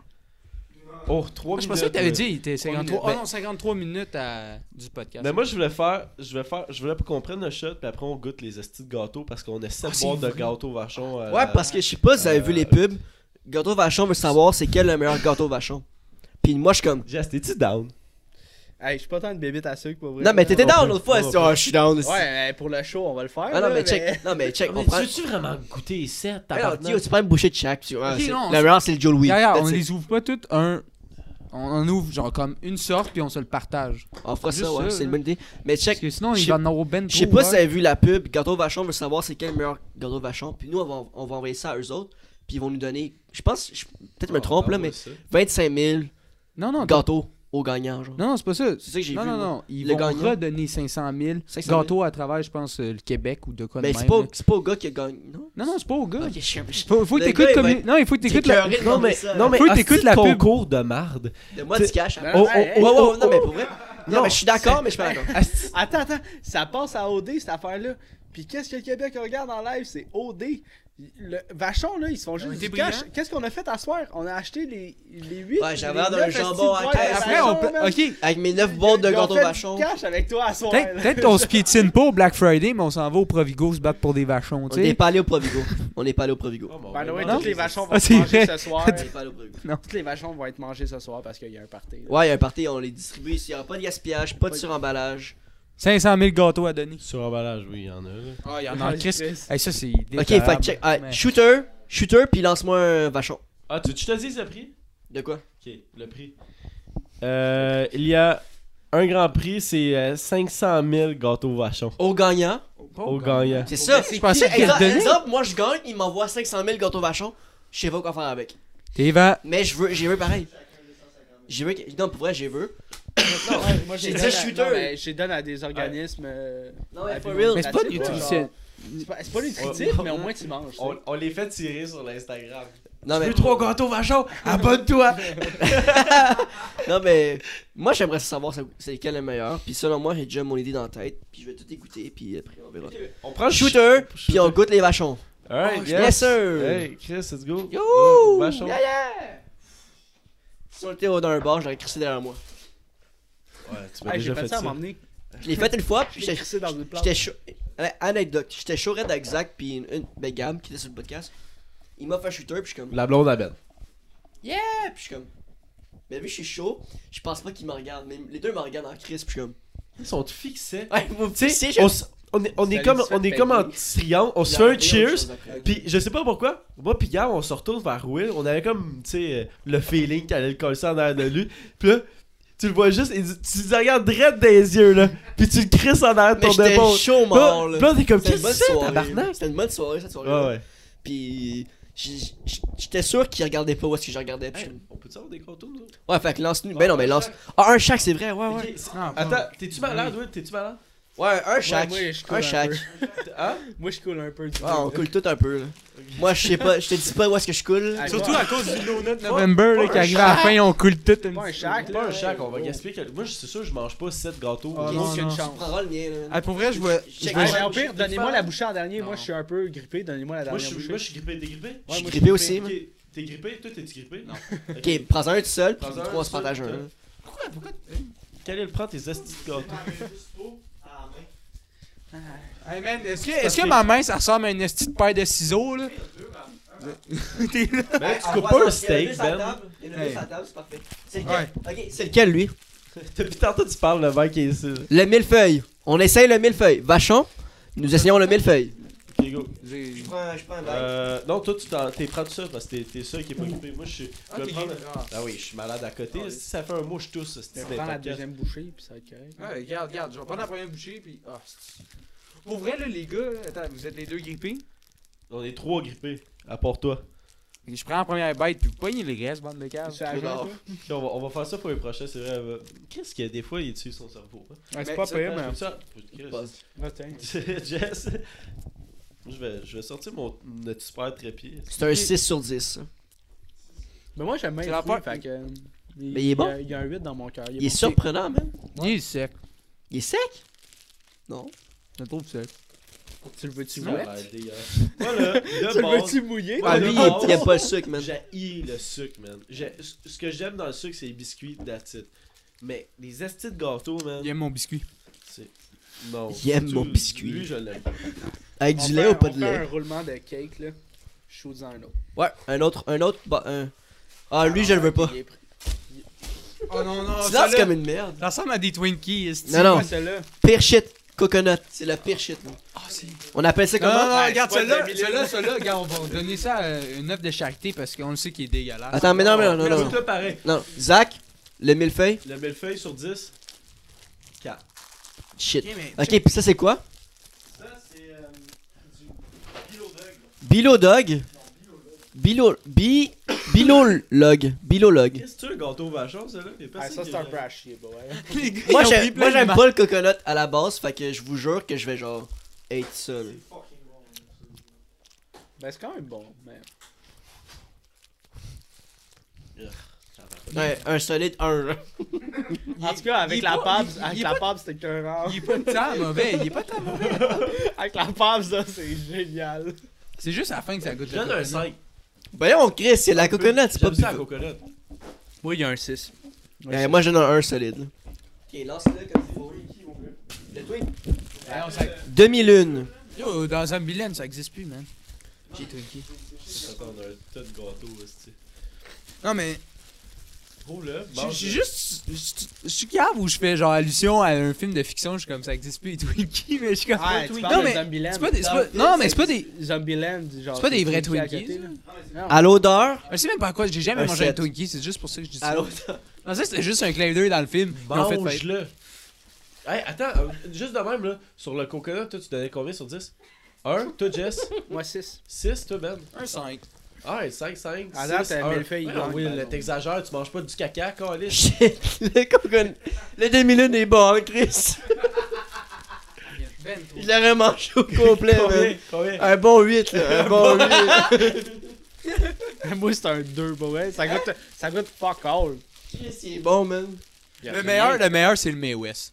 Speaker 1: Oh, 3
Speaker 3: Moi,
Speaker 1: minutes.
Speaker 3: je pensais que t'avais
Speaker 1: ouais.
Speaker 3: dit, il était 53.
Speaker 2: minutes. Ben,
Speaker 3: oh non, 53 minutes à... du podcast.
Speaker 1: Mais moi je voulais faire, je vais faire, je voulais qu'on prenne le shot puis après on goûte les estis de gâteau parce qu'on a 7
Speaker 3: Ah, c'est
Speaker 1: boîtes de
Speaker 3: vrai.
Speaker 1: gâteau vachon. euh,
Speaker 2: Ouais, parce que je sais pas si vous avez vu
Speaker 1: euh,
Speaker 2: les pubs. Gâteau Vachon veut savoir c'est quel le meilleur gâteau Vachon. Puis moi, je suis comme.
Speaker 1: Jess, t'es-tu down?
Speaker 4: Hey, je suis pas tant de bébite à sucre pour vrai.
Speaker 2: Non, mais t'étais
Speaker 1: on peut-
Speaker 2: down l'autre fois.
Speaker 1: on
Speaker 2: c'est- Ah, je suis down aussi.
Speaker 4: Ouais, mais pour le show, on va le faire.
Speaker 2: Ah non,
Speaker 4: là,
Speaker 2: mais check. Non, mais check. On prend.
Speaker 1: Tu veux vraiment goûter les 7
Speaker 2: Ah, non, yo, tu prends une bouchée de chaque. puis tu- ah,
Speaker 3: Ok,
Speaker 2: c'est-
Speaker 3: non,
Speaker 2: Le meilleur, c'est le Joe Louis.
Speaker 3: D'ailleurs, on
Speaker 2: That's it.
Speaker 3: les ouvre pas toutes un. On en ouvre genre comme une sorte puis on se le partage.
Speaker 2: On fera
Speaker 3: Juste
Speaker 2: ça, ouais.
Speaker 3: ça,
Speaker 2: C'est une
Speaker 3: là.
Speaker 2: bonne idée. Mais
Speaker 3: Parce
Speaker 2: check.
Speaker 3: que sinon,
Speaker 2: je
Speaker 3: il
Speaker 2: sais-
Speaker 3: va en avoir ben
Speaker 2: Je sais
Speaker 3: trop,
Speaker 2: pas si vous
Speaker 3: ouais.
Speaker 2: avez vu la pub. Gâteau Vachon veut savoir c'est quel le meilleur gâteau Vachon. Puis nous, on va, on va envoyer ça à eux autres.
Speaker 1: Ah,
Speaker 2: Puis ils vont nous donner. Je pense. je- Peut-être que je me trompe, là, mais 25 000
Speaker 3: Non, non,
Speaker 2: gâteaux au gagnant, genre.
Speaker 3: Non, non, c'est pas ça.
Speaker 2: C'est ça que j'ai
Speaker 3: non,
Speaker 2: vu,
Speaker 3: non,
Speaker 2: moi.
Speaker 3: non. Ils
Speaker 2: Le
Speaker 3: vont
Speaker 2: gagnant.
Speaker 3: redonner 500 000
Speaker 2: 500 000.
Speaker 3: gâteaux à travers, je pense, euh, le Québec ou de quoi de
Speaker 2: Mais Ben, c'est
Speaker 3: même,
Speaker 2: pas,
Speaker 3: là.
Speaker 2: c'est pas au gars qui a gagné, non?
Speaker 3: Non, non, c'est pas au gars.
Speaker 2: Ok, je sais, je-
Speaker 3: Faut, faut que
Speaker 2: Le
Speaker 3: t'écoutes
Speaker 2: gars, il
Speaker 3: comme...
Speaker 2: va être-
Speaker 3: Non, il faut que t'écoutes
Speaker 2: T'es
Speaker 3: la...
Speaker 2: écoeuré de
Speaker 1: Non,
Speaker 2: demander
Speaker 1: mais,
Speaker 2: ça.
Speaker 1: non, mais
Speaker 3: Faut que
Speaker 1: asti
Speaker 3: t'écoutes
Speaker 1: de
Speaker 3: la pub.
Speaker 1: concours de marde.
Speaker 2: De moi,
Speaker 1: t'es-
Speaker 2: du cash. après.
Speaker 4: Non,
Speaker 1: Oh, oh,
Speaker 4: hey, hey.
Speaker 1: oh,
Speaker 2: Ouais, ouais,
Speaker 1: oh,
Speaker 2: ouais, non, mais pour vrai. Non,
Speaker 1: Non.
Speaker 2: mais je suis d'accord, mais je suis pas d'accord.
Speaker 1: Asti-
Speaker 4: Attends, attends, ça passe à OD cette affaire-là. Puis qu'est-ce que le Québec regarde en live C'est OD. Le Vachon, là, ils se font juste
Speaker 5: oui,
Speaker 4: du
Speaker 5: t'es brillant.
Speaker 4: cash. Qu'est-ce qu'on a fait à soir On a acheté les, les 8.
Speaker 2: Ouais, j'avais l'air d'un jambon à caisse.
Speaker 3: Après, on... peut- OK.
Speaker 2: Avec mes 9 boîtes de gâteau bachon.
Speaker 4: Du cash avec toi à soir.
Speaker 3: Peut-être
Speaker 4: là.
Speaker 3: peut-être qu'on se piétine pas au Black Friday, mais on s'en va au Provigo se battre pour des vachons,
Speaker 2: On
Speaker 3: tu
Speaker 2: n'est
Speaker 3: sais.
Speaker 2: pas allé au Provigo. On n'est pas allé au Provigo.
Speaker 1: Oh, mon
Speaker 4: By the way,
Speaker 1: Dieu.
Speaker 4: tous les vachons
Speaker 3: Ah,
Speaker 4: vont se
Speaker 3: c'est
Speaker 4: manger
Speaker 3: vrai.
Speaker 4: ce soir.
Speaker 2: On n'est pas allé au Provigo.
Speaker 4: Tous les vachons vont être mangés ce soir parce qu'il y a un party. là.
Speaker 2: Ouais, il y a un party, on les distribue ici. Il n'y aura pas de gaspillage, pas de suremballage.
Speaker 3: 500 000 gâteaux à donner.
Speaker 1: Sur emballage, oui, il y en a. là.
Speaker 4: Ah, il y en
Speaker 3: Non,
Speaker 4: a
Speaker 3: Chris.
Speaker 4: Chris.
Speaker 3: Hey, ça, c'est
Speaker 2: Ok, fait que
Speaker 3: déplorable.
Speaker 2: check. Ah, ouais,
Speaker 3: Mais-
Speaker 2: Shooter, shooter, puis lance-moi un vachon.
Speaker 1: Ah, tu tu te dis le prix
Speaker 2: De quoi
Speaker 1: Ok, le prix. Euh, il y a un grand prix, c'est euh, 500 000 gâteaux vachons
Speaker 2: Au gagnant.
Speaker 3: oh,
Speaker 1: au gagnant.
Speaker 2: C'est ça.
Speaker 3: Je pensais
Speaker 2: Hey,
Speaker 3: qu'il
Speaker 2: exemple,
Speaker 3: redonnait.
Speaker 2: exemple, moi je gagne, il m'envoie 500 000 gâteaux vachons. Je sais pas quoi faire avec.
Speaker 3: T'es va.
Speaker 2: Mais je veux, j'ai veux pareil. J'ai veux. que- Non, pour vrai, j'ai veux. non,
Speaker 4: Moi,
Speaker 2: j'ai
Speaker 4: je
Speaker 2: dit
Speaker 4: donne à-
Speaker 2: shooter.
Speaker 4: non, mais Je les donne à des organismes. euh,
Speaker 2: Non, mais
Speaker 4: à
Speaker 2: for
Speaker 4: but
Speaker 2: real.
Speaker 3: Mais c'est pas
Speaker 4: lucratif,
Speaker 3: nutrition.
Speaker 4: genre. C'est pas- C'est pas nutritif, mais au moins tu manges.
Speaker 1: On, on les fait tirer sur l'Instagram.
Speaker 2: non, mais,
Speaker 1: trois gâteaux vachons Abonne-toi
Speaker 2: non, mais moi j'aimerais savoir c'est- c'est lequel le meilleur. Puis selon moi, j'ai déjà mon idée dans la tête. Puis je vais tout écouter. Puis après, on verra.
Speaker 1: On prend le shooter.
Speaker 2: Shooter, puis on goûte les vachons.
Speaker 1: Alright,
Speaker 2: Oh, yes,
Speaker 1: yes.
Speaker 2: sir.
Speaker 1: Hey, Chris, let's go. Euh,
Speaker 2: Youhou!
Speaker 1: Vachon.
Speaker 2: Yeah, yeah! Si on était dans un bar, j'aurais crissé derrière moi.
Speaker 1: Ouais, tu m'as
Speaker 4: Hey, J'ai
Speaker 1: déjà
Speaker 4: fait ça à m'emmener.
Speaker 2: Je l'ai fait une fois, puis
Speaker 4: J'ai
Speaker 2: j'étais
Speaker 4: crissé dans une plante.
Speaker 2: J'étais chaud. Euh, Anecdote, j'étais chaud red avec Zach puis une, une ben, Gab qui était sur le podcast. Il m'a fait un shooter puis je suis comme
Speaker 1: La blonde à Ben.
Speaker 2: yeah puis je suis comme mais vu que je suis chaud, je pense pas qu'il me regarde mais les deux me regardent en crise puis je suis comme
Speaker 1: Ils sont fixés.
Speaker 2: ouais vous
Speaker 1: Tu
Speaker 2: sais,
Speaker 1: sais,
Speaker 2: je-
Speaker 1: on, s- on est, on est
Speaker 4: Ça
Speaker 1: comme,
Speaker 4: les fait
Speaker 1: on est comme en
Speaker 4: payer.
Speaker 1: triangle. On
Speaker 2: Il
Speaker 1: se
Speaker 2: a
Speaker 1: fait un
Speaker 2: regardé autre
Speaker 1: cheers.
Speaker 2: chose après.
Speaker 1: Puis je sais pas pourquoi, moi pis Gab, on se retourne vers Will, on avait comme, tu sais, le feeling qu'elle allait le coller ça en arrière de lui. Pis là, tu le vois juste, et tu- tu le regardes direct des yeux, là. Pis tu le crisses en arrière de
Speaker 2: mais
Speaker 1: ton
Speaker 2: j'étais
Speaker 1: épaule.
Speaker 2: chaud
Speaker 1: Pis
Speaker 2: mort
Speaker 1: là,
Speaker 2: là.
Speaker 1: pis là, t'es comme, qu'est-ce
Speaker 2: C'était une
Speaker 1: que
Speaker 2: bonne
Speaker 1: c'est,
Speaker 2: soirée. là.
Speaker 1: tabarnak?
Speaker 2: C'était une bonne soirée cette soirée.
Speaker 1: Ouais, ouais.
Speaker 2: Puis j- j- j'étais sûr qu'il regardait pas où est-ce que je regardais puis je suis
Speaker 1: on peut-tu avoir des contours, nous?
Speaker 2: comme, ouais fait que lance nous ben non mais lance ah un chaque c'est vrai ouais ouais.
Speaker 3: Ah,
Speaker 1: Attends, t'es-tu malade, Will? T'es-tu malade?
Speaker 2: Ouais un chaque.
Speaker 4: moi, je coule
Speaker 2: un
Speaker 4: un
Speaker 2: chaque.
Speaker 4: peu.
Speaker 1: Hein?
Speaker 4: Moi, je coule un peu. du
Speaker 2: Ouais, on coule tout un peu là. Moi je sais pas, je te dis pas où est-ce que je coule.
Speaker 4: Ah,
Speaker 5: Surtout
Speaker 4: ouais.
Speaker 5: à cause du donut là-bas.
Speaker 3: November, là, qui arrive à la fin, on coule tout. une-
Speaker 4: Pas un chac,
Speaker 1: Pas
Speaker 4: là.
Speaker 1: un chac, on va gaspiller. quelque- Moi, je suis sûr, je mange pas 7 gâteaux.
Speaker 3: Ah,
Speaker 4: Aucune
Speaker 3: non, non.
Speaker 4: chance.
Speaker 2: prendras le mien là.
Speaker 5: Ah, pour vrai, je vois. je
Speaker 2: Check.
Speaker 5: vois-
Speaker 4: Hey,
Speaker 2: Ouais,
Speaker 4: mais au
Speaker 1: je-
Speaker 4: pire,
Speaker 1: je-
Speaker 4: donnez-moi
Speaker 1: je-
Speaker 4: la bouchée en dernier.
Speaker 5: Non.
Speaker 4: Moi, je suis un peu grippé. Donnez-moi la
Speaker 1: Moi,
Speaker 4: dernière
Speaker 1: je suis
Speaker 4: bouchée.
Speaker 1: moi, je suis grippé. T'es grippé?
Speaker 2: Je suis
Speaker 4: moi,
Speaker 2: grippé aussi,
Speaker 1: Ok,
Speaker 2: man.
Speaker 1: T'es grippé? Toi, t'es-tu grippé?
Speaker 5: Non.
Speaker 2: Ok, prends un tout seul, puis
Speaker 1: Prends
Speaker 2: les
Speaker 1: un
Speaker 2: trois se
Speaker 1: tout seul,
Speaker 2: partagent un.
Speaker 1: ok.
Speaker 2: là.
Speaker 5: Pourquoi, pourquoi
Speaker 1: Quel est le prend tes astis de gâteaux?
Speaker 5: Hey man, est-ce que.
Speaker 3: Est-ce que ma main, ça ressemble à une petite paire de ciseaux, là? T'es là.
Speaker 1: Ben, tu
Speaker 2: Ah,
Speaker 1: coupes pas un
Speaker 2: ouais, il y en a deux
Speaker 1: steak,
Speaker 2: sur la
Speaker 1: Ben.
Speaker 2: table, Il y en a deux
Speaker 3: Hey.
Speaker 2: sur la table, c'est parfait. C'est
Speaker 5: Ouais.
Speaker 2: lequel Ok, c'est lequel lui
Speaker 1: Depuis tantôt, tu parles le mec qui est ici.
Speaker 2: Le millefeuille. On essaye le millefeuille. Vachon, nous essayons le millefeuille.
Speaker 1: Ok, go.
Speaker 5: J'ai.
Speaker 2: prends, je prends un
Speaker 1: Euh, non, toi, tu t'en- t'es prends tout seul parce que t'es- t'es seul qui est pas occupé. Moi, je suis. je vais prendre- Ah oui, je suis malade à côté. Si ça fait un mois, je tousse.
Speaker 4: Je
Speaker 1: c'est
Speaker 4: vais prendre la deuxième bouchée, puis ça va être correct.
Speaker 5: Ouais, regarde, regarde, je vais prendre la première bouchée, puis. Ah, c'est- Pour vrai, là, les gars, là, attends, vous êtes les deux grippés.
Speaker 1: On est trois grippés, à part toi.
Speaker 3: Je prends la première bête, puis vous pognez les restes, bande de
Speaker 4: Tu
Speaker 3: caves.
Speaker 4: fais la
Speaker 2: c'est
Speaker 4: joie,
Speaker 2: grave.
Speaker 4: toi?
Speaker 1: Ok, on, va, on va faire ça pour les prochains, c'est vrai. euh, Qu'est-ce qu'il y a des fois, il tue son cerveau. hein?
Speaker 4: Ouais,
Speaker 5: Mais
Speaker 4: C'est pas
Speaker 5: ça,
Speaker 4: pire,
Speaker 1: Je
Speaker 4: mais.
Speaker 1: peux ça- Chris.
Speaker 4: Ouais, tiens.
Speaker 1: Jess. Je vais, je vais sortir mon, notre super trépied.
Speaker 2: C'est un 6 sur 10.
Speaker 4: Mais moi, j'aime
Speaker 3: C'est
Speaker 4: bien
Speaker 3: la
Speaker 4: le fruit,
Speaker 3: part-
Speaker 4: fait que. euh,
Speaker 2: Mais il est bon?
Speaker 4: y a- Il y a un 8 dans mon cœur.
Speaker 2: Il est
Speaker 4: bon.
Speaker 2: surprenant, même.
Speaker 3: Il est sec.
Speaker 2: Il est sec Non.
Speaker 3: Je le trouve sec.
Speaker 4: Tu le veux-tu
Speaker 1: Ouais,
Speaker 4: mouiller?
Speaker 1: dégueulasse. hein. Voilà,
Speaker 4: Tu
Speaker 1: de
Speaker 4: le
Speaker 1: base,
Speaker 4: veux-tu mouiller?
Speaker 1: Ouais,
Speaker 2: Ah,
Speaker 1: le
Speaker 2: lui, il
Speaker 1: bon.
Speaker 2: il aime pas le sucre, man.
Speaker 1: J'ai le sucre, man. J'ai- ce- Ce que j'aime dans le sucre, c'est les biscuits, that's it. Mais les astis de gâteau, man.
Speaker 3: J'aime mon biscuit.
Speaker 1: c'est- Non.
Speaker 2: Il aime
Speaker 1: Tu-
Speaker 2: mon biscuit.
Speaker 1: Lui, je l'aime.
Speaker 2: Avec
Speaker 4: On
Speaker 2: du
Speaker 4: fait
Speaker 2: lait
Speaker 4: un-
Speaker 2: ou pas
Speaker 4: on
Speaker 2: de
Speaker 4: fait
Speaker 2: lait
Speaker 4: un roulement de cake, là. Je suis dans un autre.
Speaker 2: Ouais, un autre, un autre. bah, un- Ah, lui, je le veux pas.
Speaker 4: Il est pris.
Speaker 5: Oh non, non,
Speaker 2: Tu
Speaker 5: ça,
Speaker 2: lances
Speaker 5: là,
Speaker 2: comme une merde.
Speaker 3: Ça ressemble à des Twinkies, est-ce
Speaker 2: Non, non.
Speaker 4: Ouais, celle-là.
Speaker 2: Pire shit, coconut. C'est la pire shit, là.
Speaker 4: Ah,
Speaker 3: c'est-
Speaker 2: On appelle ça
Speaker 3: Non, non,
Speaker 2: comment
Speaker 3: non,
Speaker 4: Ouais,
Speaker 3: regarde,
Speaker 4: c'est pas
Speaker 3: celui-là,
Speaker 4: de la
Speaker 3: celui-là, celui-là, regarde, on va donner ça à une œuvre de charité parce qu'on le sait qu'il est dégueulasse.
Speaker 2: Attends, mais non, mais non, non,
Speaker 1: Mais
Speaker 2: non.
Speaker 1: goûte-le pareil.
Speaker 2: Non, Zach, le millefeuille,
Speaker 1: Le millefeuille sur 10. 4.
Speaker 2: shit.
Speaker 5: Ok, mais.
Speaker 2: Ok, puis ça c'est quoi
Speaker 1: Ça, c'est du pilot
Speaker 2: Bilo dog Bilo. Bi. Bilologue. Bilologue.
Speaker 1: Qu'est-ce que tu veux, gâteau au vachon, ça là Y a
Speaker 4: Ah,
Speaker 1: personne
Speaker 4: ça,
Speaker 1: qui-
Speaker 4: c'est un peu à chier, bah ouais.
Speaker 2: Moi, j'aime moi, j'aime pas le coconut à la base, fait que je vous jure que je vais genre être seul.
Speaker 4: Ben, c'est quand même bon, mais.
Speaker 2: Ouais, un solide 1.
Speaker 4: En tout cas,
Speaker 5: il
Speaker 4: avec
Speaker 5: est
Speaker 4: la
Speaker 5: pas-
Speaker 4: Pabs,
Speaker 5: il- il
Speaker 4: avec
Speaker 5: est
Speaker 4: la
Speaker 5: pas-
Speaker 4: Pabs, c'était que rare.
Speaker 5: Il est pas tant mauvais,
Speaker 3: Ben,
Speaker 5: il est pas tant mauvais.
Speaker 4: Avec la Pabs, là, c'est génial.
Speaker 3: C'est juste à la fin que ça goûte.
Speaker 1: Je donne un 5.
Speaker 2: Voyons, Chris, c'est la coconut, c'est pas
Speaker 1: ça, la
Speaker 2: plus.
Speaker 1: coconut.
Speaker 4: Oui, il y a un 6.
Speaker 2: Ouais, moi, je donne un 1 solide. Ok, lance-le comme il faut. Demi-lune.
Speaker 3: Yo, dans un bilan, ça existe plus, man. J'ai twinkie.
Speaker 1: Attends, on a un tas de gâteaux, aussi.
Speaker 3: Non, mais.
Speaker 1: Oh là,
Speaker 3: Je suis juste. je- Je suis grave où je fais genre allusion à un film de fiction, je suis comme ça existe plus, les Twinkies, mais je suis comme.
Speaker 4: Ah, tu
Speaker 3: non,
Speaker 4: parles de
Speaker 3: mais.
Speaker 4: Zombieland.
Speaker 3: C'est pas des. c'est pas- Non, mais c'est pas des.
Speaker 4: Zombieland, genre.
Speaker 3: C'est pas des vrais
Speaker 4: Twinkies à côté,
Speaker 3: Twinkies,
Speaker 4: là.
Speaker 2: À l'odeur.
Speaker 3: Je sais même pas à quoi, j'ai jamais
Speaker 2: Un
Speaker 3: mangé un
Speaker 2: sept.
Speaker 3: Twinkie, c'est juste pour ça que je dis
Speaker 2: À
Speaker 3: ça.
Speaker 2: l'odeur.
Speaker 3: Non, ça c'était juste un clin d'œil dans le film. Ils ont fait fait.
Speaker 1: Mange-le. Hey, attends, euh, juste de même, là, sur le coconut, toi, tu donnais combien sur 10 1, toi, Jess.
Speaker 4: Moi, 6.
Speaker 1: 6, toi, Ben.
Speaker 3: Un 5.
Speaker 1: Ah, 5, 5.
Speaker 4: À date, euh, Bellefeuille, il gagne,
Speaker 1: Oui,
Speaker 4: par exemple.
Speaker 1: t'exagères, tu manges pas du caca, Calis.
Speaker 2: Shit, le coconut. Le demi-lune est bon, hein, Chris. Il l'aurait mangé au complet, man.
Speaker 1: Combien Combien Ah,
Speaker 2: Un bon 8, là. Un bon 8.
Speaker 4: Moi, c'est un 2, bah ouais. Ça goûte, ça goûte fuck all.
Speaker 2: Chris, il est bon, man.
Speaker 3: Le meilleur, le meilleur, c'est le May West.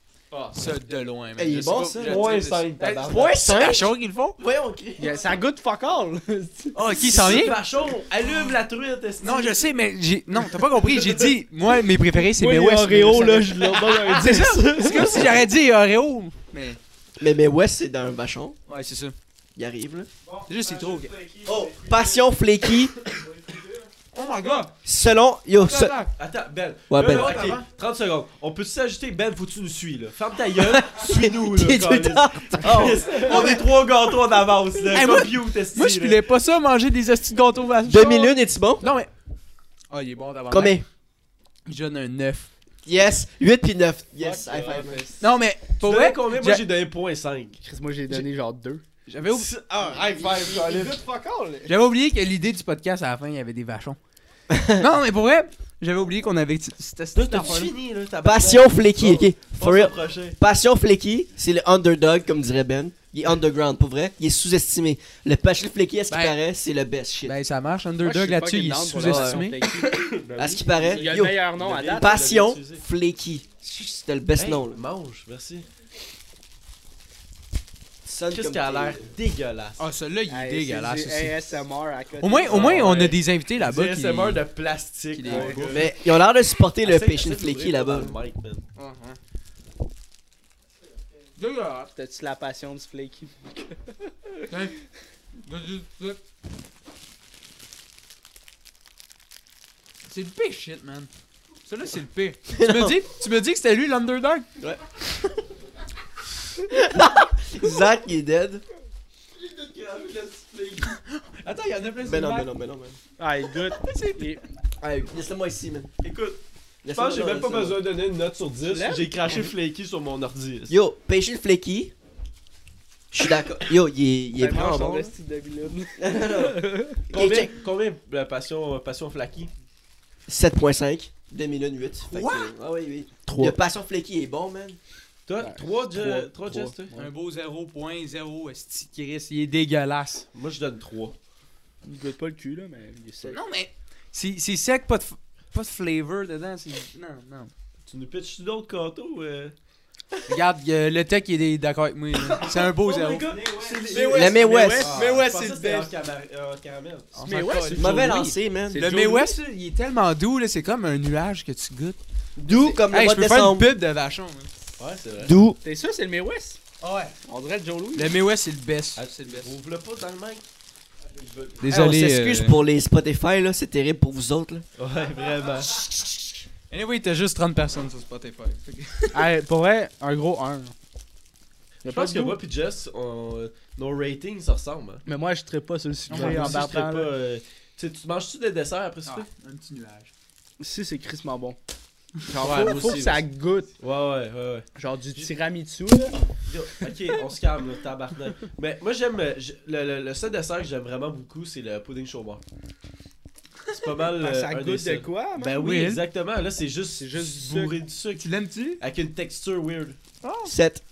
Speaker 3: Ça, de loin, man.
Speaker 2: Hey, il est
Speaker 3: Je
Speaker 2: bon,
Speaker 3: sais
Speaker 2: ça?
Speaker 3: je-
Speaker 1: Moins
Speaker 3: je-
Speaker 1: 5, tabarnak. Ah,
Speaker 2: Point
Speaker 3: C'est la
Speaker 2: 5.
Speaker 3: chose qu'ils font?
Speaker 2: Voyons, Chris.
Speaker 4: Yeah, Ça goûte fuck all.
Speaker 3: Oh, qui s'en vient?
Speaker 1: Vachon, allume la truite, est
Speaker 3: Non, je sais, mais j'ai. Non, t'as pas compris. J'ai dit, moi, mes préférés, c'est
Speaker 4: Moi,
Speaker 3: May
Speaker 4: les
Speaker 3: West.
Speaker 4: Oreo,
Speaker 3: mais ça-
Speaker 4: là, je l'ai pas
Speaker 3: C'est ça. C'est comme si j'aurais dit Oreo. Mais.
Speaker 2: Mais, mais ouais, c'est dans un bachon.
Speaker 3: Ouais, c'est ça.
Speaker 2: Il arrive, là.
Speaker 3: C'est juste, c'est trop.
Speaker 2: Oh, passion flaky.
Speaker 3: Oh my god!
Speaker 2: Selon. Yo, se-
Speaker 1: Attends, Ben.
Speaker 2: Ouais,
Speaker 1: Là,
Speaker 2: Ben.
Speaker 1: là, ok, 30 secondes. On peut s'ajouter, Ben, faut que tu nous suis, là. Ferme ta gueule, suis-nous, là.
Speaker 2: T'es tout le
Speaker 1: câlisse.
Speaker 2: temps en retard.
Speaker 1: Yes, On est trois gâteaux en avance, là.
Speaker 3: Oh. Hey, moi-
Speaker 1: Comme you, t'es
Speaker 3: Moi, je voulais pas ça, manger des hosties de gâteau vachon.
Speaker 2: Demi-lune, es-tu bon?
Speaker 3: Non, mais. Ah, il est bon d'abord.
Speaker 2: Combien?
Speaker 3: Je donne un 9.
Speaker 2: Yes, 8 puis 9. Yes, high five.
Speaker 3: Non, mais. Pour
Speaker 1: vrai
Speaker 3: vrai,
Speaker 1: combien Moi,
Speaker 3: J'ai-
Speaker 1: j'ai donné 0.5.
Speaker 4: Chris, moi, j'ai donné genre 2.
Speaker 3: j'avais oubli-
Speaker 1: Ah, high five,
Speaker 4: Il
Speaker 1: Calis.
Speaker 4: goûte fuck all.
Speaker 3: j'avais oublié que l'idée du podcast, à la fin, il y avait des vachons. non, mais pour vrai, j'avais oublié qu'on avait. C'était
Speaker 1: Là,
Speaker 3: cette
Speaker 1: t'as
Speaker 3: affaire-là.
Speaker 1: fini, là, tabarnak.
Speaker 2: Passion flaky, ok. For real.
Speaker 1: prochain.
Speaker 2: Passion flaky, c'est le underdog, comme dirait Ben. Il est underground, pour vrai. Il est sous-estimé. Le passion flaky, à ce qui
Speaker 3: Ben.
Speaker 2: paraît, c'est le best shit.
Speaker 3: Ben, ça marche.
Speaker 4: Moi, je suis
Speaker 3: Underdog là-dessus,
Speaker 4: fucking
Speaker 3: il est
Speaker 4: down pour
Speaker 3: sous-estimé.
Speaker 4: la version Twinkie. Ben
Speaker 2: à
Speaker 4: oui.
Speaker 2: ce qui paraît,
Speaker 4: Il y a le
Speaker 2: yo,
Speaker 4: meilleur nom à
Speaker 1: Le Ben, meilleur.
Speaker 4: date.
Speaker 2: passion
Speaker 1: Je l'avais utilisé.
Speaker 2: flaky. C'était le best
Speaker 1: Hey,
Speaker 2: nom, là.
Speaker 1: Mange, merci.
Speaker 2: Sonne
Speaker 1: Qu'est-ce
Speaker 2: comme
Speaker 1: qui a
Speaker 2: t'es, là.
Speaker 1: l'air dégueulasse?
Speaker 3: Ah, celui-là, il est
Speaker 4: Hey,
Speaker 3: dégueulasse
Speaker 4: c'est du
Speaker 3: aussi.
Speaker 4: ASMR à côté.
Speaker 3: Au moins, au moins
Speaker 1: Ah,
Speaker 3: on a
Speaker 1: ouais.
Speaker 3: des invités là-bas.
Speaker 1: Du
Speaker 3: qui-
Speaker 1: ASMR de plastique.
Speaker 3: qui les
Speaker 1: mon
Speaker 3: goûte.
Speaker 1: gars.
Speaker 2: Mais ils ont l'air de supporter le
Speaker 1: Essaye-
Speaker 2: patient
Speaker 1: essaye
Speaker 2: flaky
Speaker 1: d'ouvrir pas
Speaker 2: là-bas.
Speaker 1: dans le mic, man.
Speaker 3: ah,
Speaker 4: T'as-tu la passion du flaky?
Speaker 3: C'est le pire shit, man. Celui-là, c'est le pire. tu, me dis, tu me dis que c'était lui l'underdog?
Speaker 2: Zach, il est dead.
Speaker 3: Attends, il y en a plein
Speaker 2: Ben non, ben non, ben non, ben non.
Speaker 4: Ah, il goûte. Il-
Speaker 2: Hey, Laisse-le-moi ici, man.
Speaker 1: Écoute, je
Speaker 2: Laisse-le-moi
Speaker 1: pense que j'ai
Speaker 2: dans-
Speaker 1: même pas
Speaker 2: laisse-le-moi.
Speaker 1: besoin de donner une note sur 10.
Speaker 4: Lève.
Speaker 1: J'ai craché flaky sur mon ordi.
Speaker 2: Yo, patient flaky. Je suis d'accord. Yo, il est, il est
Speaker 4: Ben, mange
Speaker 2: vraiment
Speaker 4: ton
Speaker 2: bon.
Speaker 4: esti de biloune.
Speaker 2: Ok,
Speaker 1: Combien,
Speaker 2: check.
Speaker 1: combien euh, passion, euh, passion flaky
Speaker 2: 7.5. Demi-lune 8. Fait que,
Speaker 3: What?
Speaker 2: ah oui, oui.
Speaker 1: Trois.
Speaker 2: Le passion flaky est bon, man.
Speaker 1: Toi,
Speaker 2: Ben,
Speaker 4: Ouais.
Speaker 1: 3
Speaker 4: Trois,
Speaker 1: Jess,
Speaker 4: trois.
Speaker 1: toi?
Speaker 4: Ouais.
Speaker 3: Un beau 0.0, esti Chris, il est dégueulasse.
Speaker 1: Moi, je donne 3.
Speaker 4: Il goûte pas le cul, là, mais il est sec.
Speaker 3: Non, mais... C'est c'est sec, pas de, f- pas de flavor dedans. c'est- Non, non.
Speaker 1: Tu nous pitches d'autres gâteaux euh?
Speaker 3: Regarde, euh, le tech, il est d'accord avec moi. là. C'est un
Speaker 1: Oh
Speaker 3: beau Ah, 0.
Speaker 1: Mais
Speaker 2: ouais, Mais ouais, ouais,
Speaker 1: Mais ouais,
Speaker 4: c'est le
Speaker 1: c'est
Speaker 4: best.
Speaker 1: en caramel.
Speaker 3: On
Speaker 4: Mais
Speaker 3: s'en
Speaker 4: ouais,
Speaker 3: colle.
Speaker 4: c'est
Speaker 2: Mauvais
Speaker 4: Joey.
Speaker 2: lancé, man.
Speaker 4: C'est
Speaker 3: Le
Speaker 4: Joe
Speaker 3: May
Speaker 4: Louis.
Speaker 3: West, là, il est tellement doux, là, c'est comme un nuage que tu goûtes.
Speaker 2: Doux comme le
Speaker 3: Hey,
Speaker 2: mois
Speaker 3: je
Speaker 2: de
Speaker 3: peux faire une
Speaker 2: décembre.
Speaker 3: pub de vachon. hein.
Speaker 1: Ouais, c'est vrai.
Speaker 2: Doux.
Speaker 4: T'es sûr, c'est le May West?
Speaker 3: Ouais.
Speaker 4: On dirait le Joe Louis.
Speaker 3: Le May West, c'est le best.
Speaker 1: c'est le best. Ouvre-le pas dans le mic.
Speaker 2: Hey, on s'excuse
Speaker 3: euh,
Speaker 2: pour les Spotify, là. C'est terrible pour vous autres, là.
Speaker 1: Ouais, vraiment.
Speaker 3: Anyway, t'as juste 30 personnes sur Spotify.
Speaker 4: Hey, pour vrai, un gros 1.
Speaker 1: Je pense que moi puis Jess, on- nos ratings se ressemblent. hein.
Speaker 4: Mais moi, je traite pas sur le
Speaker 3: Ouais,
Speaker 4: sucré
Speaker 3: moi
Speaker 4: en
Speaker 1: Si je serais
Speaker 4: partant.
Speaker 1: pas,
Speaker 4: là.
Speaker 1: euh, tu sais, tu manges-tu des desserts après ça?
Speaker 3: un petit nuage.
Speaker 4: Si, c'est crissement bon.
Speaker 3: ouais,
Speaker 4: Faut,
Speaker 3: moi
Speaker 4: faut
Speaker 3: aussi,
Speaker 4: que ça goûte.
Speaker 1: Ouais, ouais, ouais, ouais.
Speaker 4: Genre du tiramisu, là.
Speaker 1: Yo, ok, on se calme, là, tabarnak. Mais moi, j'aime. euh, j- Le, le- le seul dessert que j'aime vraiment beaucoup, c'est le pudding chômeur. C'est pas mal.
Speaker 4: Ah,
Speaker 1: euh,
Speaker 4: ça
Speaker 1: un
Speaker 4: goûte
Speaker 1: des
Speaker 4: de
Speaker 1: seuls.
Speaker 4: quoi, man?
Speaker 1: Ben oui,
Speaker 3: Oui.
Speaker 1: exactement. Là, c'est juste,
Speaker 4: C'est juste du
Speaker 1: bourré de sucre.
Speaker 3: Tu l'aimes-tu?
Speaker 1: Avec une texture weird.
Speaker 2: 7.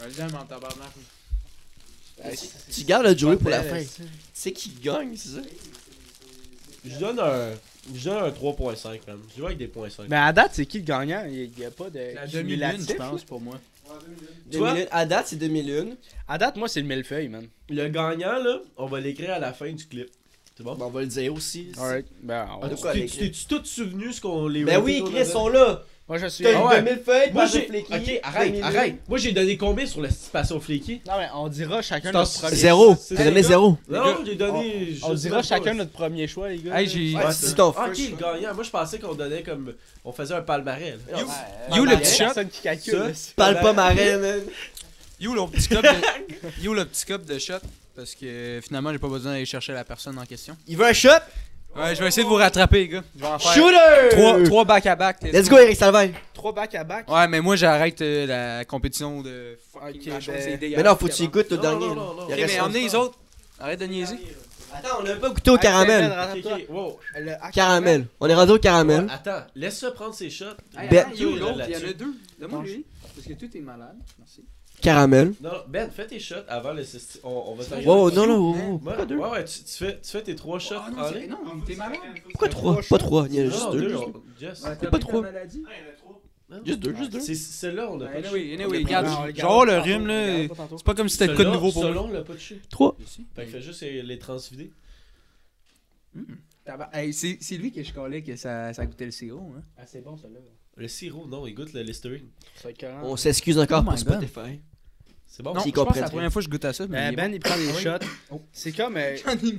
Speaker 5: Un lien, en tabarnak.
Speaker 4: Ben, c'est-
Speaker 2: Tu gardes le Joey pour la
Speaker 4: Ben,
Speaker 2: fin.
Speaker 4: c'est-
Speaker 2: C'est qui gagne, c'est ça?
Speaker 1: Je donne un. Je donne un 3.5, man. Je vais avec des points 5.
Speaker 4: Mais à date, c'est qui le gagnant? Il n'y a pas de.
Speaker 5: La demi-lune,
Speaker 4: cumulatif,
Speaker 5: je
Speaker 4: là.
Speaker 5: pense, pour moi.
Speaker 2: 2001. À date, c'est 2001.
Speaker 4: À date, moi, c'est le millefeuille, man.
Speaker 1: Le gagnant, là, on va l'écrire à la fin du clip. C'est bon?
Speaker 2: Bon, Ben, on va le dire aussi.
Speaker 4: Alright. Ben, on-
Speaker 2: Ah, de
Speaker 1: Tu
Speaker 2: quoi
Speaker 1: t'es-
Speaker 2: l'écrire?
Speaker 1: tu t'es tout souvenu ce qu'on les
Speaker 2: Ben
Speaker 1: rated
Speaker 2: oui,
Speaker 1: qu'on
Speaker 2: Chris,
Speaker 1: avait?
Speaker 2: sont là.
Speaker 4: moi, je suis.
Speaker 2: T'as
Speaker 1: Ah
Speaker 2: eu
Speaker 1: ouais.
Speaker 2: 2000 feuilles,
Speaker 1: Moi
Speaker 2: par
Speaker 1: j'ai.
Speaker 2: de fléquille,
Speaker 1: Ok, arrête,
Speaker 2: 2001.
Speaker 1: arrête. Moi j'ai donné combien sur la station fléquille
Speaker 4: Non, mais on dira chacun
Speaker 1: T'en-
Speaker 4: notre premier
Speaker 2: Zéro.
Speaker 1: C'est-
Speaker 2: T'as donné
Speaker 1: c'est-
Speaker 2: zéro.
Speaker 1: Non, j'ai donné. je
Speaker 4: On
Speaker 1: sais
Speaker 4: dira
Speaker 1: pas,
Speaker 4: chacun
Speaker 1: ouais.
Speaker 4: notre premier choix, les gars.
Speaker 3: Hey, j'ai.
Speaker 1: Ouais,
Speaker 2: c'est
Speaker 1: c'est
Speaker 2: ton
Speaker 1: Ah, Ok,
Speaker 2: first hein.
Speaker 1: le gagnant. Moi je pensais qu'on donnait comme. On faisait un palmarès. là. Ah,
Speaker 3: You, le petit
Speaker 4: petit
Speaker 3: shot.
Speaker 4: Personne qui calcule.
Speaker 1: Ça,
Speaker 4: là.
Speaker 2: Parle pas marraine, man.
Speaker 3: You, le petit cup de. You, le petit cup de shot. Parce que finalement, j'ai pas besoin d'aller chercher la personne en question.
Speaker 2: Il veut un shot?
Speaker 3: Ouais, je vais essayer de vous rattraper, les gars. Je vais en faire.
Speaker 2: Shooter!
Speaker 3: Trois, trois back-à-back. t'es
Speaker 2: Let's
Speaker 3: sûr.
Speaker 2: go, Eric Salvaille.
Speaker 4: Trois back à back.
Speaker 3: Ouais, mais moi, j'arrête euh, la compétition de.
Speaker 4: Ok,
Speaker 3: machin,
Speaker 4: ben-
Speaker 3: c'est dégueulasse.
Speaker 2: Mais non, faut que tu écoutes le
Speaker 1: Non,
Speaker 2: dernier.
Speaker 1: non,
Speaker 2: là.
Speaker 1: non, non.
Speaker 2: Il
Speaker 3: Ok,
Speaker 2: reste
Speaker 3: mais
Speaker 2: un.
Speaker 3: emmenez les autres. Arrête de niaiser.
Speaker 2: Attends, on l'a pas goûté au caramel.
Speaker 1: ah, Ok, ok, wow.
Speaker 4: Le hack
Speaker 2: Caramel. On est rendu au
Speaker 1: Ouais,
Speaker 2: caramel.
Speaker 1: Attends, laisse-le prendre ses shots.
Speaker 5: Hey,
Speaker 2: Ben-
Speaker 5: attends, yo,
Speaker 1: Là,
Speaker 5: l'autre, il y en
Speaker 1: là-dessus.
Speaker 5: a deux. Donne-moi lui. Parce que tout est malade. Merci.
Speaker 2: Caramel.
Speaker 1: Non, non, Ben, fais tes shots avant le. sesti- On, on va t'en
Speaker 2: Wow, non, non, wow.
Speaker 1: Ouais, ouais, ouais, tu, tu fais, tu fais tes trois shots
Speaker 5: Ah
Speaker 1: en
Speaker 5: non, c'est-
Speaker 1: ligne.
Speaker 5: non, t'es malade.
Speaker 2: Pourquoi trois? Pas trois, il y en a
Speaker 1: Non,
Speaker 2: juste
Speaker 1: non,
Speaker 2: deux.
Speaker 1: deux, on- Jess.
Speaker 5: Ouais, t'as
Speaker 2: pas
Speaker 5: pris
Speaker 2: trois.
Speaker 5: ta maladie.
Speaker 1: Non, non.
Speaker 2: Juste deux, juste deux.
Speaker 1: Ah, C'est celle-là, on a pas de
Speaker 3: Anyway,
Speaker 1: chute.
Speaker 3: anyway,
Speaker 1: On a
Speaker 3: regarde.
Speaker 1: pas de
Speaker 4: on le
Speaker 3: je vais avoir le
Speaker 4: garde.
Speaker 3: rhume,
Speaker 4: On le
Speaker 3: là.
Speaker 4: garde pas tantôt.
Speaker 3: C'est pas comme si c'était le
Speaker 1: Celle-là,
Speaker 3: cas de nouveau pour moi.
Speaker 1: Selon, on l'a pas de chute.
Speaker 2: Trois.
Speaker 1: Fait que fais juste les les transvider.
Speaker 3: Tabar- Hey, c'est c'est lui qui chialait que ça, ça goûtait le sirop. Hein.
Speaker 4: Ah, c'est bon, celui-là.
Speaker 1: Le sirop, non, il goûte le Listerine.
Speaker 4: Ça va être carré.
Speaker 2: On s'excuse encore
Speaker 3: Oh
Speaker 2: pour
Speaker 3: my God.
Speaker 2: Spotify.
Speaker 1: C'est bon?
Speaker 3: Non,
Speaker 2: S'ils
Speaker 3: je pense que c'est la
Speaker 2: comprennent.
Speaker 3: première fois que je goûte à ça.
Speaker 2: Oh,
Speaker 3: Mais
Speaker 4: Euh, Ben, il prend des shots.
Speaker 3: Oh.
Speaker 4: C'est comme euh,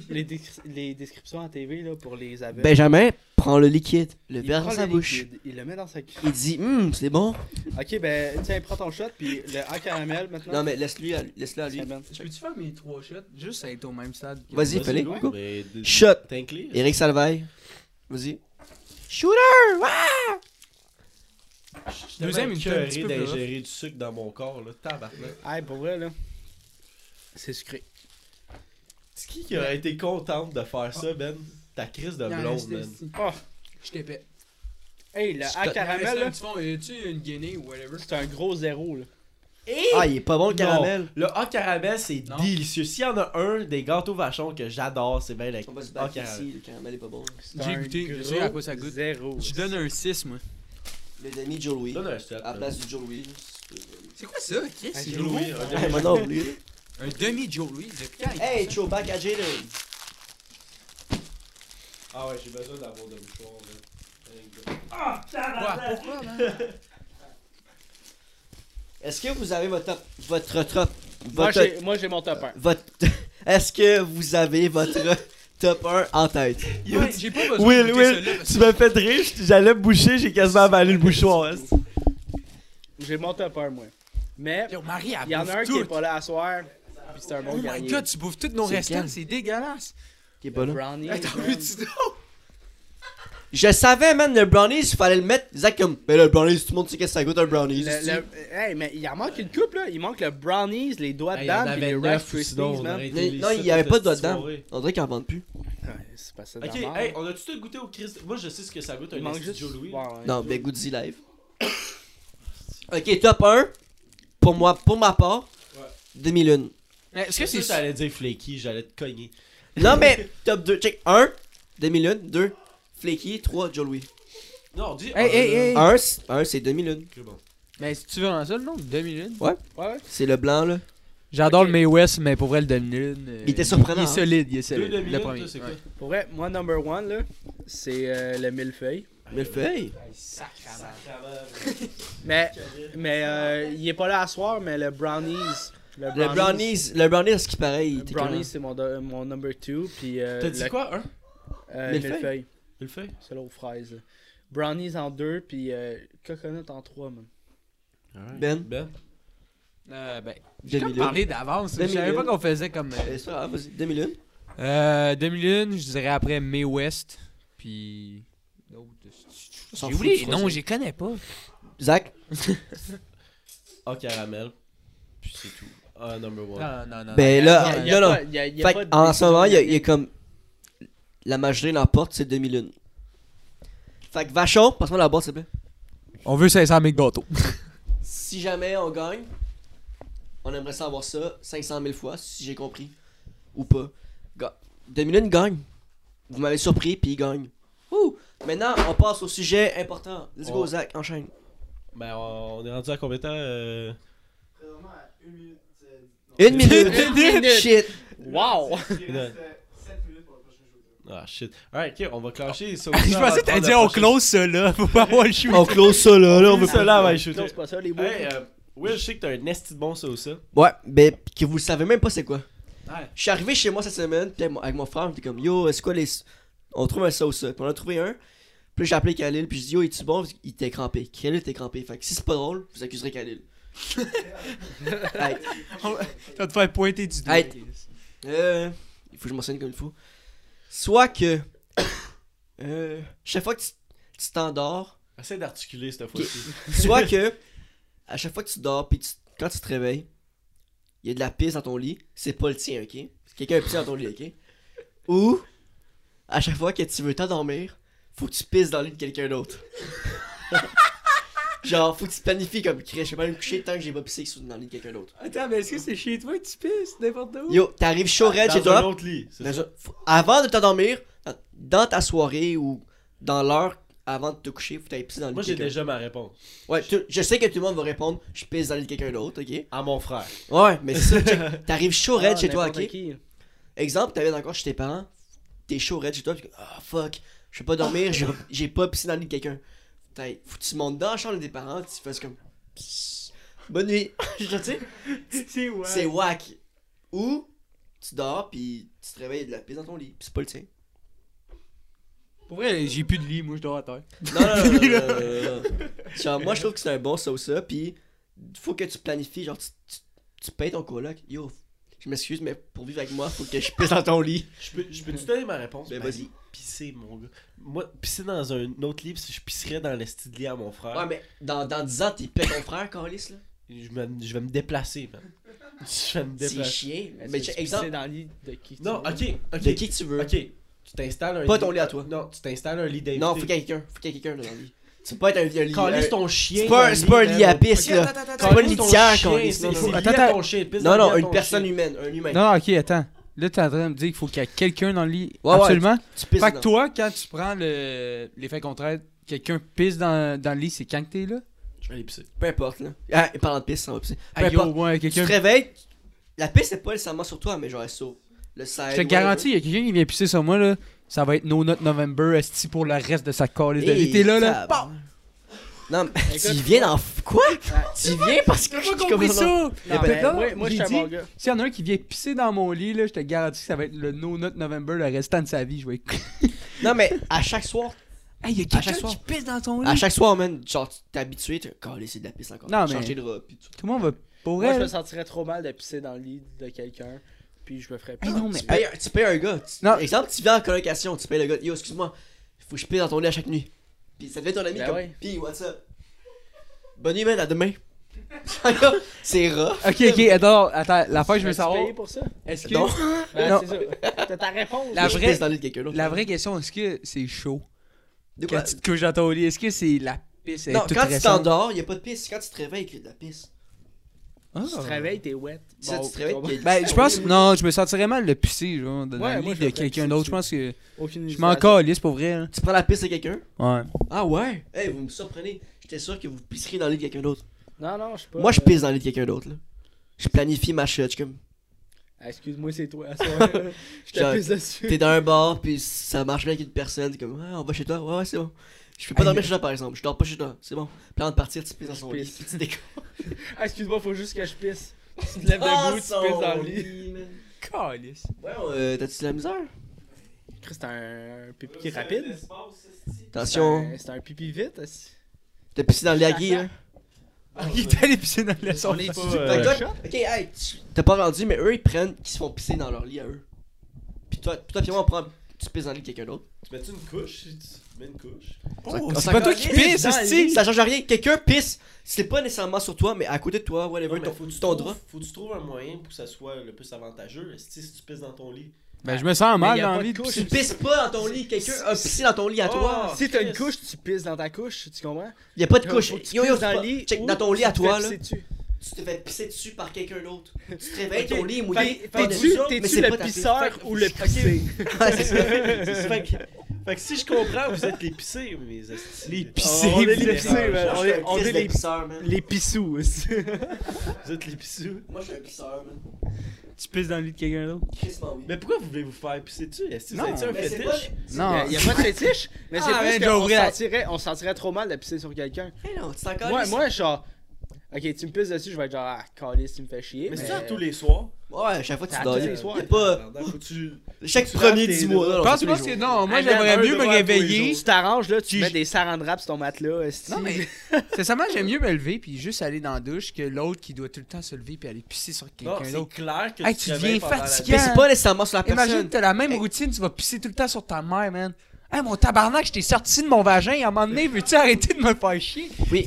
Speaker 4: les, descri- les descriptions en TV là, pour
Speaker 2: Ben,
Speaker 4: les aveugles.
Speaker 2: Benjamin prend le liquide, le
Speaker 4: Il
Speaker 2: verre dans
Speaker 4: prend
Speaker 2: sa
Speaker 4: le
Speaker 2: bouche.
Speaker 4: liquide, Il le met dans sa cuisse.
Speaker 2: Il dit, hum, c'est bon.
Speaker 4: Ok, ben, tiens, prends ton shot, puis le hack caramel maintenant.
Speaker 2: Non, mais laisse-lui, à- laisse-le à lui.
Speaker 4: Tiens, Ben.
Speaker 5: Je peux-tu faire mes trois shots?
Speaker 3: Juste être au même stade.
Speaker 2: Vas-y, fallait.
Speaker 1: ouais,
Speaker 2: Go.
Speaker 1: mais d-
Speaker 2: Shot.
Speaker 1: T'inclines?
Speaker 2: Eric Salvaille. Vas-y. Shooter!
Speaker 1: Je suis tellement
Speaker 3: Deuxième, une
Speaker 1: écoeuré
Speaker 3: un petit peu plus rough.
Speaker 1: d'ingérer du sucre dans mon corps, là. Tabarnak.
Speaker 4: Hey, pour vrai, là. C'est sucré.
Speaker 1: C'est qui qui aurait été contente de faire ça, Ben? Ta crise de
Speaker 5: Il en
Speaker 1: blonde,
Speaker 5: reste
Speaker 1: Ben.
Speaker 5: ici.
Speaker 4: Oh,
Speaker 5: Je t'ai pète.
Speaker 4: hey, le hack
Speaker 5: Caramel,
Speaker 4: caramel, là,
Speaker 5: là. Tu une guinée ou whatever?
Speaker 4: c'est un gros zéro, là.
Speaker 2: Ah, il est pas bon le
Speaker 1: Non.
Speaker 2: caramel.
Speaker 1: Le A caramel, c'est
Speaker 5: Non.
Speaker 1: délicieux. S'il y en a un des gâteaux vachons que j'adore, c'est bien le
Speaker 2: On va se
Speaker 1: A
Speaker 2: battre
Speaker 1: Ah, caramel.
Speaker 2: ici, le caramel est pas bon.
Speaker 4: C'est
Speaker 3: J'ai
Speaker 4: un
Speaker 3: goûté, je
Speaker 4: gros
Speaker 3: sais à quoi ça goûte.
Speaker 4: Zéro.
Speaker 3: Je donne un 6, moi.
Speaker 2: Le demi Joe Louis.
Speaker 1: Donne un shot.
Speaker 2: À la place du Joe Louis.
Speaker 3: C'est quoi ça? Chris?
Speaker 4: Un
Speaker 3: C'est
Speaker 4: Joe
Speaker 3: gros?
Speaker 1: Oui, un
Speaker 2: Hey, mon oncle, lui.
Speaker 3: Un demi Joe Louis. Depuis quand il
Speaker 2: Hey,
Speaker 3: fait ça?
Speaker 2: Joe, back à Jalen.
Speaker 1: Ah ouais, j'ai besoin d'avoir de mouchoir, là.
Speaker 3: Pourquoi? Pourquoi, man?
Speaker 2: Est-ce que vous avez votre top, votre top,
Speaker 4: Moi,
Speaker 2: votre,
Speaker 4: j'ai- Moi, j'ai mon top 1.
Speaker 2: votre, est-ce que vous avez votre top 1 en tête?
Speaker 3: Ouais, J'ai pas besoin
Speaker 1: Will,
Speaker 3: de goûter
Speaker 1: Will,
Speaker 3: celle-là, parce
Speaker 1: Tu m'as fait rire, j'allais boucher, j'ai quasiment avalé le bouchoir. hein.
Speaker 4: J'ai mon top 1, moi. Mais,
Speaker 3: que- Yo, Marie, elle
Speaker 4: il y en
Speaker 3: bouffe
Speaker 4: a un qui
Speaker 3: tout.
Speaker 4: est pas là à soir, puis c'est un
Speaker 3: Oh
Speaker 4: bon
Speaker 3: my
Speaker 4: dernier.
Speaker 3: god, tu bouffes tous nos
Speaker 2: C'est
Speaker 3: restants,
Speaker 2: calme.
Speaker 3: c'est dégueulasse.
Speaker 2: Qui est pas là.
Speaker 4: Brownie.
Speaker 3: Hey, T'as
Speaker 4: man.
Speaker 3: vu, tu
Speaker 2: Je savais, man, le brownies, il fallait le mettre. Zach, comme, mais le brownies, tout le monde sait qu'est-ce que ça goûte un brownies.
Speaker 4: Le-
Speaker 2: c'est-tu?
Speaker 4: le- Hey, mais il en manque une coupe, là. Il manque le brownies, les doigts
Speaker 1: Hey,
Speaker 4: de
Speaker 1: il y en
Speaker 4: dame, puis
Speaker 1: avait
Speaker 4: les
Speaker 1: neuf
Speaker 4: Rice
Speaker 1: ou sinon,
Speaker 4: Krispies,
Speaker 1: on
Speaker 4: man.
Speaker 1: aurait
Speaker 2: Mais
Speaker 1: été les
Speaker 2: non,
Speaker 1: sept
Speaker 2: il y avait
Speaker 1: de
Speaker 2: pas de
Speaker 1: cette
Speaker 2: dedans.
Speaker 1: soirée.
Speaker 2: On dirait qu'ils en vendent plus.
Speaker 4: Ouais, C'est pas ça de
Speaker 1: Ok,
Speaker 4: la merde.
Speaker 1: hey, on a-tu tout goûté au Christ... Moi, je sais ce que ça goûte,
Speaker 4: Il
Speaker 1: un
Speaker 4: manque
Speaker 1: esti de
Speaker 4: juste...
Speaker 1: Joe Louis.
Speaker 4: Ouais, ouais.
Speaker 2: Non, mais Goody Live. ok, top 1. Pour moi, pour ma part,
Speaker 1: Ouais.
Speaker 2: demi-lune.
Speaker 3: Mais Est-ce que
Speaker 1: C'est
Speaker 3: c'est
Speaker 1: ça, j'allais dire flaky, j'allais te cogner.
Speaker 2: Non, mais top 2, check. 1, demi-lune. 2, Flaky. 3, Joe Louis.
Speaker 1: Non, dis.
Speaker 3: Hey,
Speaker 1: Ah,
Speaker 3: hey,
Speaker 1: là.
Speaker 3: hey.
Speaker 2: 1, c'est demi-lune.
Speaker 1: Ok, bon.
Speaker 3: Mais si tu veux un seul, non? Demi-lune.
Speaker 4: Ouais, ouais.
Speaker 2: C'est le blanc, là.
Speaker 3: J'adore
Speaker 1: Ok.
Speaker 3: le May West, mais pour vrai, le demi-lune. euh,
Speaker 2: Il était surprenant,
Speaker 3: Il est
Speaker 2: hein.
Speaker 3: solide, il est
Speaker 1: Deux
Speaker 3: solide.
Speaker 1: demi
Speaker 3: Le premier.
Speaker 1: toi, c'est quoi
Speaker 3: ouais.
Speaker 4: Pour vrai, moi, number one, là, c'est euh, le millefeuille.
Speaker 2: Mais le feuille.
Speaker 4: Mais, mais euh, il est pas là à soir, mais le brownies. Le
Speaker 2: Le brownies, le brownies, ce qui paraît, il
Speaker 4: Le
Speaker 2: était
Speaker 4: brownies, c'est mon, do- mon number two. Puis, euh,
Speaker 1: T'as dit
Speaker 4: le-
Speaker 1: quoi, un
Speaker 4: euh,
Speaker 2: Millefeuille?
Speaker 4: millefeuille.
Speaker 1: Il le fait
Speaker 4: C'est là aux fraises. là. Brownies en deux, puis euh, coconut en trois, man.
Speaker 2: Ben.
Speaker 1: Ben.
Speaker 3: Euh, ben, j'ai comme
Speaker 2: demi-lune.
Speaker 3: parlé d'avance. Je savais pas
Speaker 2: Demi-lune.
Speaker 3: qu'on faisait comme. euh,
Speaker 2: Euh, c'est pas grave, vas-y, demi-lune.
Speaker 3: Euh, demi-lune, je dirais après May West, puis. d'autres. J'ai
Speaker 2: S'en
Speaker 3: oublié.
Speaker 2: fout du
Speaker 3: Non,
Speaker 2: troisième.
Speaker 3: je les connais pas.
Speaker 2: Zach.
Speaker 1: A caramel. Puis c'est tout. Ah, number one.
Speaker 3: Non, non, non.
Speaker 2: Ben
Speaker 3: non,
Speaker 2: là,
Speaker 3: non,
Speaker 4: Y a
Speaker 2: non, non.
Speaker 4: pas- y a- y a
Speaker 2: Fait
Speaker 4: pas
Speaker 2: que,
Speaker 4: de
Speaker 2: en ce
Speaker 4: décision
Speaker 2: moment, il y, a-
Speaker 4: unanime.
Speaker 2: il y a comme la majorité l'emporte, c'est demi-lune. Fait que Vachon, passe-moi la boîte, s'il te plaît.
Speaker 3: On veut 500 000 gâteaux.
Speaker 2: Si jamais on gagne, on aimerait ça avoir ça 500 000 fois, si j'ai compris. Ou pas. Ga- demi-lune gagne. Vous m'avez surpris, puis il gagne. Ouh! Maintenant, on passe au sujet important. Let's go,
Speaker 1: On-
Speaker 2: Zach, enchaîne.
Speaker 1: Ben, on on est rendu à combien de temps euh,
Speaker 2: Une minute!
Speaker 4: Une minute.
Speaker 2: Shit!
Speaker 4: Wow!
Speaker 1: une- Ah shit. Alright, ok, on va clencher ça
Speaker 3: Je pensais que t'allais dire on close ça là. Faut pas avoir le chou.
Speaker 2: On close ça là, là, on veut
Speaker 1: ça là, ouais, je
Speaker 4: Close pas ça, les boys.
Speaker 1: Hey, euh, Will, je sais que t'as un esti de bon hein. ça ou ça.
Speaker 2: Ouais, ben, que vous le savez même pas c'est quoi.
Speaker 5: Ouais.
Speaker 2: Je suis arrivé chez moi cette semaine, puis avec mon- avec mon frère, j'étais comme, yo, c'est quoi les. On trouve un ça ou ça. Puis on a trouvé un. Puis j'ai appelé Khalil, puis je dis, yo, es-tu bon? Il était crampé. Khalil était crampé. Fait que si c'est pas drôle, vous accuserez Khalil. hey,
Speaker 3: T'as te faire pointer du doigt.
Speaker 2: hey, euh, il faut que je m'enseigne comme il faut. Soit que. euh, chaque fois que tu- tu t'endors,
Speaker 1: Essaye d'articuler cette fois-ci.
Speaker 2: Soit que, à chaque fois que tu dors, puis tu- quand tu te réveilles, il y a de la pisse dans ton lit, c'est pas le tien, ok? Quelqu'un a pissé dans ton lit, ok? Ou, à chaque fois que tu veux t'endormir, faut que tu pisses dans le lit de quelqu'un d'autre. Genre, faut que tu planifies comme crèche, je vais pas aller me coucher tant que j'ai pas pissé sous- dans le lit de quelqu'un d'autre.
Speaker 5: Attends, mais est-ce que c'est chez toi que tu pisses n'importe où?
Speaker 2: Yo, t'arrives chaud raide chez
Speaker 1: Dans un
Speaker 2: toi,
Speaker 1: autre lit. c'est
Speaker 2: dans
Speaker 1: ça.
Speaker 2: un- faut- avant de t'endormir, dans- dans ta soirée ou dans l'heure avant de te coucher, faut que t'ailles pisser dans le
Speaker 1: Moi,
Speaker 2: lit de
Speaker 1: j'ai
Speaker 2: quelqu'un.
Speaker 1: déjà ma réponse.
Speaker 2: Ouais, tu- je sais que tout le monde va répondre, je pisse dans le lit de quelqu'un d'autre, ok?
Speaker 1: À mon frère.
Speaker 2: Ouais, mais c'est ça, check. T'arrives chaud raide
Speaker 4: Ah,
Speaker 2: chez toi,
Speaker 4: n'importe
Speaker 2: ok?
Speaker 4: qui.
Speaker 2: Exemple, t'habites encore chez tes parents, t'es chaud raide chez toi, pis ah fuck, je peux pas dormir, j'ai- j'ai pas pissé dans le lit de quelqu'un. Putain, faut que tu montes dans la chambre des parents, tu fasses comme. Psst, Bonne nuit! Je te dis,
Speaker 5: C'est ouais.
Speaker 2: c'est hein? whack. Ou, tu dors, pis tu te réveilles, il y a de la pisse dans ton lit, pis c'est pas le tien.
Speaker 3: Pour vrai, j'ai plus de lit, moi je dors à terre.
Speaker 2: Non, non, non, non, non, non, non, non. Genre, moi, je trouve que c'est un bon ça ou ça, puis faut que tu planifies, genre, tu, tu, tu payes ton coloc. Yo, je m'excuse, mais pour vivre avec moi, faut que je pisse dans ton lit.
Speaker 1: Je peux, je peux te donner ma réponse?
Speaker 2: Ben,
Speaker 1: Ben,
Speaker 2: vas-y.
Speaker 1: Pisser, mon gars. Moi, pisser dans un autre lit, si je pisserais dans l'esti de lit à mon frère,
Speaker 2: Ouais, mais dans, dans 10 ans, t'es pas ton frère, Carlis, là.
Speaker 1: je, me- je vais me déplacer, man. Je vais me
Speaker 2: C'est
Speaker 1: déplacer.
Speaker 2: chiant.
Speaker 4: Est-ce
Speaker 2: Mais
Speaker 4: que
Speaker 2: check,
Speaker 4: tu
Speaker 2: exemple,
Speaker 4: sais dans le lit de qui tu
Speaker 1: Non,
Speaker 4: veux?
Speaker 1: ok, ok.
Speaker 2: de qui que tu veux.
Speaker 1: Ok, tu t'installes un
Speaker 2: Pas
Speaker 1: lit-
Speaker 2: ton lit à toi.
Speaker 1: Non, tu t'installes un lit d'invité.
Speaker 2: Non, faut qu'il y ait quelqu'un. Faut qu'il y ait quelqu'un dans le lit. Tu peux pas être un vieux lit.
Speaker 1: Calisse
Speaker 2: euh,
Speaker 1: ton chien.
Speaker 2: C'est pas, un-
Speaker 1: dans
Speaker 2: c'est
Speaker 1: le
Speaker 2: pas un
Speaker 1: man.
Speaker 2: lit à pisse,
Speaker 1: Ok,
Speaker 2: là.
Speaker 1: attends, attends,
Speaker 2: C'est pas une
Speaker 1: calisse ton
Speaker 2: litière,
Speaker 1: chien,
Speaker 2: Calisse,
Speaker 1: c'est-
Speaker 2: non,
Speaker 1: c'est
Speaker 2: non.
Speaker 1: lié à
Speaker 3: Attends,
Speaker 1: ton chien, pisse dans
Speaker 2: Non,
Speaker 1: le lit
Speaker 2: non,
Speaker 1: à
Speaker 2: une
Speaker 1: ton
Speaker 2: personne
Speaker 1: chien.
Speaker 2: humaine, un humain.
Speaker 3: Non, non, ok, attends. Là, t'es en train de me dire qu'il faut qu'il y ait quelqu'un dans le lit.
Speaker 2: Ouais, ouais.
Speaker 3: Absolument.
Speaker 2: Tu pisses
Speaker 3: Fait que
Speaker 2: dans-
Speaker 3: toi, quand tu prends le- l'effet contraire, quelqu'un pisse dans, dans le lit, c'est quand que t'es là?
Speaker 1: Je vais aller pisser.
Speaker 2: Peu importe, là. Ah, et parlant de pisse, ça va pisser. Peu
Speaker 3: Ah, yo,
Speaker 2: importe.
Speaker 3: ouais,
Speaker 2: Tu te
Speaker 3: quelqu'un.
Speaker 2: réveilles, la piste n'est pas nécessairement sur toi, mais genre elle est sur le side.
Speaker 3: Je te garantis, il y a quelqu'un qui vient pisser sur moi, là. Ça va être No Not November, esti pour le reste de sa calice de vie. T'es là, là. Bon.
Speaker 2: Non, mais tu
Speaker 4: Écoute.
Speaker 2: viens dans. f- Quoi Tu viens parce que
Speaker 3: J'ai
Speaker 2: je
Speaker 3: pas compris ça!
Speaker 4: Non,
Speaker 3: Mais
Speaker 4: mais
Speaker 3: là,
Speaker 4: moi, moi,
Speaker 3: j'ai
Speaker 4: je suis un
Speaker 3: dit-
Speaker 4: bon gars.
Speaker 3: S'il y en a un qui vient pisser dans mon lit, là, je te garantis que ça va être le No Not November le restant de sa vie. Je vais écouter.
Speaker 2: Non, mais à chaque soir,
Speaker 3: Hey, il y a
Speaker 2: À chaque
Speaker 3: quelqu'un qui
Speaker 2: soir.
Speaker 3: pisse dans ton lit.
Speaker 2: à chaque soir, man, genre tu t'es habitué, tu calé, c'est de la pisse encore.
Speaker 3: Non, mais-
Speaker 2: Changer de robe. puis tout.
Speaker 3: Tout le monde va. Pour
Speaker 4: Moi, je
Speaker 3: vrai.
Speaker 4: me
Speaker 3: là.
Speaker 4: sentirais trop mal de pisser dans le lit de quelqu'un, puis je me ferais
Speaker 3: Hey,
Speaker 4: peur.
Speaker 3: non, mais.
Speaker 2: Tu payes, un- tu payes un gars. Tu-
Speaker 3: Non.
Speaker 2: Exemple, tu viens en colocation, tu payes le gars. Yo, excuse-moi, faut que je pisse dans ton lit à chaque nuit. Puis ça devient ton ami
Speaker 4: Ben
Speaker 2: comme.
Speaker 4: ouais.
Speaker 2: Puis what's up Bonne nuit, man, à demain. c'est rough.
Speaker 3: Ok, ok, alors, attends, la fois, je veux
Speaker 4: Vas-tu
Speaker 3: savoir.
Speaker 4: payer pour ça?
Speaker 3: Est-ce que.
Speaker 2: Non,
Speaker 4: Ben,
Speaker 3: Non.
Speaker 4: c'est ça. T'as ta réponse.
Speaker 3: La
Speaker 2: je
Speaker 3: vraie-
Speaker 2: pisse dans le lit de quelqu'un d'autre.
Speaker 3: La vraie question, est-ce que c'est chaud?
Speaker 2: De
Speaker 3: Quand
Speaker 2: quoi
Speaker 3: tu te couches dans ton lit, est-ce que c'est la pisse? elle est
Speaker 2: Non,
Speaker 3: toute
Speaker 2: quand tu
Speaker 3: récente?
Speaker 2: t'endors, y a pas de pisse. Quand tu te réveilles, il y a de la pisse.
Speaker 3: Ah.
Speaker 4: Tu te réveilles, t'es wet.
Speaker 2: Tu sais,
Speaker 4: Bon,
Speaker 2: tu te réveilles,
Speaker 4: bon,
Speaker 2: qu'il y a-
Speaker 3: Ben, je pense, non, je me sentirais mal de pisser, genre, dans
Speaker 4: Ouais,
Speaker 3: le lit
Speaker 4: moi, je
Speaker 3: de
Speaker 4: me ferais
Speaker 3: quelqu'un
Speaker 4: pisser
Speaker 3: d'autre.
Speaker 4: dessus.
Speaker 3: Je pense que
Speaker 4: Aucune
Speaker 3: je
Speaker 4: hésitation.
Speaker 3: m'en calisse pour vrai. hein.
Speaker 2: Tu prends la pisse à quelqu'un
Speaker 3: Ouais.
Speaker 2: Ah ouais Hey, vous me surprenez. J'étais sûr que vous pisserez dans le lit de quelqu'un d'autre.
Speaker 4: Non, non, je suis pas.
Speaker 2: Moi, je
Speaker 4: euh,
Speaker 2: pisse dans le lit de quelqu'un d'autre, là. Je planifie ma shot. je suis comme.
Speaker 4: ah, Excuse-moi, c'est toi. à ce soir. Je
Speaker 2: Genre,
Speaker 4: te pisse dessus.
Speaker 2: T'es dans un bar, puis ça marche bien avec une personne. T'es comme, ah, on va chez toi. Ouais, ouais, c'est bon. Je peux pas
Speaker 3: Hey,
Speaker 2: dormir
Speaker 3: mais-
Speaker 2: chez toi, par exemple. Je dors pas chez toi. C'est bon. Puis avant de partir, tu pisses dans son
Speaker 4: Je
Speaker 2: lit.
Speaker 4: pisse.
Speaker 2: puis Tu décolles.
Speaker 4: Ah, Excuse-moi, faut juste que je pisse. Tu te lèves debout, tu pisses
Speaker 2: Ah,
Speaker 4: dans le lit.
Speaker 3: Calisse.
Speaker 2: Ouais, euh, t'as-tu de la misère
Speaker 4: Chris, t'as un un pipi qui est rapide. C'est
Speaker 2: Attention.
Speaker 4: un- c'est un pipi vite. est-ce-
Speaker 2: T'as pissé dans le lagui, là.
Speaker 1: Ah,
Speaker 3: Ah, Il est allé pisser dans le son.
Speaker 1: On est pas,
Speaker 2: Fait
Speaker 1: euh,
Speaker 2: que toi, ok, hey, tu- t'as pas rendu, mais eux ils prennent, qui se font pisser dans leur lit à eux. Puis toi, toi, puis moi, on prend, tu pisses dans le lit de quelqu'un d'autre.
Speaker 1: Tu mets-tu une couche? si Tu mets une couche?
Speaker 3: Oh,
Speaker 2: Ça-
Speaker 3: c'est pas toi qui
Speaker 2: ça-
Speaker 3: pisse,
Speaker 2: dans le lit,
Speaker 3: esti.
Speaker 2: Ça change rien, quelqu'un pisse, c'est pas nécessairement sur toi, mais à côté de toi,
Speaker 1: Non,
Speaker 2: whatever,
Speaker 1: mais
Speaker 2: ton,
Speaker 1: faut que tu
Speaker 2: ton
Speaker 1: trouves-
Speaker 2: drap.
Speaker 1: Faut que tu trouves un moyen pour que ça soit le plus avantageux. Si, si tu pisses dans ton lit,
Speaker 3: Ben, je me sens mal
Speaker 4: y a
Speaker 3: dans la
Speaker 4: pas de
Speaker 3: vie.
Speaker 4: couche.
Speaker 3: puis-
Speaker 2: Tu pisses pas dans ton lit, quelqu'un a pissé dans ton lit à
Speaker 4: Oh.
Speaker 2: toi.
Speaker 4: Si t'as une
Speaker 1: Chris.
Speaker 4: couche, tu pisses dans ta couche, tu comprends?
Speaker 2: Y a pas de couche.
Speaker 4: Faut que tu
Speaker 2: Yo, yo,
Speaker 4: pisses
Speaker 2: c'est pas- check, dans ton lit à toi, là.
Speaker 4: T'es tu
Speaker 2: Tu te fais pisser dessus par quelqu'un d'autre. Tu te réveilles,
Speaker 4: Ok,
Speaker 2: ton lit est
Speaker 4: Fait-
Speaker 2: mouillé.
Speaker 4: fait- t'es-tu- t'es-tu le pisseur ou le pissé?
Speaker 1: fait, que, fait que si je comprends, vous êtes les pissés, mes Ah, estis.
Speaker 4: Les
Speaker 1: pissés,
Speaker 4: on est
Speaker 1: vous
Speaker 4: les
Speaker 1: êtes-
Speaker 4: pissés, man. On est-
Speaker 2: On
Speaker 4: On est
Speaker 2: des
Speaker 4: les-
Speaker 2: pisseurs, man.
Speaker 4: les pissous aussi.
Speaker 1: Vous êtes les pissous.
Speaker 2: Moi, je suis un pisseur, man.
Speaker 3: Tu pisses dans le lit de quelqu'un d'autre.
Speaker 2: Chris m'en oui. Ah,
Speaker 1: Mais pourquoi vous voulez vous faire pisser dessus? Est-ce que
Speaker 3: Non.
Speaker 1: c'est un
Speaker 2: Mais c'est
Speaker 1: fétiche?
Speaker 2: pas.
Speaker 3: Non.
Speaker 4: Il y a pas de fétiche, mais c'est
Speaker 3: Ah,
Speaker 4: plus
Speaker 3: man,
Speaker 4: qu'on
Speaker 3: j'ouvrais la-
Speaker 4: sentirait, on sentirait trop mal de pisser sur quelqu'un.
Speaker 2: Hey, non, tu t'en calisses.
Speaker 4: Moi, moi, genre... Ok, tu me pisses dessus, je vais être genre, ah, calice, tu me fais chier.
Speaker 1: Mais c'est
Speaker 4: mais-
Speaker 1: ça tous les soirs. Euh,
Speaker 2: Ouais, chaque fois que tu
Speaker 4: T'as
Speaker 2: dors.
Speaker 4: tous les
Speaker 2: y a-
Speaker 4: soirs.
Speaker 2: y a pas.
Speaker 1: Faut-tu.
Speaker 2: Chaque
Speaker 1: Tu
Speaker 2: premier
Speaker 1: rates tes
Speaker 2: 10 mois,
Speaker 1: doigts.
Speaker 2: là.
Speaker 3: Pense pas que non, moi
Speaker 4: Hey, man,
Speaker 3: j'aimerais
Speaker 1: un
Speaker 3: mieux
Speaker 1: de
Speaker 3: me
Speaker 1: rap tous les
Speaker 3: réveiller.
Speaker 4: Tu t'arranges là, tu
Speaker 3: Tu-
Speaker 4: mets des saran wraps sur ton matelas. esti.
Speaker 3: Non, mais c'est seulement j'aime mieux me lever puis juste aller dans la douche que l'autre qui doit tout le temps se lever puis aller pisser sur
Speaker 1: Non,
Speaker 3: quelqu'un
Speaker 1: c'est
Speaker 3: d'autre.
Speaker 1: clair que
Speaker 3: Hey,
Speaker 1: tu
Speaker 3: tu
Speaker 1: te
Speaker 3: deviens
Speaker 1: réveilles pendant la
Speaker 3: fatigué.
Speaker 2: Mais c'est pas nécessairement sur la
Speaker 3: Imagine,
Speaker 2: personne.
Speaker 3: t'as la même routine, tu vas pisser tout le temps sur ta mère, man. Hey, mon tabarnak, je t'ai sorti de mon vagin, à un moment donné, veux-tu arrêter de me faire chier?
Speaker 2: Oui.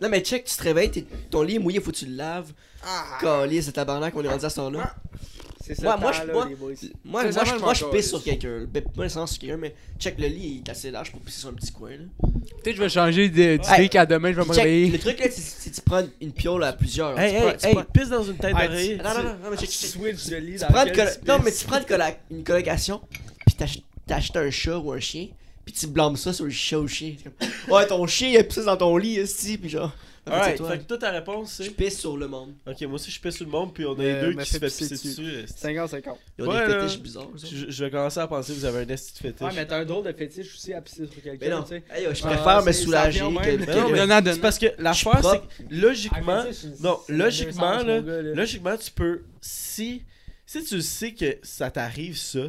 Speaker 2: Non, mais check, tu te réveilles, t'es- ton lit est mouillé, faut que tu le laves.
Speaker 1: Ah.
Speaker 2: Calice, c'est tabarnak, on est rendu à ce temps-là.
Speaker 4: Ah, C'est ça
Speaker 2: Moi-
Speaker 4: le
Speaker 2: moi,
Speaker 4: temps,
Speaker 2: je-
Speaker 4: là,
Speaker 2: moi-
Speaker 4: les boys.
Speaker 2: Moi,
Speaker 5: C'est
Speaker 2: moi, je,
Speaker 5: normal,
Speaker 2: moi, je
Speaker 5: mon
Speaker 2: pisse
Speaker 5: calice.
Speaker 2: sur quelqu'un. Ben, Pas nécessairement sur quelqu'un, mais check, le lit il est assez large pour pisser sur un petit coin, là.
Speaker 3: Peut-être je vais changer de- d'idée
Speaker 2: Hey,
Speaker 3: qu'à demain, je vais me
Speaker 2: Puis check,
Speaker 3: réveiller.
Speaker 2: le truc, là, c'est- c'est tu prends une piole à plusieurs. là.
Speaker 1: Hey,
Speaker 2: Tu
Speaker 1: hey,
Speaker 2: prends- tu
Speaker 1: hey,
Speaker 2: prends-
Speaker 1: pisse dans une tête
Speaker 4: Ah,
Speaker 1: d'oreille.
Speaker 2: Non, non, non, non, mais check, check, check.
Speaker 4: Switch de lit
Speaker 2: Tu
Speaker 4: dans
Speaker 2: prends une
Speaker 4: lequel
Speaker 2: colla-
Speaker 4: tu
Speaker 2: Non,
Speaker 4: pisses.
Speaker 2: mais tu prends une, colla- une colocation, puis t'ach- t'achètes un chat ou un chien, puis tu blâmes ça sur le chat ou le chien. C'est comme, ouais, ton chien, il a pissé dans ton lit, esti, puis genre. en fait, c'est
Speaker 1: Alright,
Speaker 2: toi.
Speaker 1: fait que toute ta réponse
Speaker 2: Je
Speaker 1: c'est.
Speaker 2: pisse sur le monde.
Speaker 1: Ok, moi aussi je pisse sur le monde, puis on a
Speaker 4: Euh,
Speaker 1: les deux
Speaker 4: me
Speaker 1: qui se
Speaker 4: fait
Speaker 1: fait
Speaker 4: pisser
Speaker 1: pisser dessus. esti.
Speaker 4: 50-50.
Speaker 2: Ils ont
Speaker 1: Ouais,
Speaker 2: des
Speaker 1: là.
Speaker 2: fétiches bizarres. eux autres.
Speaker 1: Je je vais commencer à penser que vous avez un esti de
Speaker 4: Ouais,
Speaker 1: fétiche.
Speaker 4: mais t'as un drôle de fétiche aussi à pisser sur
Speaker 2: Mais
Speaker 4: quelqu'un,
Speaker 2: non,
Speaker 4: tu sais.
Speaker 2: Hey, yo, je
Speaker 4: Ah,
Speaker 2: préfère me
Speaker 4: c'est- ça
Speaker 2: soulager
Speaker 4: vient
Speaker 2: que.
Speaker 4: même.
Speaker 2: que-
Speaker 1: Mais non, mais
Speaker 3: Donnant,
Speaker 1: C'est
Speaker 3: donnant.
Speaker 1: parce que l'affaire
Speaker 2: propre.
Speaker 1: c'est que
Speaker 4: Ah,
Speaker 1: logiquement, non, logiquement, là, logiquement tu peux, si, si tu sais que ça t'arrive ça,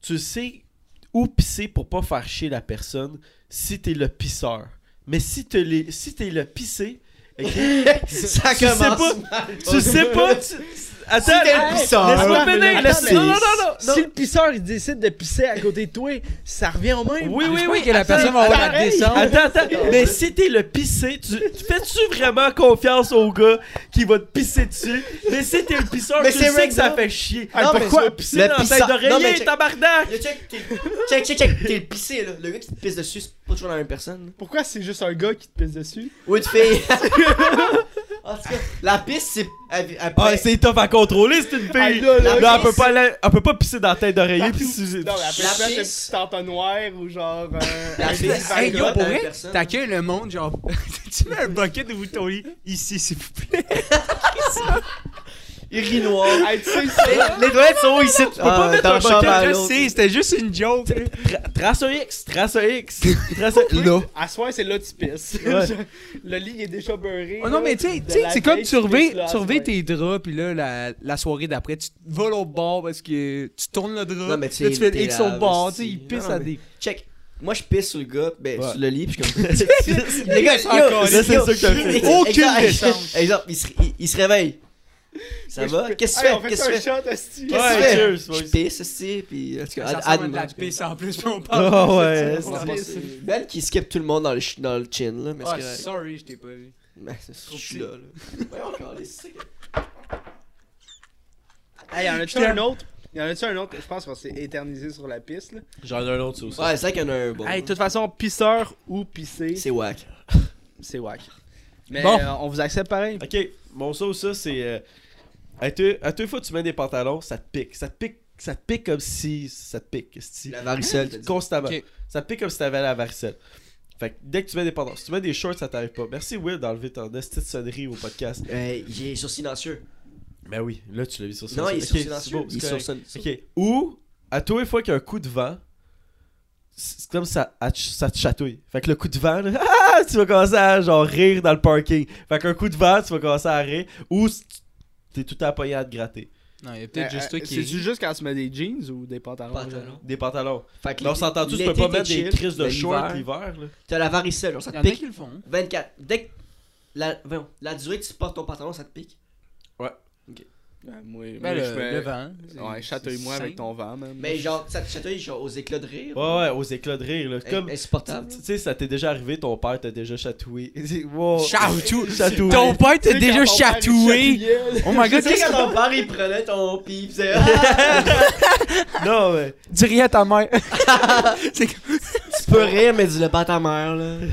Speaker 1: tu sais où pisser pour pas faire chier la personne si t'es le pisseur. Mais si t'es le, si t'es le pissé, ok, tu
Speaker 2: ça
Speaker 1: sais pas-
Speaker 2: commence mal.
Speaker 1: tu sais pas, tu... Attends,
Speaker 2: Si t'es le
Speaker 1: hey,
Speaker 2: pisseur.
Speaker 1: laisse-moi
Speaker 4: Attends,
Speaker 1: finir,
Speaker 4: attends,
Speaker 1: laisse-
Speaker 4: Ah mais-
Speaker 1: non, non, non, non,
Speaker 4: Si le pisseur il décide de pisser à côté de toi, ça revient au même.
Speaker 1: Oui, oui,
Speaker 3: Je
Speaker 1: oui.
Speaker 3: pense que la
Speaker 1: attends,
Speaker 3: personne va avoir la
Speaker 1: pareil.
Speaker 3: descente.
Speaker 1: Attends, attends. Mais si t'es le pissé, tu, tu fais-tu vraiment confiance au gars qui va te pisser dessus? Mais si t'es le pisseur,
Speaker 2: Mais
Speaker 1: tu
Speaker 2: c'est
Speaker 1: sais que ça
Speaker 2: random.
Speaker 1: fait chier.
Speaker 2: Non, mais
Speaker 1: pourquoi
Speaker 2: c'est-
Speaker 1: pisser
Speaker 2: le
Speaker 1: dans la
Speaker 2: pisseur-
Speaker 1: tête
Speaker 2: Non, mais
Speaker 1: d'oreiller,
Speaker 2: check-
Speaker 1: tabarnak?
Speaker 2: Yo, check, t'es- check, check, check, t'es le pissé là. Le gars qui te pisse dessus, c'est pas toujours la même personne. là.
Speaker 4: Pourquoi c'est juste un gars qui te pisse dessus?
Speaker 2: Ou une fille. En tout cas, la pisse, c'est. elle- elle-
Speaker 1: Ah, c'est tough à contrôler, c'est une
Speaker 4: Ah,
Speaker 1: fille.
Speaker 4: là,
Speaker 2: là,
Speaker 1: Là, elle
Speaker 2: mais
Speaker 1: peut pas aller- elle peut pas pisser dans la tête d'oreiller. puis si-
Speaker 4: Non, mais après
Speaker 2: La
Speaker 4: ça, c'est un
Speaker 2: pisse.
Speaker 4: petit entonnoir ou genre. euh,
Speaker 2: La
Speaker 4: un
Speaker 2: pisse.
Speaker 4: petit
Speaker 3: Hey,
Speaker 4: vague-
Speaker 3: yo, pour
Speaker 2: la
Speaker 3: vrai,
Speaker 2: personne.
Speaker 3: t'accueilles le monde, genre, tu mets un bucket de bouton lit ici, s'il vous plaît.
Speaker 2: Il rit noir.
Speaker 4: Hey, tu sais, ça,
Speaker 2: Les, les toilettes sont où ici? Tu
Speaker 3: Faut pas mettre un
Speaker 2: Ah,
Speaker 3: bucket, je sais, c'était juste une joke.
Speaker 1: Tra- Trace un X, trace un X. Trace un- Là.
Speaker 4: À soir, c'est là que tu pisses.
Speaker 1: Ouais.
Speaker 4: le lit il est déjà beurré.
Speaker 3: Oh non,
Speaker 4: là,
Speaker 3: mais tu sais,
Speaker 4: de
Speaker 3: tu sais,
Speaker 4: la
Speaker 3: c'est comme
Speaker 4: veille,
Speaker 3: tu reviens,
Speaker 4: pisses là à
Speaker 3: tu reviens
Speaker 4: soir.
Speaker 3: tes draps, puis là, la, la soirée d'après, tu te vas l'autre bord parce que tu tournes le drap.
Speaker 2: Non, mais
Speaker 3: là,
Speaker 2: tu sais,
Speaker 3: tu fais
Speaker 2: t'es
Speaker 3: le X sur
Speaker 2: là,
Speaker 3: le bord, tu
Speaker 2: aussi.
Speaker 3: sais, il pisse
Speaker 2: Non,
Speaker 3: à
Speaker 2: mais-
Speaker 3: des.
Speaker 2: Check. Moi, je pisse sur le gars, ben,
Speaker 1: Ouais.
Speaker 2: sur le lit, puis je suis comme. les gars, yo,
Speaker 1: Ah, Là, c'est
Speaker 2: yo,
Speaker 1: sûr que t'as fait.
Speaker 2: exemple,
Speaker 3: Aucune
Speaker 2: exemple,
Speaker 3: décence.
Speaker 2: Exemple, il se, il, il se réveille. Ça
Speaker 4: Mais je
Speaker 2: va?
Speaker 4: peux-
Speaker 2: Qu'est-ce que
Speaker 4: Hey,
Speaker 2: tu
Speaker 4: on
Speaker 2: fais?
Speaker 4: fait
Speaker 2: Qu'est-ce
Speaker 4: ça
Speaker 2: que
Speaker 4: un
Speaker 2: tu fais?
Speaker 4: shot, esti.
Speaker 2: Qu'est-ce que
Speaker 1: Ouais,
Speaker 2: tu
Speaker 1: cheers,
Speaker 2: fais?
Speaker 1: boys.
Speaker 2: Je pisse, aussi, puis en tout cas,
Speaker 3: Ça
Speaker 2: ad-
Speaker 3: ressemble à de la
Speaker 2: admin.
Speaker 3: pisse en plus, mais on parle.
Speaker 1: Oh ouais.
Speaker 2: On
Speaker 1: c'est-
Speaker 2: va
Speaker 4: pisse.
Speaker 2: passer. Ben qui skip tout le monde dans le, ch- dans le chin, là, mais
Speaker 3: Ah,
Speaker 2: c'est correct.
Speaker 3: sorry, je t'ai pas vu.
Speaker 2: Ben, c'est je suis là, là. Voyons, calé, c'est ça que-
Speaker 4: Hey, y en a-tu un autre? Y en a-tu un autre? Je pense qu'on s'est éternisé sur la piste. Là.
Speaker 1: J'en ai un autre, ça aussi.
Speaker 2: Ouais, c'est vrai qu'il y en a un bon.
Speaker 4: Hey, de toute façon, pisseur ou pisser,
Speaker 2: C'est whack.
Speaker 4: c'est wack. Mais
Speaker 1: Bon.
Speaker 4: euh, on vous accepte pareil.
Speaker 1: Ok, mon ça ou ça, c'est. euh, à deux à deux fois que tu mets des pantalons, ça te pique. Ça te pique, ça te pique comme si. Ça te pique. esti.
Speaker 2: La varicelle, t'as dit.
Speaker 1: Constamment.
Speaker 3: Ok.
Speaker 1: Ça te pique comme si t'avais la varicelle. Fait que dès que tu mets des pantalons, si tu mets des shorts, ça t'arrive pas. Merci Will d'enlever ton esti de sonnerie au podcast.
Speaker 2: Hey, il est sur silencieux.
Speaker 1: Ben oui, là tu l'as vu sur
Speaker 2: Non, il est
Speaker 1: Ok,
Speaker 2: sur
Speaker 1: c'est
Speaker 2: silencieux.
Speaker 1: beau, c'est
Speaker 2: Il est sur
Speaker 1: correct.
Speaker 2: silencieux.
Speaker 1: Ok. Ou, à tous les fois qu'il y a un coup de vent, c'est comme ça, à- ça te chatouille. Fait que le coup de vent, là, ah, tu vas commencer à genre rire dans le parking. Fait qu'un coup de vent, tu vas commencer à rire. Ou si tu- t'es tout à poignet à te gratter.
Speaker 3: Non, il y a peut-être juste toi qui.
Speaker 4: C'est Euh, juste quand tu mets des jeans ou des pantalons?
Speaker 2: Pantalon.
Speaker 1: Des pantalons.
Speaker 2: Fait que
Speaker 1: Là, on s'entend tous, tu peux
Speaker 2: l'été,
Speaker 1: pas
Speaker 2: t'es
Speaker 1: mettre des
Speaker 2: chill,
Speaker 1: crises de
Speaker 2: mais
Speaker 1: shorts
Speaker 2: l'hiver,
Speaker 1: l'hiver. là.
Speaker 2: T'as la varicelle, genre, ça
Speaker 3: Il y
Speaker 2: te
Speaker 3: en a
Speaker 2: pique.
Speaker 3: qui le font.
Speaker 2: 24. Dès que la, voyons, la durée que tu portes ton pantalon, ça te pique.
Speaker 1: Ouais.
Speaker 2: Ok.
Speaker 4: Ouais, moi, moi,
Speaker 3: Ben,
Speaker 4: je
Speaker 3: le,
Speaker 4: me-
Speaker 3: le vent.
Speaker 4: Ouais, chatouille-moi avec ton vent, man.
Speaker 2: Mais genre, ça te chatouille genre aux éclats de rire.
Speaker 1: Ouais, ouais, aux éclats de rire, là. Comme.
Speaker 2: Insupportable.
Speaker 1: Tu sais, ça t'est déjà arrivé, ton père t'a déjà chatouillé. Wow.
Speaker 3: Chatou-
Speaker 1: Chatouillé.
Speaker 3: Ton père t'a
Speaker 4: Quand
Speaker 3: déjà
Speaker 4: ton père est
Speaker 3: chatouillé. Oh my
Speaker 2: Tu
Speaker 3: god,
Speaker 2: sais,
Speaker 3: qu'est-ce
Speaker 2: quand ton père il prenait ton pis il faisait. Ah!
Speaker 1: Non, mais.
Speaker 3: que dis rien à ta mère. C'est que-
Speaker 2: tu peux rire, mais dis-le pas à ta mère, là.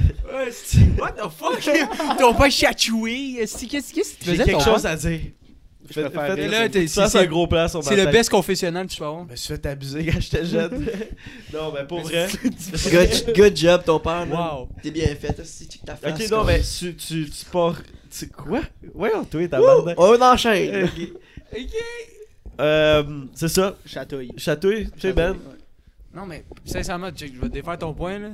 Speaker 5: What the fuck?
Speaker 3: ton père chatouillé. Esti, Qu'est-ce qu'est-ce que tu
Speaker 1: J'ai
Speaker 3: faisais ton
Speaker 1: quelque chose
Speaker 3: père?
Speaker 1: à dire.
Speaker 4: Je
Speaker 1: Faites-
Speaker 4: te fais
Speaker 1: faites-
Speaker 4: rire.
Speaker 3: là, t'es-
Speaker 1: ça,
Speaker 3: si
Speaker 1: c'est
Speaker 3: c'est-
Speaker 1: un gros plan sur ma
Speaker 3: C'est le
Speaker 1: tête.
Speaker 3: best confessionnel que tu peux avoir.
Speaker 1: Je me suis fait abuser quand j'étais jeune. non, mais pour vrai.
Speaker 2: Good, good job, ton père. man.
Speaker 3: Wow.
Speaker 2: T'es bien fait, t'as si check ta face.
Speaker 1: Ok, non,
Speaker 2: quoi.
Speaker 1: mais tu, tu, tu pars. Tu, quoi? Ouais, on tweet ta bande.
Speaker 2: Oh, On enchaîne.
Speaker 1: Euh, c'est ça.
Speaker 4: Chatouille.
Speaker 1: Chatouille, tu sais, Ben.
Speaker 3: Non, mais sincèrement, Jake, je vais défaire ton point là.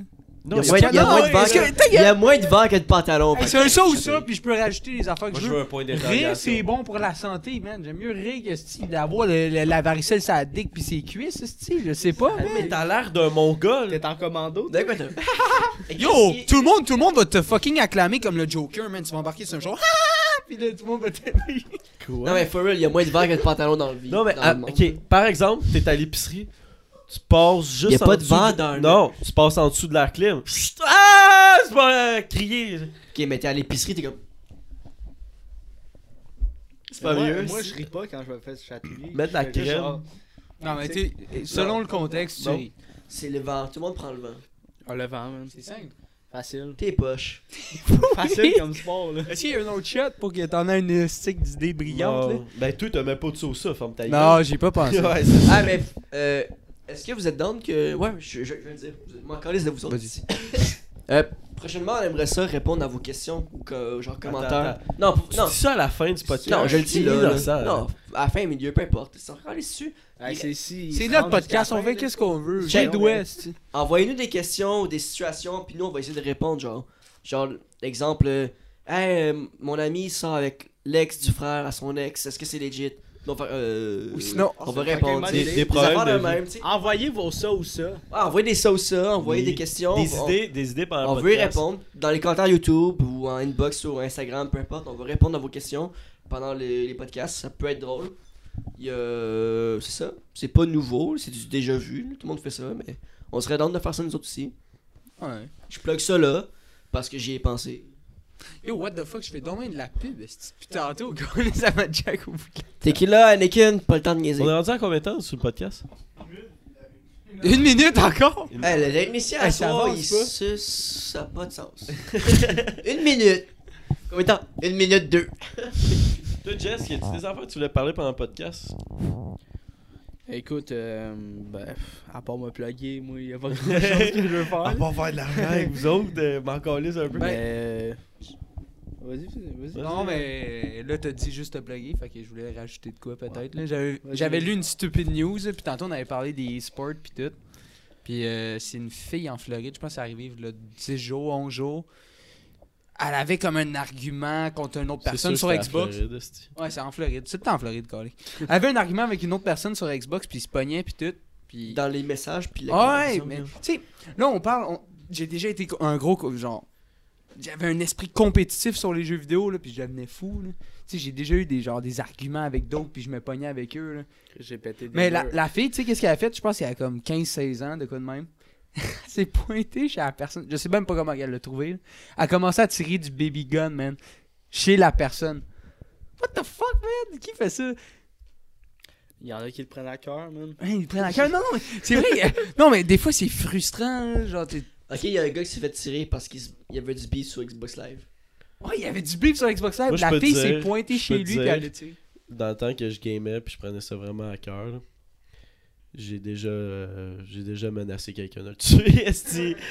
Speaker 1: Non,
Speaker 2: il y a, moins- il y a
Speaker 3: non,
Speaker 2: moins de
Speaker 3: est-ce
Speaker 2: vent
Speaker 3: que-
Speaker 2: que- il y a moins de vent que de pantalon.
Speaker 3: Hey,
Speaker 2: fait
Speaker 3: c'est un ça ou ça, puis je peux rajouter les affaires que je veux.
Speaker 1: un point
Speaker 3: Rire, c'est bon pour la santé, man. J'aime mieux rire que esti, d'avoir le- le- la varicelle sur la dick puis ses cuisses, esti, je sais pas. man.
Speaker 1: Mais t'as l'air d'un mongol.
Speaker 4: T'es en commando?
Speaker 2: que- D'un coup, t'as-
Speaker 3: Yo, tout le monde, tout le monde va te fucking acclamer comme le Joker, man. Tu vas embarquer sur un genre. Ah! Puis là, tout le monde va te.
Speaker 2: Non, mais for real, il y a moins de vent que de pantalon dans le vide.
Speaker 1: Non, mais
Speaker 2: dans
Speaker 1: ah,
Speaker 2: le monde.
Speaker 1: ok, par exemple, t'es à l'épicerie, tu passes juste.
Speaker 2: Y a
Speaker 1: en
Speaker 2: pas de
Speaker 1: dessous
Speaker 2: vent dans le-
Speaker 1: Non, tu passes en dessous de la clim. Chut, Ah, c'est pas euh, crier.
Speaker 2: Ok, mais t'es à l'épicerie, t'es comme. C'est pas
Speaker 4: Moi-
Speaker 2: mieux.
Speaker 4: Moi, je ris pas quand je me fais chatouiller.
Speaker 1: Mettre
Speaker 4: Je
Speaker 1: la
Speaker 4: fais juste
Speaker 1: crème.
Speaker 4: genre-
Speaker 3: Non, mais tu
Speaker 4: tu
Speaker 3: sais, selon le contexte, tu
Speaker 1: Non.
Speaker 3: ris.
Speaker 2: C'est le vent, tout le monde prend le vent.
Speaker 4: Ah, le vent, man.
Speaker 3: C'est simple.
Speaker 4: Facile.
Speaker 2: T'es poche.
Speaker 4: Facile comme sport, là.
Speaker 3: Est-ce qu'il y a un autre shot pour que t'en aies une stick d'idées brillantes,
Speaker 1: Non. Ben, toi, t'as même pas de sauce, ça, forme ta gueule.
Speaker 3: là? Non, j'y ai pas pensé.
Speaker 1: ouais, c'est
Speaker 2: Ah, mais. euh, Est-ce que vous êtes down que. Ouais, je, je, je viens de dire. Je m'en calisse de vous autres.
Speaker 3: Vas-y.
Speaker 2: ici. Euh, prochainement, on aimerait ça répondre à vos questions ou que, genre commentaires.
Speaker 1: attends.
Speaker 2: Non,
Speaker 1: Tu
Speaker 2: non,
Speaker 1: dis ça à la fin du podcast.
Speaker 2: non, je le dis là. là.
Speaker 1: Innocent,
Speaker 2: non,
Speaker 1: hein.
Speaker 2: à la fin, milieu, peu importe. Si on calisse dessus,
Speaker 4: Hey, c'est si-
Speaker 3: C'est
Speaker 4: il
Speaker 3: notre
Speaker 4: rentre
Speaker 3: podcast,
Speaker 4: jusqu'à la
Speaker 3: on
Speaker 4: fin,
Speaker 3: fait
Speaker 4: là.
Speaker 3: qu'est-ce qu'on veut.
Speaker 2: J'ai-
Speaker 3: J'ai d'ouest.
Speaker 2: envoyez-nous des questions ou des situations, puis nous, on va essayer de répondre. Genre, genre exemple, euh, hey, euh, mon ami sort avec l'ex du frère à son ex, est-ce que c'est legit? Non, enfin, euh,
Speaker 3: Ou sinon,
Speaker 2: on va
Speaker 4: c'est
Speaker 2: répondre. tu
Speaker 4: fucking
Speaker 1: mal
Speaker 2: sais. Des,
Speaker 1: idée. problèmes
Speaker 2: affaires de
Speaker 1: de
Speaker 2: même, tu sais.
Speaker 4: Envoyez vos ça ou ça.
Speaker 2: Ah, envoyez des ça ou ça, envoyez
Speaker 1: Des-
Speaker 2: des questions.
Speaker 1: Des
Speaker 2: on-
Speaker 1: idées, des idées pendant
Speaker 2: On
Speaker 1: le
Speaker 2: veut y
Speaker 1: podcast.
Speaker 2: répondre dans les commentaires YouTube ou en inbox ou Instagram, peu importe. On va répondre à vos questions pendant les, les podcasts. Ça peut être drôle. Il y a- C'est ça. C'est pas nouveau. C'est du déjà vu. là. Tout le monde fait ça. Mais on serait dans de faire ça nous autres aussi. Je plug ça là parce que j'y ai pensé.
Speaker 3: Yo, what the fuck, je fais dommage de la pub, esti. Puis tantôt, gars, ça m'a jack au bout.
Speaker 2: T'es qui là, Anakin Pas le temps de niaiser.
Speaker 1: On est rendu à combien de temps sur le podcast
Speaker 3: Une minute encore?
Speaker 2: Hey, le technicien à
Speaker 4: Eh,
Speaker 3: Hey, ça
Speaker 2: soir,
Speaker 3: avance
Speaker 2: il
Speaker 3: pas.
Speaker 2: suce. Ça n'a pas de sens. Une minute. Combien de temps Une minute deux.
Speaker 1: Toi, Jess, y a-tu des affaires que tu voulais parler pendant le podcast
Speaker 4: Écoute, euh, ben, pff, à part me plugger, moi, il a pas grand chose que je veux faire.
Speaker 1: va faire de l'argent avec vous autres, euh, m'en calisse un peu.
Speaker 2: Ben,
Speaker 4: Mais, euh, Vas-y, vas-y. vas-y.
Speaker 3: Non, mais là, t'as dit juste te plugger, fait que je voulais rajouter de quoi peut-être. là. J'avais-
Speaker 4: Vas-y.
Speaker 3: J'avais lu une stupide news, là, puis tantôt, on avait parlé des e-sports, puis tout. Puis euh, c'est une fille en Floride, je pense que c'est arrivé là, 10 jours, 11 jours. Elle avait comme un argument contre une autre personne sur Xbox. Ouais, c'est en Floride. C'est tout le temps en Floride, collé. Elle avait un argument avec une autre personne sur Xbox, puis il se pognait, puis tout. Puis...
Speaker 2: Dans les messages, puis la
Speaker 3: Ouais,
Speaker 2: conversation,
Speaker 3: mais
Speaker 2: là.
Speaker 3: tu sais, là on parle, on- j'ai déjà été co- un gros co- genre j'avais un esprit compétitif sur les jeux vidéo là puis je devenais fou là. Tu sais, j'ai déjà eu des genre des arguments avec d'autres puis je me pognais avec eux là.
Speaker 4: J'ai pété des
Speaker 3: Mais la,
Speaker 4: murs.
Speaker 3: la fille, tu sais qu'est-ce qu'elle a fait Je pense qu'elle a comme 15 16 ans de quoi de même. Elle s'est pointée chez la personne, je sais même pas comment elle l'a trouvé. là. Elle a commencé à tirer du baby gun, man, chez la personne. What the fuck, man Qui fait ça
Speaker 4: Il y en a qui le prennent à cœur, man.
Speaker 3: Hein, Ils prennent la cœur. Non, non, mais c'est vrai. que- non, mais des fois c'est frustrant, là, genre t'es-
Speaker 2: Ok, il y a un gars qui s'est fait tirer parce qu'il s- il y avait du beat sur Xbox Live.
Speaker 3: Ouais, il y avait du bip sur Xbox Live.
Speaker 1: Moi, je
Speaker 3: la
Speaker 1: peux te
Speaker 3: fille s'est
Speaker 1: dire,
Speaker 3: pointée
Speaker 1: je
Speaker 3: chez
Speaker 1: peux te
Speaker 3: lui puis
Speaker 1: dire.
Speaker 3: elle l'a tiré.
Speaker 1: Dans le temps que je gamais puis je prenais ça vraiment à cœur, là, j'ai déjà, euh, j'ai déjà menacé quelqu'un de le tuer. esti. tu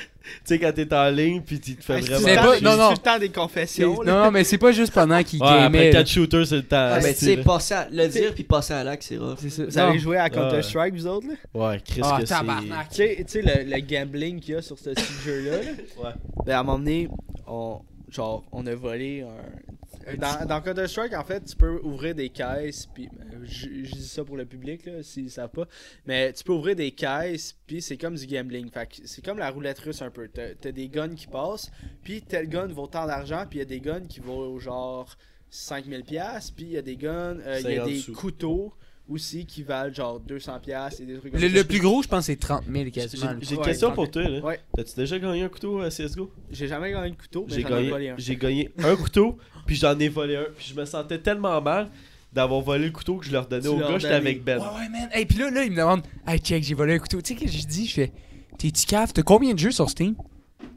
Speaker 1: sais, quand t'es en ligne puis tu te fais
Speaker 4: Hey, Ah, c'est
Speaker 1: vraiment.
Speaker 3: Mais
Speaker 4: tout le
Speaker 3: Ah, pas-
Speaker 4: temps-
Speaker 3: non,
Speaker 4: c'est
Speaker 3: non.
Speaker 4: tout le temps des confessions.
Speaker 3: Non,
Speaker 4: là.
Speaker 3: non, mais c'est pas juste pendant qu'il
Speaker 1: Ouais,
Speaker 3: gamait.
Speaker 1: après
Speaker 3: là.
Speaker 1: 4 shooters, c'est le temps.
Speaker 2: Ah, mais tu
Speaker 1: esti,
Speaker 2: sais,
Speaker 1: là.
Speaker 2: passer à- le dire puis passer à l'acte, c'est rare.
Speaker 3: C'est ça.
Speaker 4: Vous avez
Speaker 3: Non.
Speaker 4: joué à
Speaker 1: Ah, ouais.
Speaker 4: Counter-Strike, vous autres, là?
Speaker 1: Ouais, Chris,
Speaker 3: Ah,
Speaker 1: que c'est.
Speaker 3: tabarnak.
Speaker 4: Tu sais- tu sais, le, le gambling qu'il y a sur ce petit jeu-là, là.
Speaker 1: Ouais.
Speaker 4: Ben, à un moment donné, on, genre, on a volé un. Dans, dans Counter-Strike, en fait, tu peux ouvrir des caisses, puis. ben, Je je dis ça pour le public, là, s'ils savent pas. Mais tu peux ouvrir des caisses, puis c'est comme du gambling. Fait que c'est comme la roulette russe un peu. T'as t'as des guns qui passent, puis tel gun vaut tant d'argent, puis il y a des guns qui vaut genre 5000$, piastres, puis il y a des guns, euh, il y a
Speaker 1: 50
Speaker 4: des
Speaker 1: sous.
Speaker 4: couteaux aussi qui valent genre 200$ piastres et des trucs comme
Speaker 3: Le,
Speaker 4: ça.
Speaker 3: le plus gros, je pense, c'est 30 000
Speaker 1: J'ai
Speaker 3: quasiment.
Speaker 1: j'ai une
Speaker 4: Ouais,
Speaker 1: question
Speaker 4: tant
Speaker 1: pour
Speaker 4: pis.
Speaker 1: toi. là.
Speaker 4: Ouais.
Speaker 1: T'as-tu déjà gagné un couteau à CSGO
Speaker 4: J'ai jamais gagné de couteau, mais
Speaker 1: J'ai
Speaker 4: j'en ai volé
Speaker 1: gagné,
Speaker 4: un.
Speaker 1: j'ai gagné un couteau, puis j'en ai volé un. Puis je me sentais tellement mal d'avoir volé le couteau que je leur donnais
Speaker 4: Tu
Speaker 1: au
Speaker 4: leur
Speaker 1: gars. J'étais
Speaker 4: donnais.
Speaker 1: avec Ben.
Speaker 3: Ouais, ouais, man. Et puis là, là, il me demande Hey, check, j'ai volé un couteau. Tu sais, qu'est-ce que je dis Je fais T'es-tu cave T'as combien de jeux sur Steam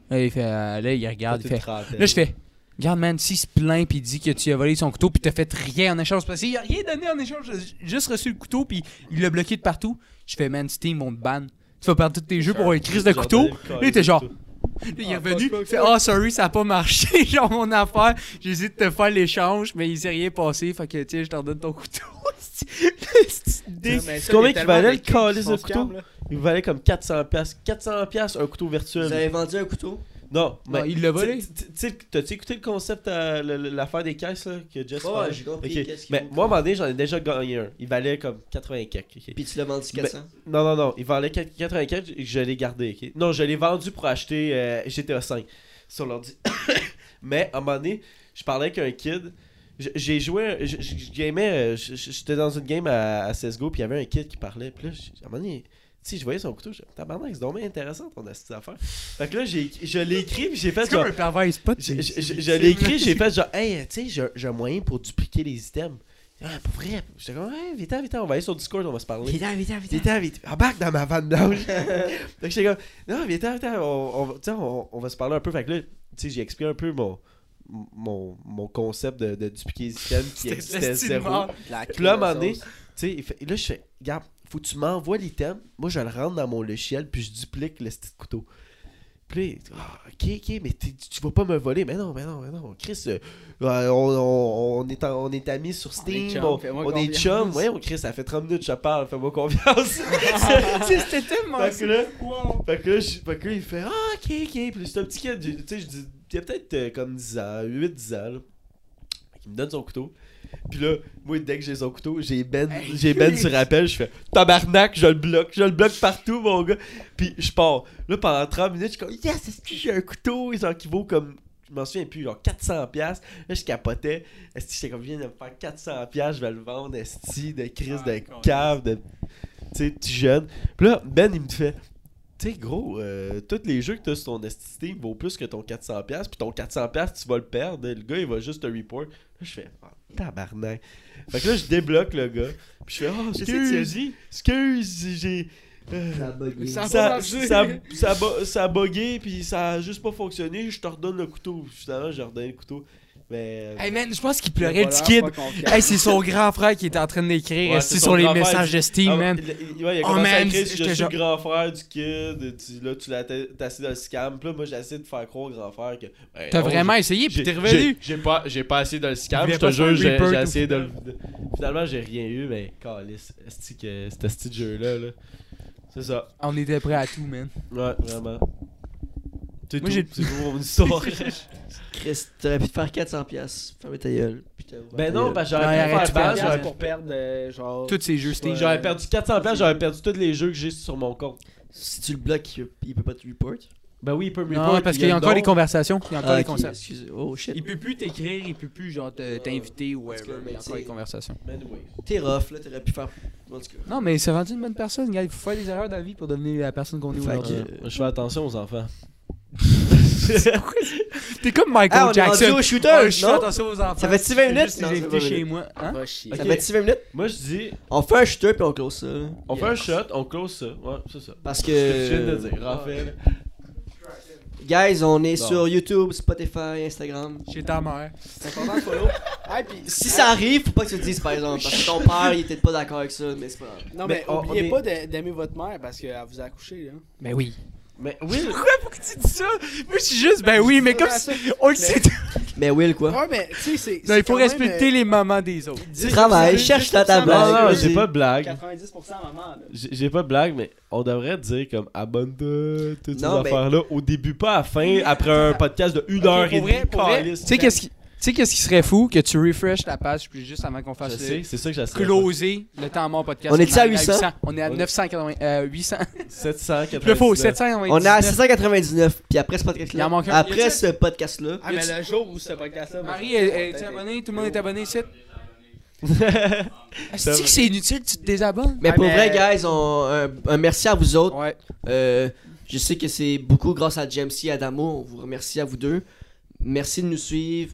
Speaker 3: Là, il fait euh, Là, il regarde. Il fait Là, je fais Regarde, man, s'il se plaint puis il dit que tu as volé son couteau puis t'as fait rien en échange. Parce qu'il a rien donné en échange. J'ai juste reçu le couteau puis il l'a bloqué de partout. Je fais Man, Steam, on te banne. Tu vas perdre tous tes jeux pour une crise de couteau. Là, il était genre. Là, il est
Speaker 4: Ah,
Speaker 3: revenu,
Speaker 4: fuck,
Speaker 3: il
Speaker 4: fuck,
Speaker 3: fait
Speaker 4: fuck.
Speaker 3: Ah, sorry, ça a pas marché, genre mon affaire. J'hésite de te faire l'échange, mais il s'est rien passé, fait que tiens, je t'en donne ton couteau. C'est une idée.
Speaker 4: Mais ça,
Speaker 1: combien
Speaker 4: il y a
Speaker 1: qu'il
Speaker 4: tellement
Speaker 1: valait
Speaker 4: de
Speaker 1: le calice
Speaker 4: qui sont
Speaker 1: de couteau?
Speaker 4: scams, là.
Speaker 1: Il valait comme 400$. piastres. 400$, piastres, un couteau virtuel.
Speaker 2: Vous avez vendu un couteau
Speaker 1: Non, mais.
Speaker 3: Non, il l'a volé.
Speaker 1: Tu- tu- tu sais, T'as-tu écouté le concept, à le- le- l'affaire des caisses là, que Jess
Speaker 2: Ouais, Ben,
Speaker 1: parlait?
Speaker 2: ouais, j'ai compris
Speaker 1: Ok.
Speaker 2: qu'est-ce qu'il
Speaker 1: Mais
Speaker 2: faut.
Speaker 1: moi, à un moment donné, j'en ai déjà gagné un. Il valait comme 80 quelques. ok.
Speaker 2: Puis tu l'as vendu 400.
Speaker 1: Non, non, non. Il valait 4- 84, je- je l'ai gardé. ok? Non, je l'ai vendu pour acheter euh, GTA 5 sur l'ordi. Mais à un moment donné, je parlais avec un kid. J- J'ai joué. je- je- je gamais, euh, je- je- J'étais dans une game à, à CSGO, puis il y avait un kid qui parlait. Puis là, j- à un moment donné, tu sais, je voyais son couteau. Je Tabarnak, c'est dommage intéressant ton astuce affaire. Fait que là, j'ai- je l'ai écrit, puis j'ai fait
Speaker 3: C'est comme
Speaker 1: genre.
Speaker 3: un pervers spot.
Speaker 1: Je, je- je- je l'ai écrit, j'ai fait genre, hey, tu sais, j'ai- j'ai un moyen pour dupliquer les items. Ah, pour vrai. J'étais comme, hey, vite, vite, on va aller sur Discord, on va se parler.
Speaker 2: Vite, vite, vite.
Speaker 1: Viens-t'en, vite. Embarque dans ma vanne blanche. fait que j'étais comme, non, viens-t'en, viens-t'en, on, on, va- tu sais, on, on va se parler un peu. Fait que là, tu sais, j'ai expliqué un peu mon, mon, mon concept de, de dupliquer les items qui existait zéro. Puis là, à un moment donné, tu sais, il fait- là, je fais, regarde, faut que tu m'envoies l'item. Moi, je le rentre dans mon logiciel, puis je duplique le petit couteau. Puis là, il dit, Ah, ok, ok, mais t'es- tu vas pas me voler. Mais non, mais non, mais non. Chris, euh, euh, on, on- on est, en- on est amis sur Steam.
Speaker 4: est chum,
Speaker 1: On,
Speaker 4: fais-moi
Speaker 1: on est
Speaker 4: confiance.
Speaker 1: chum. Voyons, Chris, ça fait 30 minutes que je te parle. Fais-moi confiance.
Speaker 3: C'était tellement.
Speaker 1: Fait que là, fait que là, je- fait que là, il fait Ah, ok, ok. Puis c'est un petit kid, tu sais, je dis, il y a peut-être euh, comme 10 ans, 8-10 ans. Là. Fait qu'il me donne son couteau. Puis là, moi, dès que j'ai son couteau, j'ai Ben, j'ai ben sur rappel. Je fais Tabarnak, je le bloque, je le bloque partout, mon gars. Puis je pars. Là, pendant 30 minutes, je suis comme Yes, est-ce que j'ai un couteau Genre qui vaut comme. Je m'en souviens plus, genre 400$. piastres. Là, je capotais. Est-ce que j'étais comme, je viens de me faire 400$, piastres, je vais le vendre, est de crise, de cave, de. Tu sais, petit jeune. Puis là, Ben, il me fait. Tu sais, gros, euh, tous les jeux que t'as sur ton STD vaut plus que ton 400$, piastres, puis ton 400$, piastres, tu vas le perdre. Le gars, il va juste te report. Là, je fais, Ah, tabarnak. Fait que là, je débloque le gars, puis je fais, oh, excuse, excuse, j'ai. euh,
Speaker 2: Ça a bugué.
Speaker 4: Ça-
Speaker 1: ça,
Speaker 4: marché.
Speaker 1: ça, ça, bo- ça a bugué, puis ça a juste pas fonctionné. Je te redonne le couteau. Finalement, j'ai redonné le couteau. Mais. euh,
Speaker 3: Hey man, je pense qu'il
Speaker 4: Le
Speaker 3: pleurait le petit
Speaker 4: voleur,
Speaker 3: kid.
Speaker 4: pas confiant.
Speaker 3: Hey, c'est son grand frère qui est en train d'écrire
Speaker 1: Ouais,
Speaker 3: esti,
Speaker 1: c'est son
Speaker 3: sur les
Speaker 1: grand frère,
Speaker 3: messages de Steam,
Speaker 1: Ah,
Speaker 3: man.
Speaker 1: il- il- ouais, il a
Speaker 3: Oh,
Speaker 1: commencé à
Speaker 3: man,
Speaker 1: écrire, je
Speaker 3: j'étais
Speaker 1: suis
Speaker 3: genre-
Speaker 1: le grand frère du kid. Tu, là, tu l'as t'as assis dans le scam. Puis là, moi, j'essaie de faire croire au grand frère que. Ben,
Speaker 3: T'as
Speaker 1: non,
Speaker 3: vraiment essayé, puis
Speaker 1: j'ai-
Speaker 3: t'es
Speaker 1: j'ai-
Speaker 3: revenu.
Speaker 1: J'ai pas, j'ai pas assez dans le scam,
Speaker 3: Il
Speaker 1: je
Speaker 3: voulait pas
Speaker 1: te jure,
Speaker 3: faire
Speaker 1: j'ai
Speaker 3: Reaper
Speaker 1: j'ai
Speaker 3: tout
Speaker 1: essayé de le. de- Finalement, j'ai rien eu, mais. Calice, esti que- c'était ce petit jeu-là. Là. C'est ça.
Speaker 3: On était prêts à tout, man.
Speaker 1: Ouais, vraiment. C'est
Speaker 3: Moi,
Speaker 1: tout.
Speaker 3: j'ai-
Speaker 1: C'est pour mon histoire.
Speaker 2: Chris, t'aurais pu te faire 400$. piastres. Ferme ta gueule. Puis t'as ouvert
Speaker 1: ben
Speaker 2: ta
Speaker 1: non,
Speaker 2: gueule.
Speaker 1: parce que
Speaker 3: Non,
Speaker 1: j'aurais pu
Speaker 3: arrête,
Speaker 1: faire
Speaker 3: tu
Speaker 1: base,
Speaker 3: fais-
Speaker 1: j'aurais
Speaker 4: J'aurais pour perdre, euh, genre.
Speaker 3: Tous ces jeux Steam.
Speaker 4: Ouais.
Speaker 1: J'aurais perdu 400 places, j'aurais perdu tous les jeux que j'ai sur mon compte.
Speaker 2: Si tu le bloques, il peut- il peut pas te report.
Speaker 1: Ben oui, il peut me
Speaker 3: Non, parce qu'il y a encore des conversations, il y a encore
Speaker 2: Ah,
Speaker 3: des
Speaker 2: ok,
Speaker 3: concepts.
Speaker 2: excusez. Oh shit.
Speaker 3: Il peut plus t'écrire, il peut plus genre te- t'inviter ou whatever.
Speaker 2: Parce que,
Speaker 3: Il y a
Speaker 2: mais
Speaker 3: encore
Speaker 2: t'sais-
Speaker 3: des conversations.
Speaker 2: T'es rough, là, t'aurais pu faire. En tout cas.
Speaker 3: Non, mais c'est rendu une bonne personne, gars. Il faut faire des erreurs dans la vie pour devenir la personne qu'on est
Speaker 2: Fait
Speaker 3: aujourd'hui.
Speaker 2: que-
Speaker 1: Je fais attention aux enfants.
Speaker 3: T'es comme Michael
Speaker 2: Ah, on est rendu
Speaker 3: Jackson.
Speaker 2: au
Speaker 3: Ah,
Speaker 2: shooter,
Speaker 3: je fais
Speaker 2: non?
Speaker 3: attention aux enfants.
Speaker 2: Ça fait-tu 20
Speaker 3: C'est
Speaker 2: minutes?
Speaker 3: juste
Speaker 2: Non,
Speaker 3: que J'ai
Speaker 2: ça
Speaker 3: invité
Speaker 2: fait
Speaker 3: chez moi. Hein?
Speaker 4: Va chier.
Speaker 2: Ça
Speaker 1: Ok.
Speaker 2: fait-tu 20 minutes?
Speaker 1: Moi je dis,
Speaker 2: On fait un shooter puis on close ça. là.
Speaker 1: on fait un shot, on close ça. Ouais, c'est ça.
Speaker 2: Parce
Speaker 1: C'est ce que tu viens
Speaker 2: que.
Speaker 1: de dire, Raphaël.
Speaker 2: Guys, on est
Speaker 1: Bon.
Speaker 2: sur YouTube, Spotify, Instagram.
Speaker 3: Chez ta mère.
Speaker 4: C'est important de follow. Ah, puis
Speaker 2: Si ça arrive, faut pas que tu le dises par exemple. Parce que ton père, il était pas d'accord avec ça, mais c'est pas grave.
Speaker 4: Ah, Non,
Speaker 1: Mais
Speaker 4: mais,
Speaker 1: on- on
Speaker 4: oubliez
Speaker 1: est-
Speaker 4: pas de- d'aimer votre mère parce qu'elle vous a accouché. Là.
Speaker 3: Ben oui.
Speaker 1: Mais oui,
Speaker 3: Pourquoi tu dis ça? Moi, je suis juste, ben oui, mais comme si. On le sait. tout.
Speaker 2: Mais Will, quoi.
Speaker 4: Ouais, mais tu sais, c'est. euh,
Speaker 3: Non, il faut respecter les mamans des autres.
Speaker 4: les.
Speaker 2: Travaille, cherche ta
Speaker 3: Ah,
Speaker 2: table.
Speaker 3: ben,
Speaker 1: non, non,
Speaker 2: Blague.
Speaker 1: j'ai pas de blague.
Speaker 4: 90% maman. là.
Speaker 1: J'ai j'ai pas de blague, mais on devrait dire comme abonne-toi, toutes ces
Speaker 2: Non, mais-
Speaker 1: affaires-là au début, pas à la fin, après un podcast de 1 heure
Speaker 3: pour
Speaker 1: et
Speaker 3: vrai,
Speaker 1: demie.
Speaker 3: pour vrai,
Speaker 1: calice.
Speaker 3: Tu sais, qu'est-ce qui. sais, qu'est-ce qui serait fou que tu refreshes la page puis juste avant qu'on
Speaker 1: Je
Speaker 3: fasse
Speaker 1: sais,
Speaker 3: le
Speaker 1: c'est ça que j'essaie.
Speaker 3: closer le temps mort podcast.
Speaker 2: On est-tu à
Speaker 3: arrive
Speaker 2: 800?
Speaker 3: On est à
Speaker 1: On est-
Speaker 3: 980. Euh, 800.
Speaker 1: 799.
Speaker 3: Le faux, 799.
Speaker 2: On est à 799, puis après ce
Speaker 3: Il
Speaker 2: podcast-là.
Speaker 3: en manque un.
Speaker 2: Après ce podcast-là.
Speaker 4: Ah, mais le jour où ce podcast-là.
Speaker 3: Marie, es-tu abonné? Tout le monde est abonné ici?
Speaker 1: Ça
Speaker 3: Est-ce
Speaker 1: va.
Speaker 3: que c'est inutile? Tu te désabonnes?
Speaker 2: Mais
Speaker 4: Ah,
Speaker 2: pour
Speaker 4: mais-
Speaker 2: vrai, guys, on, un, un merci à vous autres.
Speaker 3: Ouais.
Speaker 2: Euh, je sais que c'est beaucoup grâce à Jamesy et Adamo. On vous remercie à vous deux. Merci de nous suivre.